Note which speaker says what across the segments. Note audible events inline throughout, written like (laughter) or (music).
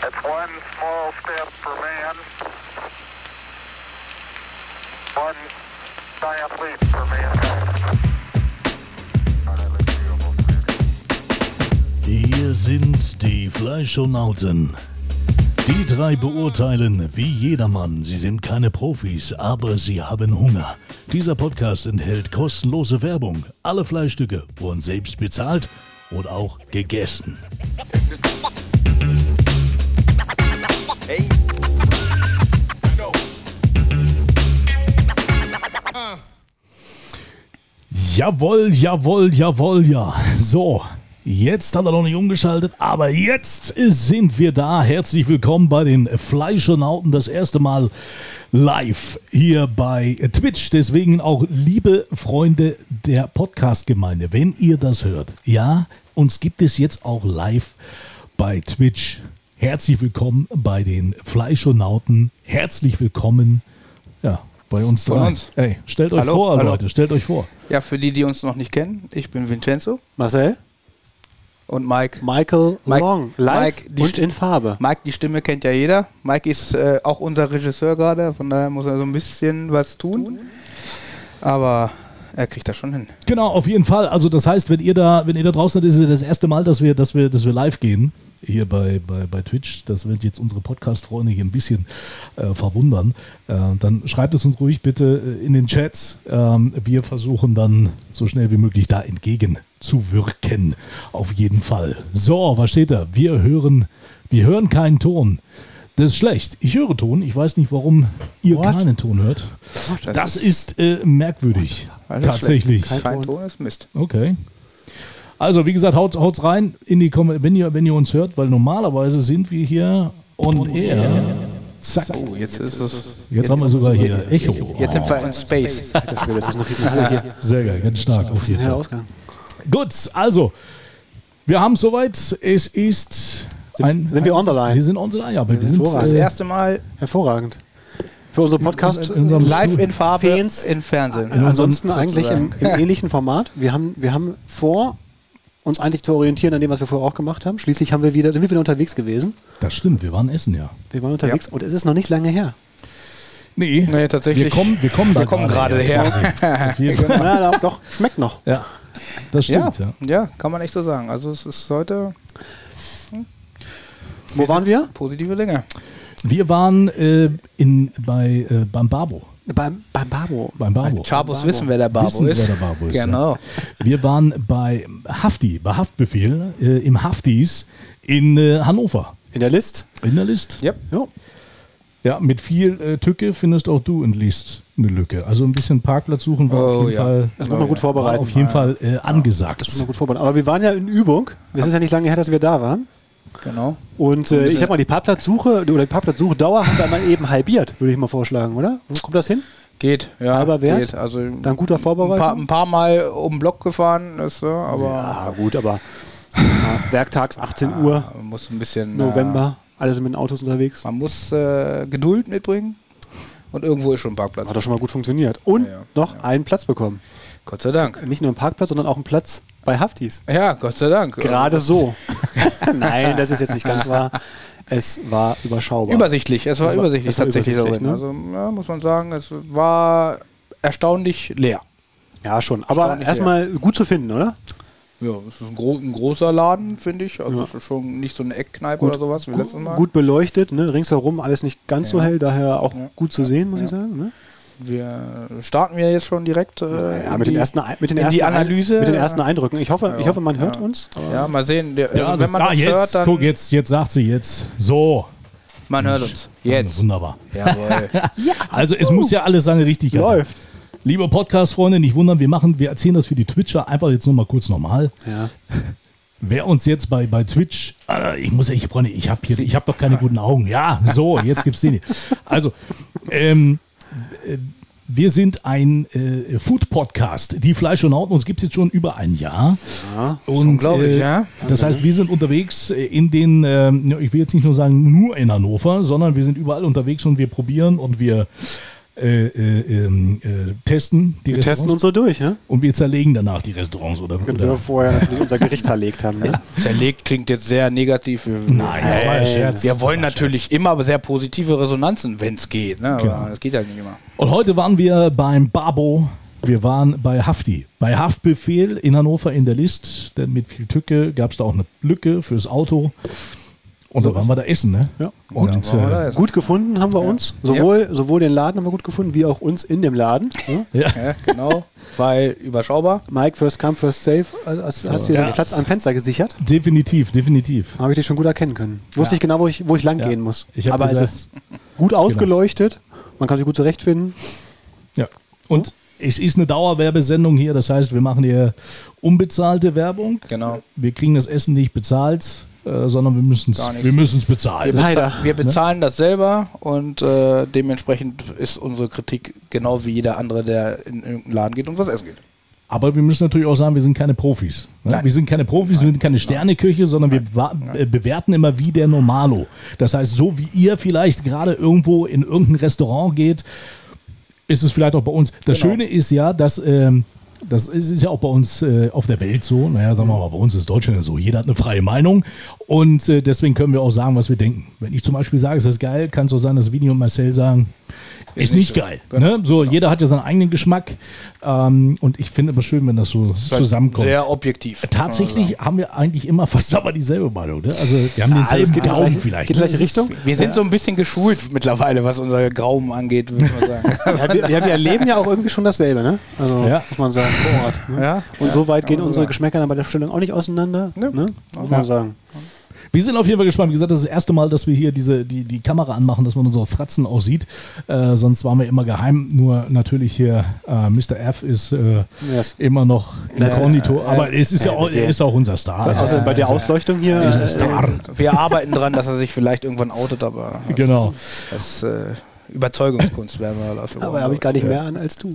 Speaker 1: That's one small step for man, one giant leap for mankind.
Speaker 2: Hier sind die Fleischonauten. Die drei beurteilen wie jedermann. Sie sind keine Profis, aber sie haben Hunger. Dieser Podcast enthält kostenlose Werbung. Alle Fleischstücke wurden selbst bezahlt und auch gegessen. Jawohl, jawohl, jawohl, ja. So, jetzt hat er noch nicht umgeschaltet, aber jetzt sind wir da. Herzlich willkommen bei den Fleischonauten, das erste Mal live hier bei Twitch. Deswegen auch liebe Freunde der Podcast-Gemeinde, wenn ihr das hört, ja, uns gibt es jetzt auch live bei Twitch. Herzlich willkommen bei den Fleischonauten. Herzlich willkommen, ja, bei uns
Speaker 3: Von
Speaker 2: drei.
Speaker 3: uns.
Speaker 2: Ey, stellt euch
Speaker 3: Hallo,
Speaker 2: vor,
Speaker 3: hallo.
Speaker 2: Leute, stellt euch vor.
Speaker 3: Ja, für die, die uns noch nicht kennen, ich bin Vincenzo
Speaker 4: Marcel?
Speaker 3: und Mike.
Speaker 4: Michael
Speaker 3: Mike-
Speaker 4: Long. Live
Speaker 3: Mike, die
Speaker 4: und
Speaker 3: Sti-
Speaker 4: in Farbe.
Speaker 3: Mike, die Stimme kennt ja jeder. Mike ist äh, auch unser Regisseur gerade, von daher muss er so ein bisschen was tun. Aber er kriegt das schon hin.
Speaker 2: Genau, auf jeden Fall. Also das heißt, wenn ihr da, wenn ihr da draußen seid, ist es das erste Mal, dass wir, dass wir, dass wir live gehen hier bei, bei, bei Twitch. Das wird jetzt unsere Podcast-Freunde hier ein bisschen äh, verwundern. Äh, dann schreibt es uns ruhig bitte äh, in den Chats. Ähm, wir versuchen dann so schnell wie möglich da entgegenzuwirken. Auf jeden Fall. So, was steht da? Wir hören, wir hören keinen Ton. Das ist schlecht. Ich höre Ton. Ich weiß nicht, warum ihr
Speaker 4: What?
Speaker 2: keinen Ton hört.
Speaker 3: Das,
Speaker 2: Das ist äh, merkwürdig.
Speaker 3: alles schlecht.
Speaker 2: Tatsächlich.
Speaker 3: Kein Ton ist Mist.
Speaker 2: Okay. Also, wie gesagt, haut, haut's rein in die Kom wenn ihr, wenn ihr uns hört, weil normalerweise sind wir hier on, air. Zack.
Speaker 3: Oh, jetzt ist es.
Speaker 2: jetzt, haben wir sogar hier Echo.
Speaker 3: Jetzt sind wir in Space.
Speaker 4: Das (laughs) ist eine Riesenhöhe hier.
Speaker 2: Sehr geil, ganz stark. Auf
Speaker 4: Das ist
Speaker 2: jeden
Speaker 4: ein
Speaker 2: Fall.
Speaker 4: Ausgang.
Speaker 2: Gut, also, wir haben soweit. Es ist ein.
Speaker 4: sind wir on the line?
Speaker 2: Wir sind on the line, aber wir sind
Speaker 3: Das
Speaker 4: Hervorragend.
Speaker 2: äh,
Speaker 3: erste Mal
Speaker 4: Hervorragend. Für unseren Podcast.
Speaker 2: in- in unserem-
Speaker 3: live in Farbe
Speaker 4: Fans.
Speaker 3: im Fernsehen.
Speaker 2: In unserem-
Speaker 4: ansonsten eigentlich im, im ähnlichen Format. Wir haben, wir haben vor, uns eigentlich zu orientieren an dem, was wir vorher auch gemacht haben. Schließlich haben wir wieder, sind wir wieder unterwegs gewesen.
Speaker 2: das stimmt, wir waren essen, ja.
Speaker 4: Wir waren unterwegs und es ist noch nicht lange her.
Speaker 2: Nee,
Speaker 3: Nee, tatsächlich.
Speaker 2: Wir kommen, wir kommen, da
Speaker 3: Wir kommen gerade her.
Speaker 2: (laughs) quasi. Auf jeden Fall.
Speaker 4: ja, doch, schmeckt noch.
Speaker 2: Ja, das
Speaker 3: Ja,
Speaker 2: stimmt, ja.
Speaker 3: ja, kann man echt so sagen. Also es ist heute
Speaker 4: Wo waren wir?
Speaker 3: positive Dinge.
Speaker 2: Wir waren äh, in, bei äh, beim Babo.
Speaker 4: Beim, beim Babo.
Speaker 2: Beim Babo.
Speaker 3: Chabos wissen, wer der Babo
Speaker 2: Wissen, wer
Speaker 3: ist.
Speaker 2: der Babo ist, ja.
Speaker 3: Genau.
Speaker 2: Wir waren bei Hafti, bei Haftbefehl, äh, im Haftis in äh, Hannover.
Speaker 4: In der List.
Speaker 2: In der List.
Speaker 3: Yep.
Speaker 4: Ja.
Speaker 2: Ja, mit viel äh, Tücke findest auch du in List eine Lücke. Also ein bisschen Parkplatz suchen war
Speaker 3: Oh,
Speaker 2: auf jeden
Speaker 3: ja.
Speaker 2: Fall,
Speaker 4: Das muss man gut
Speaker 2: war
Speaker 4: vorbereiten.
Speaker 2: auf jeden Fall äh, angesagt.
Speaker 4: Mal gut vorbereiten. Aber wir waren ja in Übung. Es ist ja nicht lange her, dass wir da waren.
Speaker 3: Genau.
Speaker 4: Und äh, ich habe mal die Parkplatzsuche oder die Parkplatzsuchdauer haben wir mal eben halbiert, würde ich mal vorschlagen, oder? Wo kommt das hin?
Speaker 3: Geht, ja.
Speaker 4: Halber Wert?
Speaker 3: Geht. Also
Speaker 4: Dann guter
Speaker 3: ein, paar,
Speaker 4: Vorbereitung.
Speaker 3: ein paar Mal um den Block gefahren ist, ja, aber
Speaker 4: ja, gut, aber ja, werktags 18 Uhr,
Speaker 3: man muss ein bisschen.
Speaker 4: November, alle sind mit den Autos unterwegs.
Speaker 3: Äh, man muss äh, Geduld mitbringen und irgendwo ist schon ein Parkplatz.
Speaker 4: Hat doch schon mal gut funktioniert. Und
Speaker 3: Ja, ja.
Speaker 4: noch einen Platz bekommen.
Speaker 3: Gott sei Dank.
Speaker 4: Nicht nur einen Parkplatz, sondern auch einen Platz bei Haftis.
Speaker 3: Ja, Gott sei Dank.
Speaker 4: Gerade
Speaker 3: (laughs)
Speaker 4: so. Nein, das ist jetzt nicht ganz wahr. Es war überschaubar.
Speaker 3: Übersichtlich, es war
Speaker 4: Das war-
Speaker 3: übersichtlich
Speaker 4: das war
Speaker 3: tatsächlich
Speaker 4: übersichtlich, ne?
Speaker 3: da drin. Also ja, muss man sagen, es war erstaunlich leer.
Speaker 4: ja, schon. Aber
Speaker 3: Erstaunlich,
Speaker 4: erstmal gut zu finden, oder?
Speaker 3: Ja, es ist ein, gro ein großer Laden, finde ich. Also
Speaker 4: Ja.
Speaker 3: es ist schon nicht so eine Eckkneipe
Speaker 4: Gut.
Speaker 3: oder sowas wie
Speaker 4: Gu-
Speaker 3: letztes Mal.
Speaker 4: Gut beleuchtet, ne? ringsherum alles nicht ganz so
Speaker 3: Ja.
Speaker 4: hell, daher auch
Speaker 3: Ja.
Speaker 4: gut zu sehen, muss
Speaker 3: Ja.
Speaker 4: ich sagen. Ne?
Speaker 3: Wir starten wir jetzt schon direkt. Äh,
Speaker 4: Ja,
Speaker 3: in
Speaker 4: mit den
Speaker 3: die-
Speaker 4: ersten, Ei- mit den
Speaker 3: in
Speaker 4: ersten
Speaker 3: die
Speaker 4: Ei-
Speaker 3: Analyse,
Speaker 4: mit den
Speaker 3: äh,
Speaker 4: ersten Eindrücken. Ich hoffe, ich
Speaker 3: ja,
Speaker 4: hoffe man hört
Speaker 3: ja.
Speaker 4: uns.
Speaker 3: Ja, mal sehen. Der,
Speaker 2: Ja,
Speaker 3: also
Speaker 2: das,
Speaker 3: wenn man
Speaker 2: ah,
Speaker 3: uns
Speaker 2: jetzt,
Speaker 3: hört, dann
Speaker 2: guck, jetzt, jetzt sagt sie jetzt. So.
Speaker 3: man hört uns. Jetzt.
Speaker 2: Wunderbar.
Speaker 3: (laughs) Jawohl.
Speaker 2: Also es muss ja alles seine Richtigkeit haben.
Speaker 4: Läuft.
Speaker 2: Liebe Podcast-Freunde, nicht wundern, wir machen, wir erzählen das für die Twitcher einfach jetzt nochmal kurz normal.
Speaker 4: Ja.
Speaker 2: Wer uns jetzt bei, bei Twitch, Alter, ich muss ehrlich, Freunde, ich habe hier, ich habe doch keine guten Augen. Ja, so, jetzt gibt's den. hier. Also, ähm, äh, wir sind ein äh, Food-Podcast, die Fleisch und Haut. Uns gibt's jetzt schon über ein Jahr. und, äh,
Speaker 3: unglaublich, ja.
Speaker 2: Das heißt, wir sind unterwegs äh, in den, ähm, ja, ich will jetzt nicht nur sagen nur in Hannover, sondern wir sind überall unterwegs und wir probieren und wir äh, äh, äh, ähm, äh, testen die
Speaker 4: Wir testen uns Genau.
Speaker 2: Restaurants
Speaker 4: so durch, ne?
Speaker 2: und wir zerlegen danach die Restaurants oder,
Speaker 4: Können wir
Speaker 2: oder
Speaker 4: vorher natürlich unser Gericht zerlegt haben. Ne?
Speaker 3: Zerlegt klingt jetzt sehr negativ. Wir-
Speaker 2: Nein, das war ein Scherz. Das
Speaker 3: Wir wollen
Speaker 2: war ein
Speaker 3: natürlich immer sehr positive Resonanzen, wenn es geht. Ne? Aber
Speaker 2: Genau.
Speaker 3: das geht halt nicht immer.
Speaker 2: Und heute waren wir beim Babo. Wir waren bei Hafti. Bei Haftbefehl in Hannover in der List. Denn mit viel Tücke gab es da auch eine Lücke fürs Auto. Und da waren wir da essen, ne?
Speaker 4: Ja.
Speaker 2: Und
Speaker 5: Wollen wir da
Speaker 2: äh,
Speaker 5: essen?
Speaker 4: Gut gefunden haben wir uns. Sowohl, sowohl den Laden haben wir gut gefunden, wie auch uns in dem Laden. Ne?
Speaker 3: Ja, genau. Weil überschaubar.
Speaker 4: Mike, first come, first save. Also, hast, hast dir den Platz am Fenster gesichert?
Speaker 2: definitiv, definitiv.
Speaker 4: Habe ich dich schon gut erkennen können. Wusste ich genau, wo ich, wo ich Genau. lang
Speaker 2: Ja.
Speaker 4: gehen muss.
Speaker 2: Ich hab
Speaker 4: Aber
Speaker 2: gesagt-
Speaker 4: es ist gut ausgeleuchtet. Man kann sich gut zurechtfinden.
Speaker 2: Ja. Und es ist eine Dauerwerbesendung hier. Das heißt, wir machen hier unbezahlte Werbung.
Speaker 3: Genau.
Speaker 2: Wir kriegen das Essen nicht bezahlt, äh, sondern wir müssen
Speaker 3: Gar nicht.
Speaker 2: es
Speaker 3: Wir,
Speaker 2: bezahlen.
Speaker 4: Leider.
Speaker 3: beza- wir bezahlen das selber und äh, dementsprechend ist unsere Kritik genau wie jeder andere, der in irgendeinen Laden geht und was essen geht.
Speaker 2: Aber wir müssen natürlich auch sagen, wir sind keine Profis. Ne?
Speaker 3: Nein.
Speaker 2: Wir sind keine Profis, wir sind keine Sterneküche, sondern wir wa- äh, bewerten immer wie der Normalo. Das heißt, so wie ihr vielleicht gerade irgendwo in irgendein Restaurant geht, ist es vielleicht auch bei uns. Das
Speaker 3: Genau.
Speaker 2: Schöne ist ja, dass. Ähm, das ist, ist ja auch bei uns äh, auf der Welt so. Naja, sagen wir mal, bei uns ist Deutschland so. Jeder hat eine freie Meinung und äh, deswegen können wir auch sagen, was wir denken. Wenn ich zum Beispiel sage, ist das geil, kann es auch sein, dass Vini und Marcel sagen, ist nicht
Speaker 3: so.
Speaker 2: geil. Ne? So, jeder hat ja seinen eigenen Geschmack. Ähm, und ich finde immer schön, wenn das so zusammenkommt.
Speaker 3: Sehr objektiv.
Speaker 2: Tatsächlich haben wir eigentlich immer fast (laughs) aber dieselbe Meinung. Ne? Also wir haben denselben
Speaker 4: geht in die
Speaker 2: Glauben
Speaker 4: gleiche-
Speaker 2: vielleicht.
Speaker 4: geht in
Speaker 2: ne? Das
Speaker 4: die gleiche
Speaker 2: ist-
Speaker 4: Richtung.
Speaker 3: Wir sind so ein bisschen geschult mittlerweile, was unser Grauben angeht, würde man sagen.
Speaker 4: (laughs) Ja, wir, ja, wir erleben ja auch irgendwie schon dasselbe, ne? Also,
Speaker 2: Ja.
Speaker 4: muss man sagen, vor Ort. Ne?
Speaker 3: Ja.
Speaker 4: Und so weit gehen unsere Geschmäcker dann bei der Stellung auch nicht auseinander, ne? Muss man sagen.
Speaker 2: Wir sind auf jeden Fall gespannt. Wie gesagt, das ist das erste Mal, dass wir hier diese, die, die Kamera anmachen, dass man unsere Fratzen auch sieht. Äh, sonst waren wir immer geheim. Nur natürlich hier äh, Mr. F ist äh,
Speaker 4: Yes.
Speaker 2: immer noch inkognito. Aber es ist ja auch, er ist auch unser Star. Also,
Speaker 4: Außer bei der Ausleuchtung hier.
Speaker 2: er ist
Speaker 4: äh,
Speaker 2: ein Star.
Speaker 3: Wir arbeiten dran, dass er sich vielleicht irgendwann outet, aber das,
Speaker 2: Genau.
Speaker 3: das äh, Überzeugungskunst werden wir dafür
Speaker 4: aber habe ich gar nicht mehr an als du.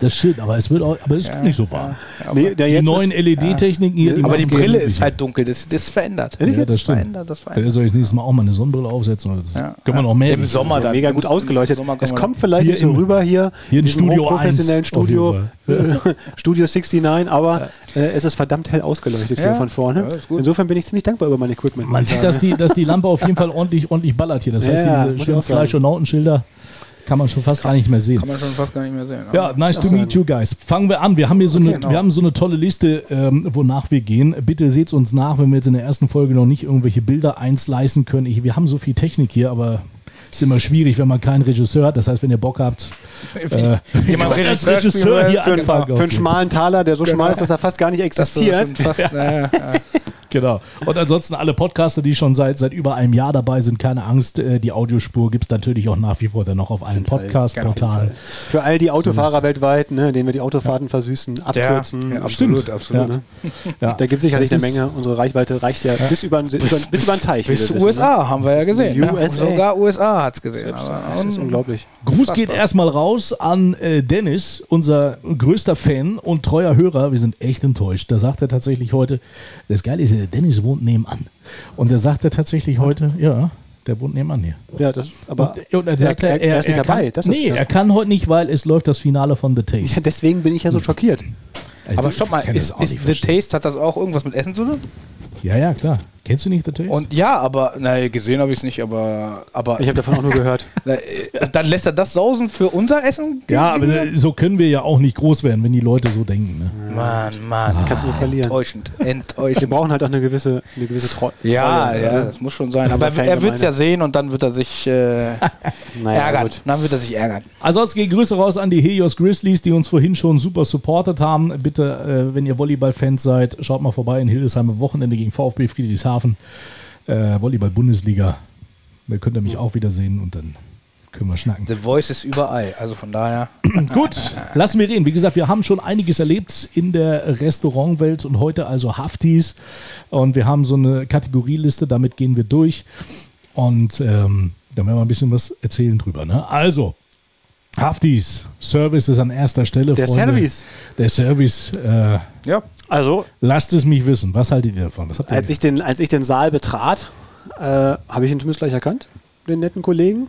Speaker 2: Das stimmt, aber es wird auch, aber es ist nicht so wahr.
Speaker 4: Nee, der
Speaker 2: Die
Speaker 4: jetzt
Speaker 2: neuen
Speaker 4: ist-
Speaker 2: LED-Techniken hier.
Speaker 3: Aber die
Speaker 2: machen
Speaker 3: Brille
Speaker 2: wirklich-
Speaker 3: ist halt dunkel, das, das verändert.
Speaker 2: Ja, das stimmt.
Speaker 3: verändert, das
Speaker 2: Da
Speaker 3: verändert.
Speaker 2: soll ich nächstes Mal auch mal eine Sonnenbrille aufsetzen. Das
Speaker 3: Ja.
Speaker 2: Können wir noch mehr.
Speaker 3: Im Sommer
Speaker 4: ja,
Speaker 3: dann.
Speaker 4: mega gut
Speaker 3: Im
Speaker 4: ausgeleuchtet.
Speaker 3: Sommer kann
Speaker 4: Es
Speaker 3: man-
Speaker 4: kommt vielleicht
Speaker 2: Hier
Speaker 4: nicht so
Speaker 2: im-
Speaker 4: rüber hier,
Speaker 2: hier in
Speaker 4: diesem
Speaker 2: Studio
Speaker 4: hochprofessionellen
Speaker 2: 1 auf jeden
Speaker 4: Studio, äh, Studio 69, aber äh, es ist verdammt hell ausgeleuchtet hier
Speaker 3: Ja.
Speaker 4: von vorne.
Speaker 3: Ja, ist gut.
Speaker 4: Insofern bin ich ziemlich dankbar über mein Equipment.
Speaker 2: Man sieht, dass die, dass die Lampe auf jeden Fall ordentlich, ordentlich ballert hier. Das heißt,
Speaker 4: Ja, muss
Speaker 2: diese
Speaker 4: ich
Speaker 2: schönen
Speaker 4: auch sagen.
Speaker 2: Fleisch- und Nautenschilder kann man schon fast gar nicht mehr sehen.
Speaker 3: Kann man schon fast gar nicht mehr sehen.
Speaker 2: Ja, nice to meet you guys. Fangen wir an. Wir haben hier so, eine,
Speaker 3: genau.
Speaker 2: wir haben so eine tolle Liste, ähm, wonach wir gehen. Bitte seht uns nach, wenn wir jetzt in der ersten Folge noch nicht irgendwelche Bilder einsleißen können. Ich, wir haben so viel Technik hier, aber es ist immer schwierig, wenn man keinen Regisseur hat. Das heißt, wenn ihr Bock habt, äh,
Speaker 3: (laughs) Jemand
Speaker 2: als
Speaker 3: Regisseur spielen
Speaker 2: Regisseur
Speaker 3: will,
Speaker 2: hier
Speaker 3: für-
Speaker 2: anfangen.
Speaker 4: für einen schmalen Taler, der so schmal ist, dass er fast gar nicht
Speaker 3: Das
Speaker 4: existiert.
Speaker 3: ist fast, äh, naja, ja.
Speaker 2: Genau. Und ansonsten alle Podcaster, die schon seit, seit über einem Jahr dabei sind, keine Angst, äh, die Audiospur gibt es natürlich auch nach wie vor dann noch auf allen Podcast-Portalen.
Speaker 4: Für all die Autofahrer weltweit, ne, denen wir die Autofahrten versüßen,
Speaker 3: Ja,
Speaker 4: abkürzen. ne?
Speaker 3: ja, absolut, absolut.
Speaker 2: Ja. Ja.
Speaker 4: Da gibt es sicherlich
Speaker 2: Das
Speaker 4: eine
Speaker 2: ist-
Speaker 4: Menge. Unsere Reichweite reicht ja bis über, bis, über, bis über den Teich. wie
Speaker 3: Bis
Speaker 4: wir
Speaker 3: zu
Speaker 4: wissen, Ne?
Speaker 3: USA haben wir ja gesehen. ne?
Speaker 4: USA.
Speaker 3: Sogar USA hat es gesehen.
Speaker 4: Das
Speaker 3: Aber
Speaker 4: ist unglaublich.
Speaker 2: Gruß geht erstmal raus an äh, Dennis, unser größter Fan und treuer Hörer. Wir sind echt enttäuscht. Da sagt er tatsächlich heute, das Geile ist, ja, der Dennis wohnt nebenan. Und da sagt er tatsächlich heute, ja, der wohnt nebenan hier.
Speaker 4: Ja, das, aber
Speaker 2: Und er, sagt,
Speaker 4: er, er ist nicht dabei.
Speaker 2: Kann,
Speaker 4: Das
Speaker 2: nee,
Speaker 4: ist,
Speaker 2: er kann heute nicht, weil es läuft das Finale von The Taste.
Speaker 4: deswegen bin ich (laughs) ja so schockiert.
Speaker 2: Also,
Speaker 3: aber
Speaker 2: ich
Speaker 3: stopp mal,
Speaker 2: kann das
Speaker 3: ist,
Speaker 2: auch
Speaker 3: ist
Speaker 2: nicht
Speaker 3: The
Speaker 2: verstehen.
Speaker 3: Taste, hat das auch irgendwas mit Essen zu tun?
Speaker 2: Ja, ja, klar. Kennst du nicht The Taste?
Speaker 3: Und ja, aber, naja, gesehen habe ich es nicht, aber, aber
Speaker 4: Ich habe davon auch nur gehört.
Speaker 3: na, äh, dann lässt er das sausen für unser Essen?
Speaker 2: Ja, aber äh, so können wir ja auch nicht groß werden, wenn die Leute so denken. Ne?
Speaker 3: Mann, Mann.
Speaker 4: Kannst du nur Ah. verlieren.
Speaker 3: Enttäuschend,
Speaker 4: Wir
Speaker 3: enttäuschend.
Speaker 4: brauchen halt auch eine gewisse, eine gewisse Treu.
Speaker 3: Ja,
Speaker 4: Treue,
Speaker 3: ja,
Speaker 4: ne?
Speaker 3: das muss schon sein.
Speaker 4: Haben wir
Speaker 3: Aber
Speaker 4: keine
Speaker 3: er wird es
Speaker 4: Gemeinde.
Speaker 3: ja sehen und dann wird er sich äh,
Speaker 4: Naja,
Speaker 3: ärgern.
Speaker 4: gut.
Speaker 3: Dann wird er sich ärgern.
Speaker 2: Ansonsten gehen Grüße raus an die Helios Grizzlies, die uns vorhin schon super supportet haben. Bitte, äh, wenn ihr Volleyball-Fans seid, schaut mal vorbei in Hildesheim am Wochenende gegen VfB Friedrichshafen. Äh, Volleyball-Bundesliga. Da könnt ihr mich auch wieder sehen und dann können wir schnacken.
Speaker 3: The Voice ist überall. Also von daher.
Speaker 2: Gut, lassen wir reden. Wie gesagt, wir haben schon einiges erlebt in der Restaurantwelt und heute also Haftis. Und wir haben so eine Kategorieliste, damit gehen wir durch. Und ähm, da werden wir ein bisschen was erzählen drüber. Ne? Also, Haftis, Service ist an erster Stelle.
Speaker 4: Der Service.
Speaker 2: Der Service. Äh,
Speaker 3: Ja.
Speaker 4: Also,
Speaker 2: lasst es mich wissen. Was haltet ihr davon? Was habt ihr
Speaker 4: als ich den, als ich den Saal betrat, äh, habe ich ihn zumindest gleich erkannt, den netten Kollegen.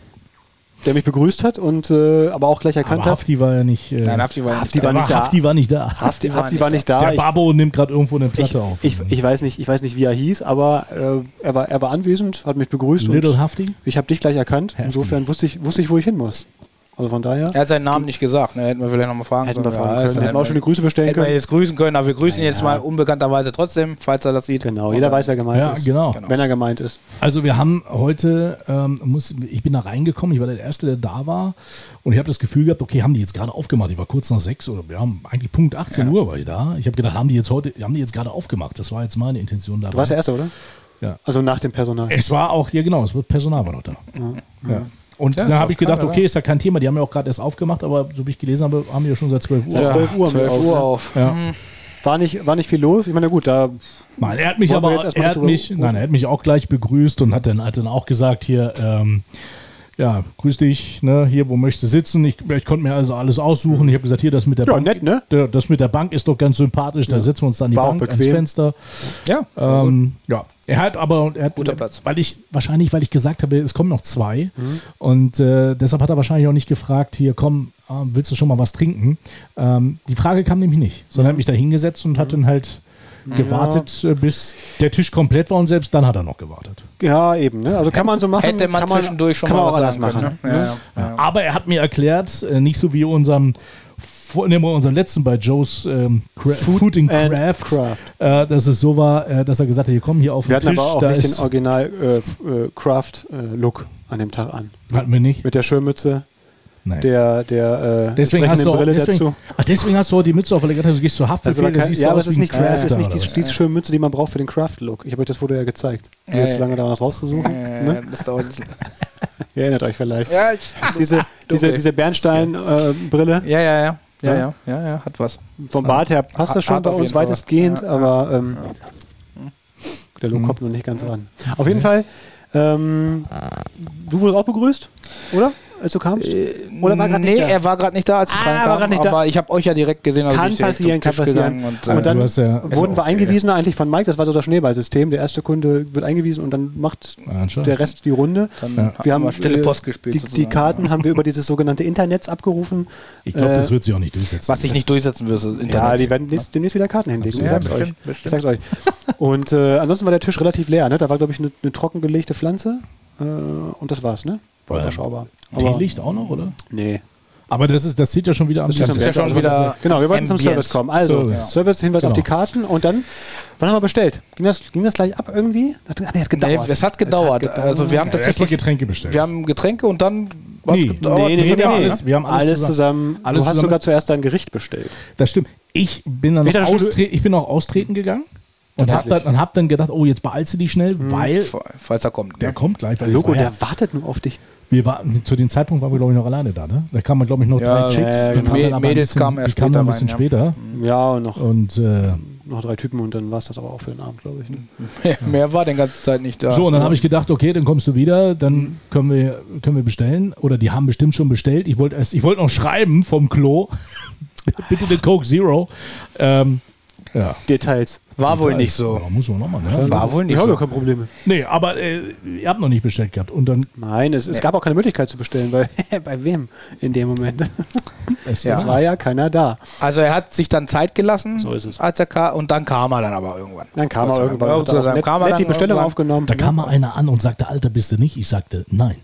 Speaker 4: der mich begrüßt hat und äh, aber auch gleich erkannt
Speaker 2: Aber
Speaker 4: hat.
Speaker 2: Hafti war ja nicht. Äh,
Speaker 3: Nein, Hafti war
Speaker 4: Hafti
Speaker 3: Hafti
Speaker 4: war
Speaker 2: aber
Speaker 4: nicht da.
Speaker 2: Hafti war nicht da.
Speaker 4: Hafti, Hafti war nicht da.
Speaker 2: Der
Speaker 4: Ich-
Speaker 2: Babo nimmt gerade irgendwo eine
Speaker 4: ich,
Speaker 2: Platte auf.
Speaker 4: ich, ich, weiß nicht, ich weiß nicht, wie er hieß, aber äh, er, war, er war anwesend, hat mich begrüßt
Speaker 2: Little
Speaker 4: und
Speaker 2: Hafti?
Speaker 4: ich habe dich gleich erkannt.
Speaker 2: Heftig.
Speaker 4: Insofern wusste ich, wusste ich, wo ich hin muss. Also von daher
Speaker 3: Er hat seinen Namen nicht gesagt, ne? Hätten wir vielleicht nochmal fragen
Speaker 4: hätten wir
Speaker 3: sollen.
Speaker 4: fragen
Speaker 3: Ja,
Speaker 4: können,
Speaker 3: ist dann
Speaker 4: hätten wir auch
Speaker 3: immer-
Speaker 4: schöne Grüße bestellen
Speaker 3: Hätten wir
Speaker 4: können.
Speaker 3: jetzt grüßen können, aber wir grüßen ihn
Speaker 4: Ja.
Speaker 3: jetzt mal unbekannterweise trotzdem, falls er das sieht.
Speaker 4: Genau, jeder weiß, wer gemeint
Speaker 2: Ja,
Speaker 4: ist.
Speaker 2: genau.
Speaker 3: Genau.
Speaker 4: Wenn er gemeint ist.
Speaker 2: Also wir haben heute, ähm, muss, ich bin da reingekommen, ich war der Erste, der da war und ich habe das Gefühl gehabt, okay, haben die jetzt gerade aufgemacht. Ich war kurz nach sechs oder wir haben eigentlich Punkt 18 Uhr war ich da. Ich habe gedacht, haben die jetzt heute, haben die jetzt gerade aufgemacht. Das war jetzt meine Intention dabei.
Speaker 4: Du warst der Erste, oder?
Speaker 2: Ja.
Speaker 4: Also nach dem Personal.
Speaker 2: es war auch, ja genau, das Personal war noch da. Ja. Und dann
Speaker 3: das
Speaker 2: habe ich
Speaker 3: kann
Speaker 2: gedacht,
Speaker 3: man,
Speaker 2: okay, ist ja kein Thema. Die haben ja auch gerade erst aufgemacht, aber so wie ich gelesen habe, haben die ja schon seit 12 Uhr.
Speaker 4: Seit 12 Uhr, haben wir
Speaker 3: 12
Speaker 4: auf,
Speaker 3: Uhr
Speaker 4: ne?
Speaker 3: auf.
Speaker 2: Ja.
Speaker 4: War, nicht, war nicht viel los. Ich meine, gut, da
Speaker 2: Nein, er hat mich
Speaker 4: Wollen wir
Speaker 2: aber,
Speaker 4: jetzt erstmal
Speaker 2: er hat
Speaker 4: drüber
Speaker 2: mich,
Speaker 4: reden?
Speaker 2: nein, er hat mich auch gleich begrüßt und hat dann, hat dann auch gesagt, hier, ähm, ja, grüß dich, ne, hier, wo möchtest du sitzen? Ich, ich konnte mir also alles aussuchen. Ich habe gesagt, hier, das mit der
Speaker 4: Ja,
Speaker 2: Bank.
Speaker 4: nett, ne?
Speaker 2: der- Das mit der Bank ist doch ganz sympathisch. Da setzen wir uns dann an die
Speaker 4: War auch
Speaker 2: Bank, ans
Speaker 4: bequem.
Speaker 2: Fenster.
Speaker 3: Ja.
Speaker 2: Ähm, ja, er hat aber, er hat,
Speaker 3: Guter Platz.
Speaker 2: weil ich, wahrscheinlich, weil ich gesagt habe, es kommen noch zwei.
Speaker 4: Mhm.
Speaker 2: Und äh, deshalb hat er wahrscheinlich auch nicht gefragt, hier, komm, ah, willst du schon mal was trinken? Ähm, die Frage kam nämlich nicht, sondern er
Speaker 4: Mhm.
Speaker 2: hat mich da hingesetzt und hat dann halt gewartet, äh, bis der Tisch komplett war und selbst dann hat er noch gewartet.
Speaker 4: Ja, eben. Ne? Also kann man so machen.
Speaker 3: Hätte man
Speaker 4: kann
Speaker 3: zwischendurch schon
Speaker 4: kann
Speaker 3: mal
Speaker 4: man
Speaker 3: was
Speaker 4: auch anders
Speaker 3: sagen
Speaker 4: machen.
Speaker 3: können.
Speaker 4: ne?
Speaker 3: ne? Ja, ja.
Speaker 2: Aber er hat mir erklärt, äh, nicht so wie unserem vor- nehmen wir unseren letzten bei Joe's ähm, Cra Food, and
Speaker 4: and
Speaker 2: Craft,
Speaker 4: Craft.
Speaker 2: Äh, dass es so war, äh, dass er gesagt hat, hier komm hier auf
Speaker 4: Wir
Speaker 2: den
Speaker 4: hatten
Speaker 2: Tisch,
Speaker 4: aber auch
Speaker 2: da
Speaker 4: nicht
Speaker 2: ist,
Speaker 4: den Original äh, F- äh, Craft-Look an dem Tag an.
Speaker 2: hatten wir nicht.
Speaker 4: Mit der Schirmmütze,
Speaker 2: Nein.
Speaker 4: der, der äh,
Speaker 2: Deswegen hast,
Speaker 4: entsprechenden
Speaker 2: du auch,
Speaker 4: Brille
Speaker 2: deswegen,
Speaker 4: dazu.
Speaker 2: ach, deswegen hast du heute die Mütze auf, weil du gedacht hast, du gehst zur
Speaker 4: Das
Speaker 2: Haftbefehl,
Speaker 4: war
Speaker 2: da
Speaker 4: kein,
Speaker 2: siehst
Speaker 4: ja,
Speaker 2: du
Speaker 4: aber
Speaker 2: aus
Speaker 4: es ist
Speaker 2: wie ein
Speaker 4: nicht, es ist
Speaker 2: Crafter
Speaker 4: nicht
Speaker 2: oder
Speaker 4: die,
Speaker 2: was.
Speaker 4: die Schirmmütze, die man braucht für den Craft-Look. Ich habe euch das Foto ja gezeigt. Ihr habt
Speaker 3: ja.
Speaker 4: so lange daran, das rauszusuchen.
Speaker 3: Äh,
Speaker 4: Ne?
Speaker 3: das dauert
Speaker 4: (laughs)
Speaker 3: jetzt-
Speaker 4: Ihr erinnert euch vielleicht.
Speaker 3: Ja, ich-
Speaker 4: Diese, diese,
Speaker 3: Dunkel.
Speaker 4: diese äh, Bernstein-Brille.
Speaker 3: ja, ja, ja. Ja, ja, ja, ja, hat was.
Speaker 4: Vom Bart her passt das schon
Speaker 3: Hat
Speaker 4: bei
Speaker 3: auf
Speaker 4: uns
Speaker 3: jeden Fall
Speaker 4: weitestgehend,
Speaker 3: was. Ja,
Speaker 4: aber ähm, der Look kommt noch nicht ganz an. Auf jeden Fall, ähm, du wurdest auch begrüßt, oder? Als du kamst? oder Äh, war gerade
Speaker 3: nee,
Speaker 4: nicht da?
Speaker 3: er war gerade nicht da, als ich
Speaker 4: Ah,
Speaker 3: ah,
Speaker 4: er war grad
Speaker 3: reinkam,
Speaker 4: nicht da.
Speaker 3: aber ich habe euch ja direkt gesehen. Also
Speaker 4: kann
Speaker 3: ich bin direkt zum
Speaker 4: passieren, kann
Speaker 3: Tisch
Speaker 4: passieren.
Speaker 3: gegangen Und,
Speaker 4: Und
Speaker 3: äh,
Speaker 4: dann
Speaker 2: Du hast ja-
Speaker 3: Ist auch
Speaker 4: wurden wir
Speaker 3: okay,
Speaker 4: eingewiesen eigentlich von Mike, das war so das Schneeballsystem. Der erste Kunde wird eingewiesen und dann macht
Speaker 2: Ja, anscheinend.
Speaker 4: der Rest die Runde.
Speaker 3: dann
Speaker 2: Ja.
Speaker 3: haben
Speaker 4: Wir
Speaker 3: wir
Speaker 4: haben,
Speaker 3: stille
Speaker 4: äh,
Speaker 3: Post gespielt.
Speaker 4: Die, die
Speaker 3: sozusagen.
Speaker 4: Karten haben wir über dieses sogenannte Internet abgerufen.
Speaker 2: Ich glaube,
Speaker 4: Äh,
Speaker 2: das wird sich auch nicht durchsetzen.
Speaker 3: Was ich nicht durchsetzen würde, ist Internet.
Speaker 4: Ja, die werden demnächst, demnächst wieder Karten hinlegen. Ich
Speaker 3: Ja,
Speaker 4: sag's
Speaker 3: bestimmt,
Speaker 4: euch. Ich
Speaker 3: bestimmt.
Speaker 4: sag's euch. Und äh, ansonsten war der Tisch relativ leer. Ne? Da war, glaube ich, eine ne trockengelegte Pflanze. Äh, und das war's, ne? War
Speaker 2: Ja.
Speaker 4: überschaubar.
Speaker 2: Teelicht auch noch, oder?
Speaker 4: Nee.
Speaker 2: Aber das ist, das zieht ja schon wieder am
Speaker 4: Das
Speaker 3: ist ja schon
Speaker 2: Also,
Speaker 3: wieder-
Speaker 2: das ist-
Speaker 4: Genau, wir wollten zum
Speaker 3: Ambience.
Speaker 4: Service kommen. Also,
Speaker 2: Service.
Speaker 4: Service, Hinweis auf
Speaker 2: Genau.
Speaker 4: die Karten. Und dann, wann haben wir bestellt? Ging das, ging das gleich ab irgendwie? Hat, nee, hat
Speaker 3: Nee,
Speaker 4: gedauert.
Speaker 3: es hat gedauert. Also wir haben
Speaker 2: Ja, erstmal
Speaker 3: tatsächlich,
Speaker 2: Getränke bestellt.
Speaker 3: wir haben Getränke und dann hat's
Speaker 2: Nee.
Speaker 3: gedauert.
Speaker 4: Nee, nee, nee,
Speaker 2: wir
Speaker 4: nee,
Speaker 2: haben
Speaker 4: nee.
Speaker 2: alles- wir haben alles zusammen-
Speaker 4: zusammen.
Speaker 2: alles
Speaker 4: du hast
Speaker 2: zusammen-
Speaker 4: sogar zuerst dein Gericht bestellt.
Speaker 2: Das stimmt. Ich bin dann
Speaker 4: Ich
Speaker 2: noch
Speaker 4: dachte, du-
Speaker 2: austre ich bin auch austreten gegangen und habe
Speaker 4: Tatsächlich.
Speaker 2: dann, und hab dann gedacht, oh, jetzt beeilst du die schnell, weil
Speaker 3: Falls er kommt.
Speaker 2: der
Speaker 3: Ne?
Speaker 2: kommt gleich. Weil
Speaker 4: Logo,
Speaker 2: es war ja-
Speaker 4: der wartet nur auf dich.
Speaker 2: wir waren, zu dem Zeitpunkt waren wir, glaube ich, noch alleine da. Ne? Da kamen, glaube ich, noch
Speaker 3: Ja,
Speaker 2: drei Chicks.
Speaker 4: ja,
Speaker 2: die
Speaker 4: genau.
Speaker 2: kamen dann aber ein
Speaker 3: Mädels
Speaker 2: bisschen-
Speaker 3: kamen erst
Speaker 2: die kamen dann ein bisschen
Speaker 3: später
Speaker 2: später.
Speaker 4: Ja, und noch,
Speaker 2: Und äh,
Speaker 4: noch drei Typen und dann war es das aber auch für den Abend, glaube ich. Ne?
Speaker 3: Mehr war den ganze Zeit nicht da.
Speaker 4: Äh,
Speaker 2: So, und dann habe ich gedacht, okay, dann kommst du wieder,
Speaker 4: Mhm.
Speaker 2: dann können wir, können wir bestellen. Oder die haben bestimmt schon bestellt. Ich wollte erst- ich wollte noch schreiben vom Klo. (laughs) Bitte den Coke Zero. Ähm, ja.
Speaker 4: Details.
Speaker 3: war wohl nicht so.
Speaker 2: Aber muss man nochmal, ne?
Speaker 3: War wohl nicht
Speaker 4: Ich habe
Speaker 3: so.
Speaker 4: Oh. ja keine Probleme.
Speaker 2: Nee, aber äh, ihr habt noch nicht bestellt gehabt. Und dann
Speaker 4: Nein, es, es gab auch keine Möglichkeit zu bestellen, weil (laughs) bei wem in dem Moment?
Speaker 2: es
Speaker 3: Ja.
Speaker 4: Es war ja keiner da.
Speaker 3: Also er hat sich dann Zeit gelassen,
Speaker 4: So ist es.
Speaker 3: als er kam und dann kam er dann aber irgendwann.
Speaker 4: Dann kam er irgendwann.
Speaker 3: Ja,
Speaker 4: hat er
Speaker 3: sozusagen.
Speaker 4: auch nett,
Speaker 3: Kam er
Speaker 4: nett die
Speaker 3: dann
Speaker 4: Bestellung
Speaker 3: irgendwann.
Speaker 4: aufgenommen.
Speaker 2: Da
Speaker 4: ne?
Speaker 2: kam mal einer an und sagte, Alter, bist du nicht? Ich sagte, nein.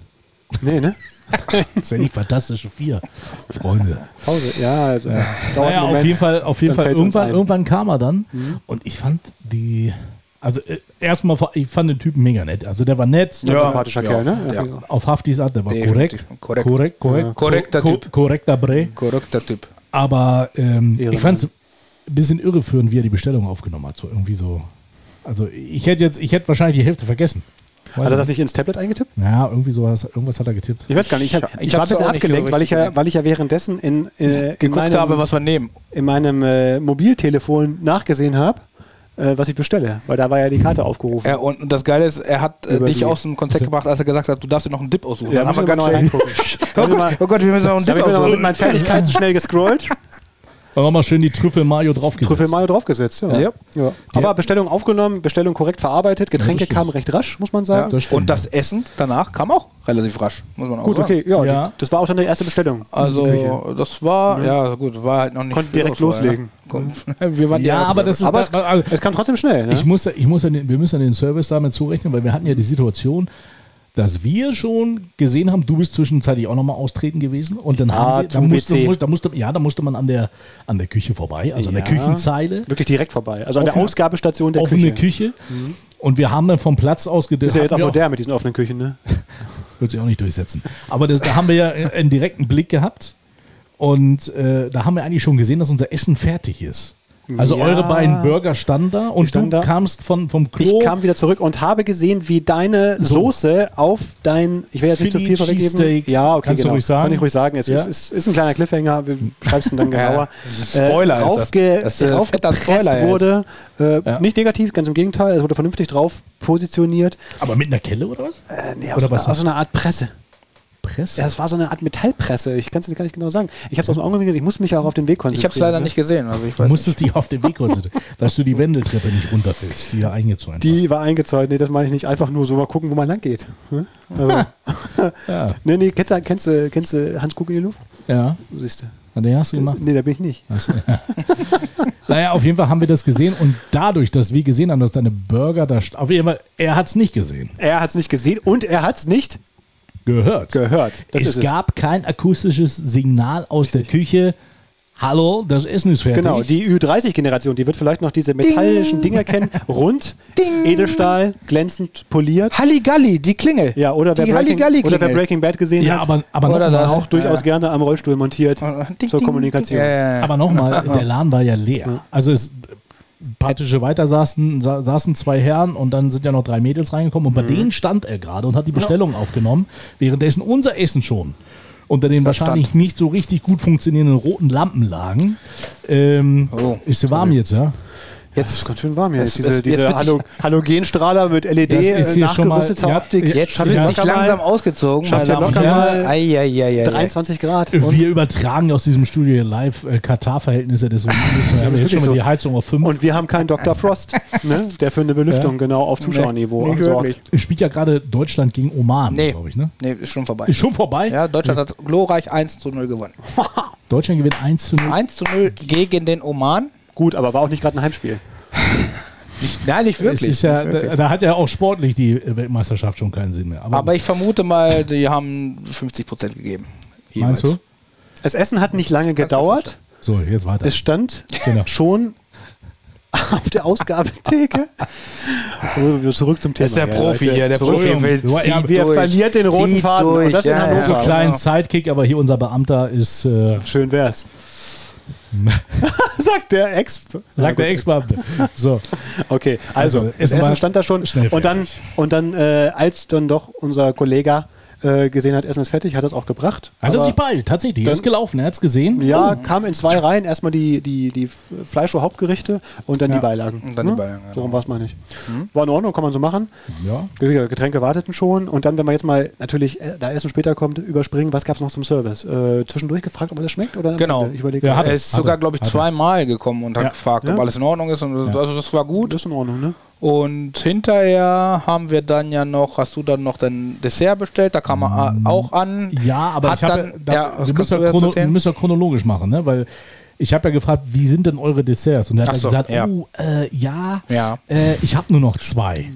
Speaker 4: Nee, ne?
Speaker 2: Das sind die fantastischen vier Freunde.
Speaker 4: Pause. Ja, also, dauert
Speaker 2: Naja,
Speaker 4: einen
Speaker 2: auf
Speaker 4: Moment.
Speaker 2: jeden Fall, auf jeden
Speaker 4: Dann
Speaker 2: Fall.
Speaker 4: fällt's uns
Speaker 2: Irgendwann,
Speaker 4: ein. Mhm.
Speaker 2: irgendwann kam er dann und ich fand die, also äh, erstmal, fa- ich fand den Typen mega nett. Also der war nett,
Speaker 3: Ja,
Speaker 4: Sympathischer
Speaker 3: ja,
Speaker 4: Kerl, ne?
Speaker 3: ja.
Speaker 4: Also,
Speaker 2: auf Haftis Art, der war korrekt.
Speaker 3: Definitiv. Korrekt.
Speaker 2: korrekt, korrekt
Speaker 4: Ja.
Speaker 3: Korrekter Typ.
Speaker 2: Korrekter Bre.
Speaker 3: Korrekter Typ.
Speaker 2: Aber ähm,
Speaker 4: Ehrenmann.
Speaker 2: ich fand es ein bisschen irreführend, wie er die Bestellung aufgenommen hat. So irgendwie so. Also ich hätte jetzt, ich hätte wahrscheinlich die Hälfte vergessen. Weiß
Speaker 4: Hat er
Speaker 2: ich
Speaker 4: das nicht ins Tablet eingetippt?
Speaker 2: Ja, irgendwie sowas, irgendwas hat er getippt.
Speaker 4: Ich weiß gar nicht. Ich, hab,
Speaker 3: Ich
Speaker 4: ich, war ein
Speaker 3: hab's
Speaker 4: bisschen
Speaker 3: auch nicht
Speaker 4: abgelenkt,
Speaker 3: so
Speaker 4: weil ich, ja,
Speaker 3: richtig
Speaker 4: weil ich ja währenddessen in, äh, in
Speaker 3: Geguckt
Speaker 4: meinem,
Speaker 3: habe, was wir nehmen.
Speaker 4: in meinem äh, Mobiltelefon nachgesehen habe, äh, was ich bestelle. Weil da war ja die Karte aufgerufen.
Speaker 3: Ja, und und das Geile ist, er hat äh,
Speaker 4: Über
Speaker 3: dich
Speaker 4: die-
Speaker 3: aus dem Konzept gebracht, als er gesagt hat, du darfst dir noch einen Dip aussuchen.
Speaker 4: Ja,
Speaker 3: Dann
Speaker 4: müssen
Speaker 3: (laughs) haben wir
Speaker 4: wir
Speaker 3: ganz
Speaker 4: mal
Speaker 3: schnell- oh,
Speaker 4: reingucken.
Speaker 3: Gott, oh Gott, wir müssen noch einen
Speaker 4: Da
Speaker 3: Dip
Speaker 4: habe ich mir nochmal mit
Speaker 3: aussuchen.
Speaker 4: meinen Fertigkeiten schnell gescrollt.
Speaker 2: Dann nochmal schön die Trüffel Mayo draufgesetzt.
Speaker 4: Trüffel Mayo draufgesetzt, ja.
Speaker 3: Ja.
Speaker 4: ja. Aber Bestellung aufgenommen, Bestellung korrekt verarbeitet, Getränke
Speaker 2: stimmt.
Speaker 4: kamen recht rasch, muss man sagen.
Speaker 2: das stimmt.
Speaker 3: Und das Essen danach kam auch relativ rasch, muss man auch
Speaker 4: Gut,
Speaker 3: sagen.
Speaker 4: okay, ja,
Speaker 2: Ja.
Speaker 4: Die, das war auch dann die erste Bestellung.
Speaker 3: Also das war, ja gut, war halt noch nicht
Speaker 4: Konnten
Speaker 3: viel
Speaker 4: direkt
Speaker 3: Auswahl,
Speaker 4: loslegen.
Speaker 3: Mhm. ja. (laughs) Komm, Wir waren die
Speaker 2: Ja,
Speaker 3: Ersten.
Speaker 2: aber das ist.
Speaker 4: Aber
Speaker 2: da- also,
Speaker 4: Es kam trotzdem schnell, ne?
Speaker 2: ich muss, ja- ich muss ja den, wir müssen ja den Service damit zurechnen, weil wir hatten ja die Situation, dass wir schon gesehen haben, du bist zwischenzeitlich auch nochmal austreten gewesen und dann
Speaker 4: Ah,
Speaker 2: haben wir, da
Speaker 4: zum
Speaker 2: musste,
Speaker 4: WC.
Speaker 2: musste, da musste, ja, da musste man an der, an der Küche vorbei, also an der
Speaker 4: Ja.
Speaker 2: Küchenzeile,
Speaker 4: Wirklich direkt vorbei. Also an der
Speaker 2: Offene-
Speaker 4: Ausgabestation der
Speaker 2: offene
Speaker 4: Küche. Mhm.
Speaker 2: Küche. Und wir haben dann vom Platz aus gedacht,
Speaker 4: Ist ja jetzt auch modern mit diesen offenen Küchen, ne?
Speaker 2: wird sich auch nicht durchsetzen. Aber das, da haben wir ja einen direkten Blick gehabt und äh, da haben wir eigentlich schon gesehen, dass unser Essen fertig ist. Also
Speaker 4: Ja.
Speaker 2: eure beiden Burger standen da und
Speaker 4: standen
Speaker 2: du
Speaker 4: da.
Speaker 2: kamst von, vom
Speaker 4: Ich
Speaker 2: Klo.
Speaker 4: kam wieder zurück und habe gesehen, wie deine Soße auf dein, ich will jetzt nicht zu
Speaker 2: Philly
Speaker 4: viel vorweggeben.
Speaker 2: Cheesesteak.
Speaker 4: Ja, okay,
Speaker 2: Kannst du
Speaker 4: genau.
Speaker 2: ruhig sagen?
Speaker 4: Kann ich ruhig sagen. Es
Speaker 2: Ja.
Speaker 4: ist, ist, ist ein kleiner Cliffhanger, wir schreibst
Speaker 3: (laughs)
Speaker 4: ihn dann genauer. Äh,
Speaker 3: Spoiler ist das.
Speaker 4: draufge-
Speaker 3: Das ist ein fetter
Speaker 4: draufgepresst
Speaker 3: Spoiler jetzt.
Speaker 4: wurde. Äh,
Speaker 2: Ja.
Speaker 4: Nicht negativ, ganz im Gegenteil. Es wurde vernünftig drauf positioniert.
Speaker 2: aber mit einer Kelle oder was?
Speaker 4: Äh, nee,
Speaker 2: Oder
Speaker 4: aus,
Speaker 2: was?
Speaker 4: aus so einer Art Presse.
Speaker 2: Presse.
Speaker 4: Ja, es war so eine Art Metallpresse. Ich kann es dir gar nicht genau sagen. Ich habe es aus dem Auge gekriegt. Ich musste mich ja auch auf den Weg konzentrieren.
Speaker 3: ich habe es leider
Speaker 4: ne?
Speaker 3: nicht gesehen, also ich
Speaker 2: du
Speaker 3: weiß.
Speaker 2: musstest dich auf den Weg konzentrieren, dass du die Wendeltreppe nicht runterfällst, die ja eingezäunt war.
Speaker 4: Die war eingezäunt. Nee, das meine ich nicht. Einfach nur so mal gucken, wo man lang geht. Hm?
Speaker 3: (laughs)
Speaker 4: Also,
Speaker 2: Ja,
Speaker 4: nee, nee, kennst du, kennst du, kennst du Handkuck in die Luft?
Speaker 2: ja.
Speaker 4: Siehst du.
Speaker 2: Und den hast du gemacht.
Speaker 4: Nee, da bin ich nicht.
Speaker 2: Achso. naja, auf jeden Fall haben wir das gesehen und dadurch, dass wir gesehen haben, dass deine Burger da st- auf jeden Fall, er hat es nicht gesehen,
Speaker 4: Er hat es nicht gesehen und er hat es nicht
Speaker 2: gehört.
Speaker 4: gehört. Das
Speaker 2: es
Speaker 4: ist
Speaker 2: gab kein akustisches Signal aus der Küche. Hallo, das Essen ist fertig.
Speaker 4: Genau, die Ü30-Generation, die wird vielleicht noch diese metallischen
Speaker 3: (laughs)
Speaker 4: Dinger kennen. Rund, Edelstahl, glänzend, poliert.
Speaker 3: Halligalli, die Klingel.
Speaker 4: Ja, oder wer,
Speaker 3: die
Speaker 4: Breaking,
Speaker 3: Halligalli
Speaker 4: oder wer
Speaker 3: Klingel.
Speaker 4: Breaking Bad gesehen
Speaker 2: ja,
Speaker 4: hat,
Speaker 2: aber, aber
Speaker 3: Oder
Speaker 2: nochmal
Speaker 3: das.
Speaker 2: auch,
Speaker 4: auch durchaus gerne am Rollstuhl montiert
Speaker 3: Oh, Äh, Ding,
Speaker 4: zur
Speaker 3: ding,
Speaker 4: Kommunikation.
Speaker 3: ding. Ja, (laughs) ja, ja.
Speaker 2: aber noch mal, der Laden war ja leer. Also es praktische weiter saßen, sa saßen zwei Herren und dann sind ja noch drei Mädels reingekommen und bei denen stand er gerade und hat die Bestellung aufgenommen, währenddessen unser Essen schon unter den wahrscheinlich nicht so richtig gut funktionierenden roten Lampen lagen. Ähm,
Speaker 3: Oh,
Speaker 2: ist sie warm jetzt, ja?
Speaker 4: Das ist
Speaker 3: Jetzt,
Speaker 4: ganz schön warm hier.
Speaker 3: Das-
Speaker 4: Jetzt, diese
Speaker 3: das-
Speaker 4: diese
Speaker 3: jetzt wird
Speaker 4: Halo Halogenstrahler mit LED
Speaker 2: Das ist
Speaker 4: äh,
Speaker 2: hier schon mal-
Speaker 4: nachgerüsteter
Speaker 2: ja,
Speaker 4: Optik.
Speaker 2: jetzt
Speaker 3: jetzt
Speaker 4: Schafft
Speaker 3: wird
Speaker 4: ihr
Speaker 2: ja.
Speaker 3: sich
Speaker 4: locker mal
Speaker 3: langsam ausgezogen.
Speaker 4: schafft ihr locker mal
Speaker 3: Eieieiei.
Speaker 4: 23 Grad.
Speaker 2: wir übertragen aus diesem Studio hier live äh, Katar-Verhältnisse, deswegen müssen wir
Speaker 4: ist
Speaker 2: jetzt schon
Speaker 4: wirklich
Speaker 2: mal
Speaker 4: so.
Speaker 2: die Heizung auf 5
Speaker 4: Und wir haben keinen Dr.
Speaker 2: (laughs)
Speaker 4: Frost, ne? der für eine Belüftung genau auf Zuschauerniveau
Speaker 3: Nee, nicht
Speaker 4: sorgt.
Speaker 3: wirklich.
Speaker 2: Spielt ja gerade Deutschland gegen Oman,
Speaker 3: Nee.
Speaker 2: glaube ich, ne?
Speaker 3: Nee, ist schon vorbei.
Speaker 2: Ist schon vorbei.
Speaker 3: Ja, Deutschland hat glorreich 1 zu 0 gewonnen.
Speaker 2: Deutschland gewinnt 1 zu 0.
Speaker 3: 1 zu 0 gegen den Oman?
Speaker 4: Gut, aber war auch nicht gerade ein Heimspiel.
Speaker 3: Nein, nicht
Speaker 2: Es
Speaker 3: wirklich.
Speaker 2: ist ja,
Speaker 3: nicht wirklich.
Speaker 2: da, da hat ja auch sportlich die Weltmeisterschaft schon keinen Sinn mehr. Aber,
Speaker 3: Aber ich vermute mal, die haben 50% gegeben.
Speaker 2: meinst du?
Speaker 3: Jeweils.
Speaker 4: Das Essen hat nicht lange gedauert.
Speaker 2: So, jetzt weiter.
Speaker 4: Es stand
Speaker 2: Genau.
Speaker 4: schon (laughs) auf der Ausgabetheke. Also, wir Zurück zum Thema.
Speaker 3: Das ist der
Speaker 4: Ja,
Speaker 3: Profi
Speaker 4: Leute.
Speaker 3: hier, der
Speaker 4: Zurück.
Speaker 3: Profi will
Speaker 2: Ja,
Speaker 3: zieht
Speaker 4: Wir
Speaker 3: durch.
Speaker 4: verliert den roten
Speaker 3: Zieht
Speaker 4: Faden.
Speaker 3: durch,
Speaker 4: Und das in
Speaker 3: ja,
Speaker 4: Hannover. Genau.
Speaker 3: ja.
Speaker 2: Kleinen Sidekick, aber hier unser Beamter ist, äh,
Speaker 4: Schön
Speaker 2: (laughs)
Speaker 4: wär's. Sagt der Ex.
Speaker 2: sagt der Ex-Beamte. So,
Speaker 4: Okay, also,
Speaker 2: Also,
Speaker 4: das
Speaker 2: Essen war
Speaker 4: Essen stand da schon.
Speaker 2: schnell
Speaker 4: Und dann,
Speaker 2: fertig.
Speaker 4: und dann äh, als dann doch unser Kollege äh, gesehen hat, Essen ist fertig, hat das auch gebracht.
Speaker 2: hat er
Speaker 4: Aber-
Speaker 2: sich Oh. bei, tatsächlich. Er
Speaker 4: Dann-
Speaker 2: ist gelaufen, er hat's gesehen.
Speaker 4: Ja, kam in zwei Reihen. Erstmal die, die, die Fleisch- und Hauptgerichte und dann
Speaker 2: Ja.
Speaker 4: die Beilagen. ne?
Speaker 3: Und dann die Beilagen, genau. Mhm.
Speaker 4: So rum war es mal nicht. War in Ordnung, kann man so machen.
Speaker 2: Ja.
Speaker 4: Wie gesagt, Getränke warteten schon. Und dann, wenn man jetzt mal natürlich, äh, da Essen später kommt, überspringen, was gab es noch zum Service? Äh, zwischendurch gefragt, ob alles schmeckt oder?
Speaker 3: Genau.
Speaker 4: Ich überlege, Äh,
Speaker 2: Ja, hat
Speaker 3: Er ist
Speaker 2: Hat er,
Speaker 3: sogar, glaube ich,
Speaker 2: hat er.
Speaker 3: zweimal gekommen und hat
Speaker 2: Ja.
Speaker 3: gefragt, ob
Speaker 4: Ja.
Speaker 3: alles in Ordnung ist. Und also das war gut.
Speaker 4: das ist in Ordnung, ne?
Speaker 3: Und hinterher haben wir dann ja noch, hast du dann noch dein Dessert bestellt, da kam er a- auch an.
Speaker 2: Mm. Ja, aber
Speaker 3: Hat
Speaker 2: ich habe,
Speaker 3: dann-
Speaker 2: da,
Speaker 3: ja, was
Speaker 2: wir,
Speaker 3: kannst
Speaker 2: müssen
Speaker 3: du
Speaker 2: ja
Speaker 3: jetzt
Speaker 2: chrono, wir
Speaker 3: erzählen?
Speaker 2: müssen ja chronologisch machen, ne? weil ich habe ja gefragt, wie sind denn eure Desserts? Und er hat
Speaker 3: Ach
Speaker 2: dann
Speaker 3: so,
Speaker 2: gesagt,
Speaker 3: ja.
Speaker 2: oh, äh, ja,
Speaker 3: Ja.
Speaker 2: Äh, ich habe nur noch zwei.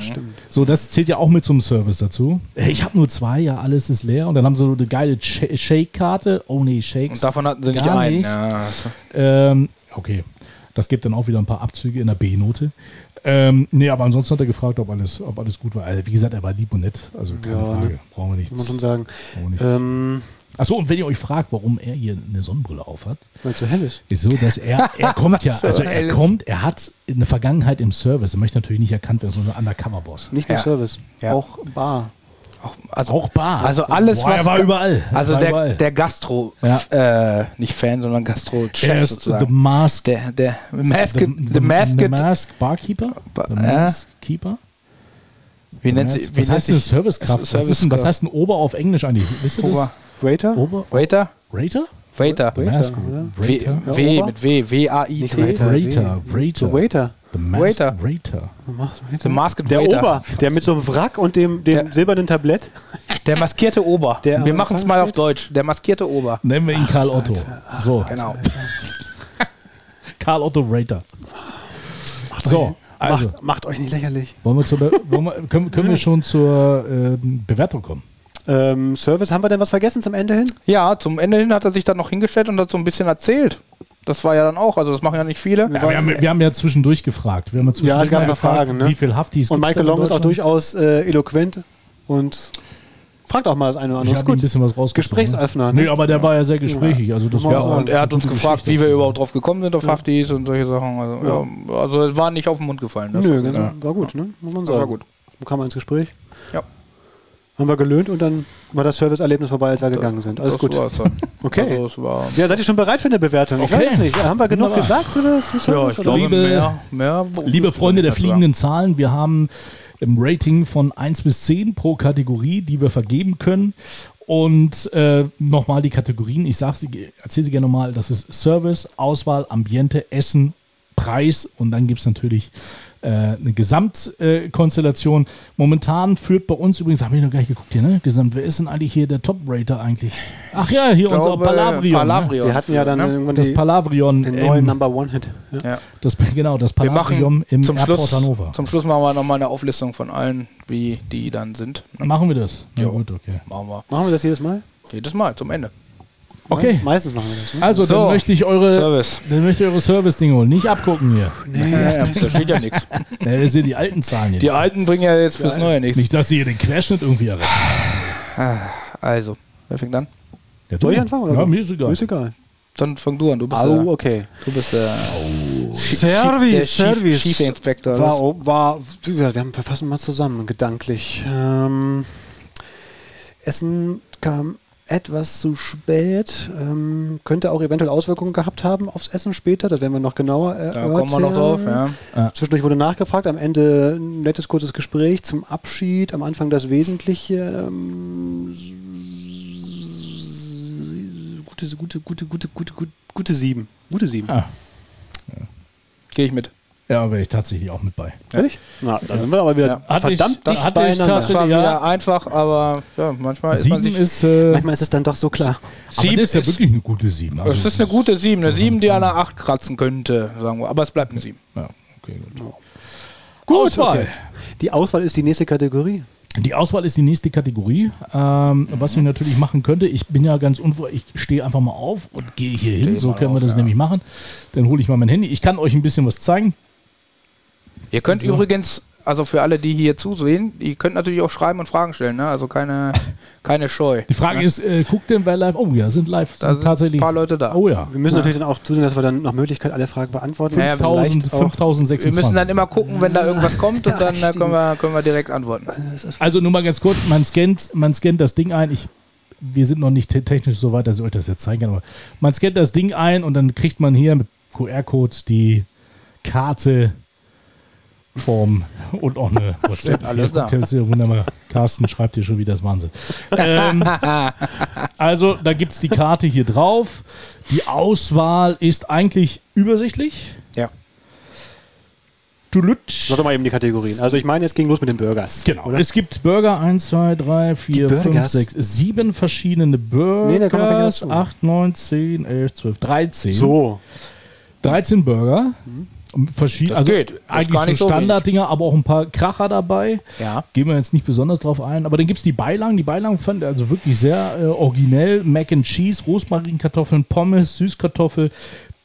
Speaker 4: Stimmt.
Speaker 2: So, das zählt ja auch mit zum Service dazu. Äh, Ich habe nur zwei, ja, alles ist leer. Und dann haben sie so eine geile Sh- Shake-Karte. Oh nee, Shakes.
Speaker 3: Und davon hatten sie nicht
Speaker 2: Gar
Speaker 3: einen.
Speaker 2: nicht.
Speaker 3: Ja. also-
Speaker 2: Ähm, okay. Das gibt dann auch wieder ein paar Abzüge in der B-Note. Ähm, nee, aber ansonsten hat er gefragt, ob alles, ob alles gut war. Also, wie gesagt, er war lieb und nett. Also keine
Speaker 4: Ja,
Speaker 2: Frage.
Speaker 4: ne.
Speaker 2: Brauchen wir
Speaker 4: Muss man schon
Speaker 2: nichts.
Speaker 4: sagen.
Speaker 2: Brauchen wir nicht.
Speaker 4: Ähm,
Speaker 2: Achso, und wenn ihr euch fragt, warum er hier eine Sonnenbrille auf hat,
Speaker 4: weil es so hell ist.
Speaker 2: ist so, dass
Speaker 3: (laughs)
Speaker 2: er, er kommt ja, also er
Speaker 3: alles.
Speaker 2: kommt, er hat eine Vergangenheit im Service. Er möchte natürlich nicht erkannt werden, sondern Undercover-Boss.
Speaker 4: Nicht nur
Speaker 3: Ja.
Speaker 4: Service,
Speaker 3: Ja.
Speaker 4: auch Bar.
Speaker 3: Auch, also,
Speaker 2: Auch Bar.
Speaker 3: also alles,
Speaker 2: Boah,
Speaker 3: was.
Speaker 2: er war
Speaker 3: da-
Speaker 2: überall. Er
Speaker 3: Also
Speaker 2: war
Speaker 3: der,
Speaker 2: überall.
Speaker 3: der Gastro, äh, nicht Fan, sondern
Speaker 2: er
Speaker 3: Gastro-Chef
Speaker 2: ist The
Speaker 3: sozusagen.
Speaker 2: Mask.
Speaker 3: Der, der Masked, the,
Speaker 2: the
Speaker 3: Masked,
Speaker 2: Mask Barkeeper?
Speaker 3: Ba-
Speaker 2: The
Speaker 3: äh?
Speaker 2: Mask Keeper?
Speaker 3: wie nennt
Speaker 2: Was
Speaker 3: sie, wie nennt
Speaker 2: heißt denn
Speaker 3: sich
Speaker 2: Servicekraft? Was, ist denn, was heißt ein Ober auf Englisch eigentlich? Wisst ihr das?
Speaker 3: Ober,
Speaker 4: Waiter?
Speaker 2: Ober?
Speaker 3: Waiter?
Speaker 2: Rater?
Speaker 3: Waiter.
Speaker 2: The Mask
Speaker 4: oder?
Speaker 3: W,
Speaker 2: Waiter?
Speaker 4: Ja,
Speaker 3: w
Speaker 4: Ober?
Speaker 3: mit W,
Speaker 4: Nicht
Speaker 3: W-A-I-T.
Speaker 4: Waiter.
Speaker 2: Waiter,
Speaker 4: The
Speaker 2: Waiter.
Speaker 4: Waiter.
Speaker 2: The Mask
Speaker 3: Waiter.
Speaker 2: Waiter.
Speaker 3: The Masked
Speaker 4: Der
Speaker 3: Waiter.
Speaker 4: Ober, der mit so einem Wrack und dem, dem
Speaker 3: Der-
Speaker 4: silbernen Tablett.
Speaker 3: Der maskierte Ober.
Speaker 4: Der
Speaker 3: Wir
Speaker 4: am
Speaker 3: machen es
Speaker 4: Anfang
Speaker 3: mal auf
Speaker 4: steht?
Speaker 3: Deutsch. Der maskierte Ober.
Speaker 2: Nennen wir ihn Karl Otto. So,
Speaker 3: Genau.
Speaker 2: Karl Otto Waiter. So, also,
Speaker 4: Macht, macht euch nicht lächerlich.
Speaker 2: wollen wir zur Be wollen wir, können, können wir schon zur ähm, Bewertung kommen?
Speaker 4: Ähm, Service, haben wir denn was vergessen zum Ende hin?
Speaker 3: Ja, zum Ende hin hat er sich dann noch hingestellt und hat so ein bisschen erzählt. Das war ja dann auch, also das machen ja nicht viele.
Speaker 2: Ja, wir, haben, wir haben ja zwischendurch gefragt. Wir haben ja
Speaker 4: Ja, es
Speaker 2: zwischendurch
Speaker 4: gab
Speaker 2: mal
Speaker 4: ein paar
Speaker 2: gefragt,
Speaker 4: Fragen, ne?
Speaker 2: wie viel Haftis
Speaker 4: Und
Speaker 2: gibt's
Speaker 4: Michael
Speaker 2: denn in
Speaker 4: Long ist auch
Speaker 2: Deutschland?
Speaker 4: durchaus äh, eloquent und fragt auch mal das eine oder andere.
Speaker 2: Ich habe ein bisschen was rausgebracht.
Speaker 4: Gesprächsöffner, ne?
Speaker 2: Nee, aber der war ja sehr gesprächig. Also das
Speaker 3: Ja,
Speaker 2: war
Speaker 3: und er hat uns
Speaker 2: eine gute
Speaker 3: gefragt,
Speaker 2: Geschichte.
Speaker 3: wie wir überhaupt drauf gekommen sind auf Haftis und solche Sachen. Also, ja. also es war nicht auf den Mund gefallen. Das,
Speaker 4: Nö, ganz,
Speaker 3: ja.
Speaker 4: war gut, ne? Muss man
Speaker 3: das
Speaker 4: sagen.
Speaker 3: war gut.
Speaker 4: Wo kam man ins Gespräch?
Speaker 3: Ja.
Speaker 4: Haben wir gelöhnt und dann war das Serviceerlebnis vorbei, als wir gegangen sind. Alles
Speaker 3: das
Speaker 4: gut.
Speaker 3: war's dann.
Speaker 4: (laughs) Okay.
Speaker 3: Also, es war
Speaker 4: Ja, seid ihr schon bereit für eine Bewertung? Ich
Speaker 2: Okay.
Speaker 4: weiß nicht. Haben wir genug
Speaker 2: Wunderbar.
Speaker 4: gesagt zu, der- zum
Speaker 3: ja, ich
Speaker 4: Service? oder?
Speaker 3: glaube,
Speaker 2: Liebe-
Speaker 3: mehr, mehr
Speaker 2: Liebe Freunde der fliegenden Zahlen, wir haben ein Rating von 1 bis 10 pro Kategorie, die wir vergeben können. Und äh, nochmal die Kategorien. Ich sag sie, erzähle sie gerne nochmal. Das ist Service, Auswahl, Ambiente, Essen, Preis. Und dann gibt es natürlich äh, eine Gesamtkonstellation. Äh, Konstellation. Momentan führt bei uns übrigens, haben wir noch gar nicht geguckt hier, ne? Gesamt, wer ist denn eigentlich hier der Top-Rater eigentlich? Ach ja, hier
Speaker 3: Ich
Speaker 2: unser
Speaker 3: glaube,
Speaker 2: Palavrion.
Speaker 3: Palavrion.
Speaker 4: Wir hatten ja dann irgendwann
Speaker 2: Ne? Das Ähm.
Speaker 4: die,
Speaker 2: Palavrion.
Speaker 4: den neuen
Speaker 2: im,
Speaker 4: Number One-Hit. Ja.
Speaker 3: Ja.
Speaker 2: das, genau, das
Speaker 3: Wir machen
Speaker 2: Palavrion im
Speaker 3: zum
Speaker 2: Airport
Speaker 3: Schluss,
Speaker 2: Hannover.
Speaker 3: zum Schluss machen wir nochmal eine Auflistung von allen, wie die dann sind.
Speaker 2: Machen wir das? Na
Speaker 3: Ja.
Speaker 2: gut, okay.
Speaker 3: Machen wir
Speaker 4: Machen wir das jedes Mal?
Speaker 3: jedes Mal zum Ende.
Speaker 2: Okay.
Speaker 4: Me- Meistens machen wir das. Ne?
Speaker 2: Also,
Speaker 3: So.
Speaker 2: dann möchte ich
Speaker 3: Äh,
Speaker 2: eure
Speaker 3: (laughs) Service.
Speaker 2: dann möchte ich eure Service-Dinge holen. Nicht abgucken hier.
Speaker 3: Ja, ja, da steht ja nichts.
Speaker 2: Nee, das sind die alten Zahlen jetzt.
Speaker 3: Die alten bringen ja jetzt fürs Neue nichts.
Speaker 2: Nicht, dass ihr hier den Querschnitt irgendwie erreicht.
Speaker 3: Also, wer fängt an?
Speaker 2: Ja,
Speaker 4: Soll ich anfangen? Oder
Speaker 2: Ja,
Speaker 4: du?
Speaker 2: mir ist egal.
Speaker 4: Ist egal.
Speaker 3: Dann fang du an. Du bist
Speaker 4: Au,
Speaker 3: der,
Speaker 4: okay.
Speaker 3: du bist der,
Speaker 4: Service,
Speaker 3: der Chief, Chief Inspector.
Speaker 4: War, war, wie gesagt, wir haben, wir fassen mal zusammen, gedanklich. Ähm, Essen kam etwas zu spät, ähm, könnte auch eventuell Auswirkungen gehabt haben aufs Essen später, das werden wir noch genauer äh,
Speaker 3: da
Speaker 4: erörtern.
Speaker 3: kommen wir noch drauf. Ja.
Speaker 4: Zwischendurch wurde nachgefragt, am Ende ein nettes kurzes Gespräch zum Abschied, am Anfang das Wesentliche. Ähm, gute, gute, gute, gute, gute, gute, gute sieben. Gute sieben.
Speaker 2: Ah,
Speaker 3: Gehe ich mit.
Speaker 2: ja, wäre ich tatsächlich auch mit bei.
Speaker 4: Ehrlich? Na, da sind wir aber wieder
Speaker 3: Ja.
Speaker 2: Hatte ich-
Speaker 4: verdammt
Speaker 2: da
Speaker 4: dicht
Speaker 2: hatte ich
Speaker 4: beieinander.
Speaker 3: Das war
Speaker 2: Ja.
Speaker 3: wieder einfach, aber ja, manchmal ist man
Speaker 2: Sieben
Speaker 3: sich.
Speaker 2: ist, äh,
Speaker 4: Manchmal ist es dann doch so klar.
Speaker 2: aber das ist ja wirklich eine gute Sieben. Also,
Speaker 3: es ist eine gute 7, eine 7, die an einer 8 kratzen könnte, sagen wir. Aber es bleibt eine 7.
Speaker 2: Ja, okay, gut.
Speaker 4: Gut,
Speaker 2: Auswahl.
Speaker 4: okay. Die Auswahl ist die nächste Kategorie.
Speaker 2: Die Auswahl ist die nächste Kategorie. Ähm, was ich natürlich machen könnte, ich bin ja ganz unvor, ich stehe einfach mal auf und gehe hier hin. So
Speaker 3: mal
Speaker 2: können wir
Speaker 3: auf,
Speaker 2: das
Speaker 3: ja.
Speaker 2: nämlich machen. Dann hole ich mal mein Handy. Ich kann euch ein bisschen was zeigen.
Speaker 3: Ihr könnt übrigens, also für alle, die hier zusehen, ihr könnt natürlich auch schreiben und Fragen stellen, ne? Also keine, keine Scheu.
Speaker 2: Die Frage ist, äh, guckt denn wer live? Oh ja, sind live
Speaker 3: Da
Speaker 2: sind
Speaker 3: sind
Speaker 2: tatsächlich
Speaker 3: ein paar Leute da.
Speaker 2: Oh ja.
Speaker 4: Wir müssen natürlich dann auch zusehen, dass wir dann nach Möglichkeit alle Fragen beantworten.
Speaker 3: Naja,
Speaker 4: Und vielleicht
Speaker 2: 1000,
Speaker 4: auch-
Speaker 2: 5026.
Speaker 3: Wir müssen dann immer gucken, wenn da irgendwas kommt und dann äh,
Speaker 4: richtig.
Speaker 3: können, wir, können wir direkt antworten.
Speaker 2: Also nur mal ganz kurz, man scannt, man scannt das Ding ein. Ich, wir sind noch nicht te- technisch so weit, dass ich euch das jetzt zeigen kann, aber man scannt das Ding ein und dann kriegt man hier mit QR-Code die Karte vom und auch eine
Speaker 3: (laughs)
Speaker 2: WhatsApp.
Speaker 3: alles
Speaker 2: Hier, guckt,
Speaker 3: da.
Speaker 2: Das ist ja wunderbar. Carsten schreibt hier schon wieder das Wahnsinn.
Speaker 3: (laughs)
Speaker 2: Ähm, also, da gibt es die Karte hier drauf. Die Auswahl ist eigentlich übersichtlich.
Speaker 3: Ja.
Speaker 2: Tulutsch.
Speaker 4: Sag doch mal eben die Kategorien. Also ich meine, es ging los mit den Burgers.
Speaker 2: Genau.
Speaker 4: Oder?
Speaker 2: Es gibt Burger 1, 2, 3, 4,
Speaker 4: Die
Speaker 2: 5,
Speaker 4: Burgers?
Speaker 2: 6, 7 verschiedene
Speaker 4: Nee, da kommen wir gleich
Speaker 2: Burgers.
Speaker 4: dazu.
Speaker 2: 8, 9, 10, 11, 12, 13.
Speaker 4: So. Mhm.
Speaker 2: 13 Burger. Verschieden,
Speaker 3: Das
Speaker 2: also
Speaker 3: geht. Das ist
Speaker 2: eigentlich
Speaker 3: gar nicht
Speaker 2: so
Speaker 3: so wenig.
Speaker 2: Standarddinger, aber auch ein paar Kracher dabei.
Speaker 3: Ja.
Speaker 2: Gehen wir jetzt nicht besonders drauf ein. Aber dann gibt es die Beilagen. Die Beilagen fand ich also wirklich sehr äh, originell. Mac and Cheese, Rosmarinkartoffeln, Pommes, Süßkartoffel.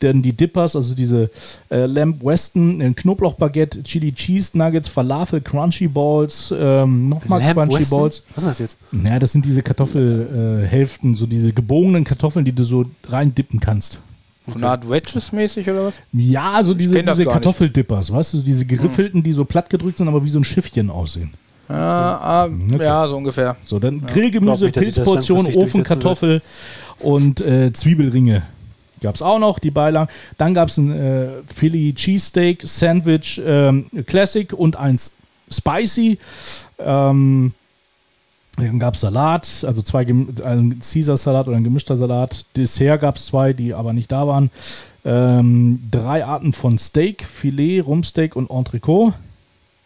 Speaker 2: Dann die Dippers, also diese äh, Lamb Weston, äh, Knoblauchbaguette, Chili Cheese Nuggets, Falafel, Crunchy Balls, ähm, nochmal
Speaker 4: Lamb
Speaker 2: Crunchy
Speaker 4: Weston?
Speaker 2: Balls.
Speaker 4: Was ist das jetzt?
Speaker 2: Ja, das sind diese Kartoffelhälften, äh, Hälften, so diese gebogenen Kartoffeln, die du so rein dippen kannst.
Speaker 3: So eine Art Wedges-mäßig oder was?
Speaker 2: Ja, so diese,
Speaker 3: kenn das
Speaker 2: diese
Speaker 3: gar nicht.
Speaker 2: Kartoffeldippers, weißt du, diese geriffelten, die so platt gedrückt sind, aber wie so ein Schiffchen aussehen.
Speaker 3: Ja, ah, ja so ungefähr.
Speaker 2: So, dann Grillgemüse,
Speaker 4: Glaub nicht, dass sich das
Speaker 2: Pilzportion,
Speaker 4: langfristig
Speaker 2: Ofenkartoffel und äh, Zwiebelringe. Gab es auch noch, die Beilagen. Dann gab es ein äh, Philly Cheesesteak, Sandwich ähm, Classic und eins Spicy. Ähm, Dann gab es Salat, also zwei, gem- ein Caesar-Salat oder ein gemischter Salat. Dessert gab es zwei, die aber nicht da waren. Ähm, drei Arten von Steak, Filet, Rumpsteak und Entrecot.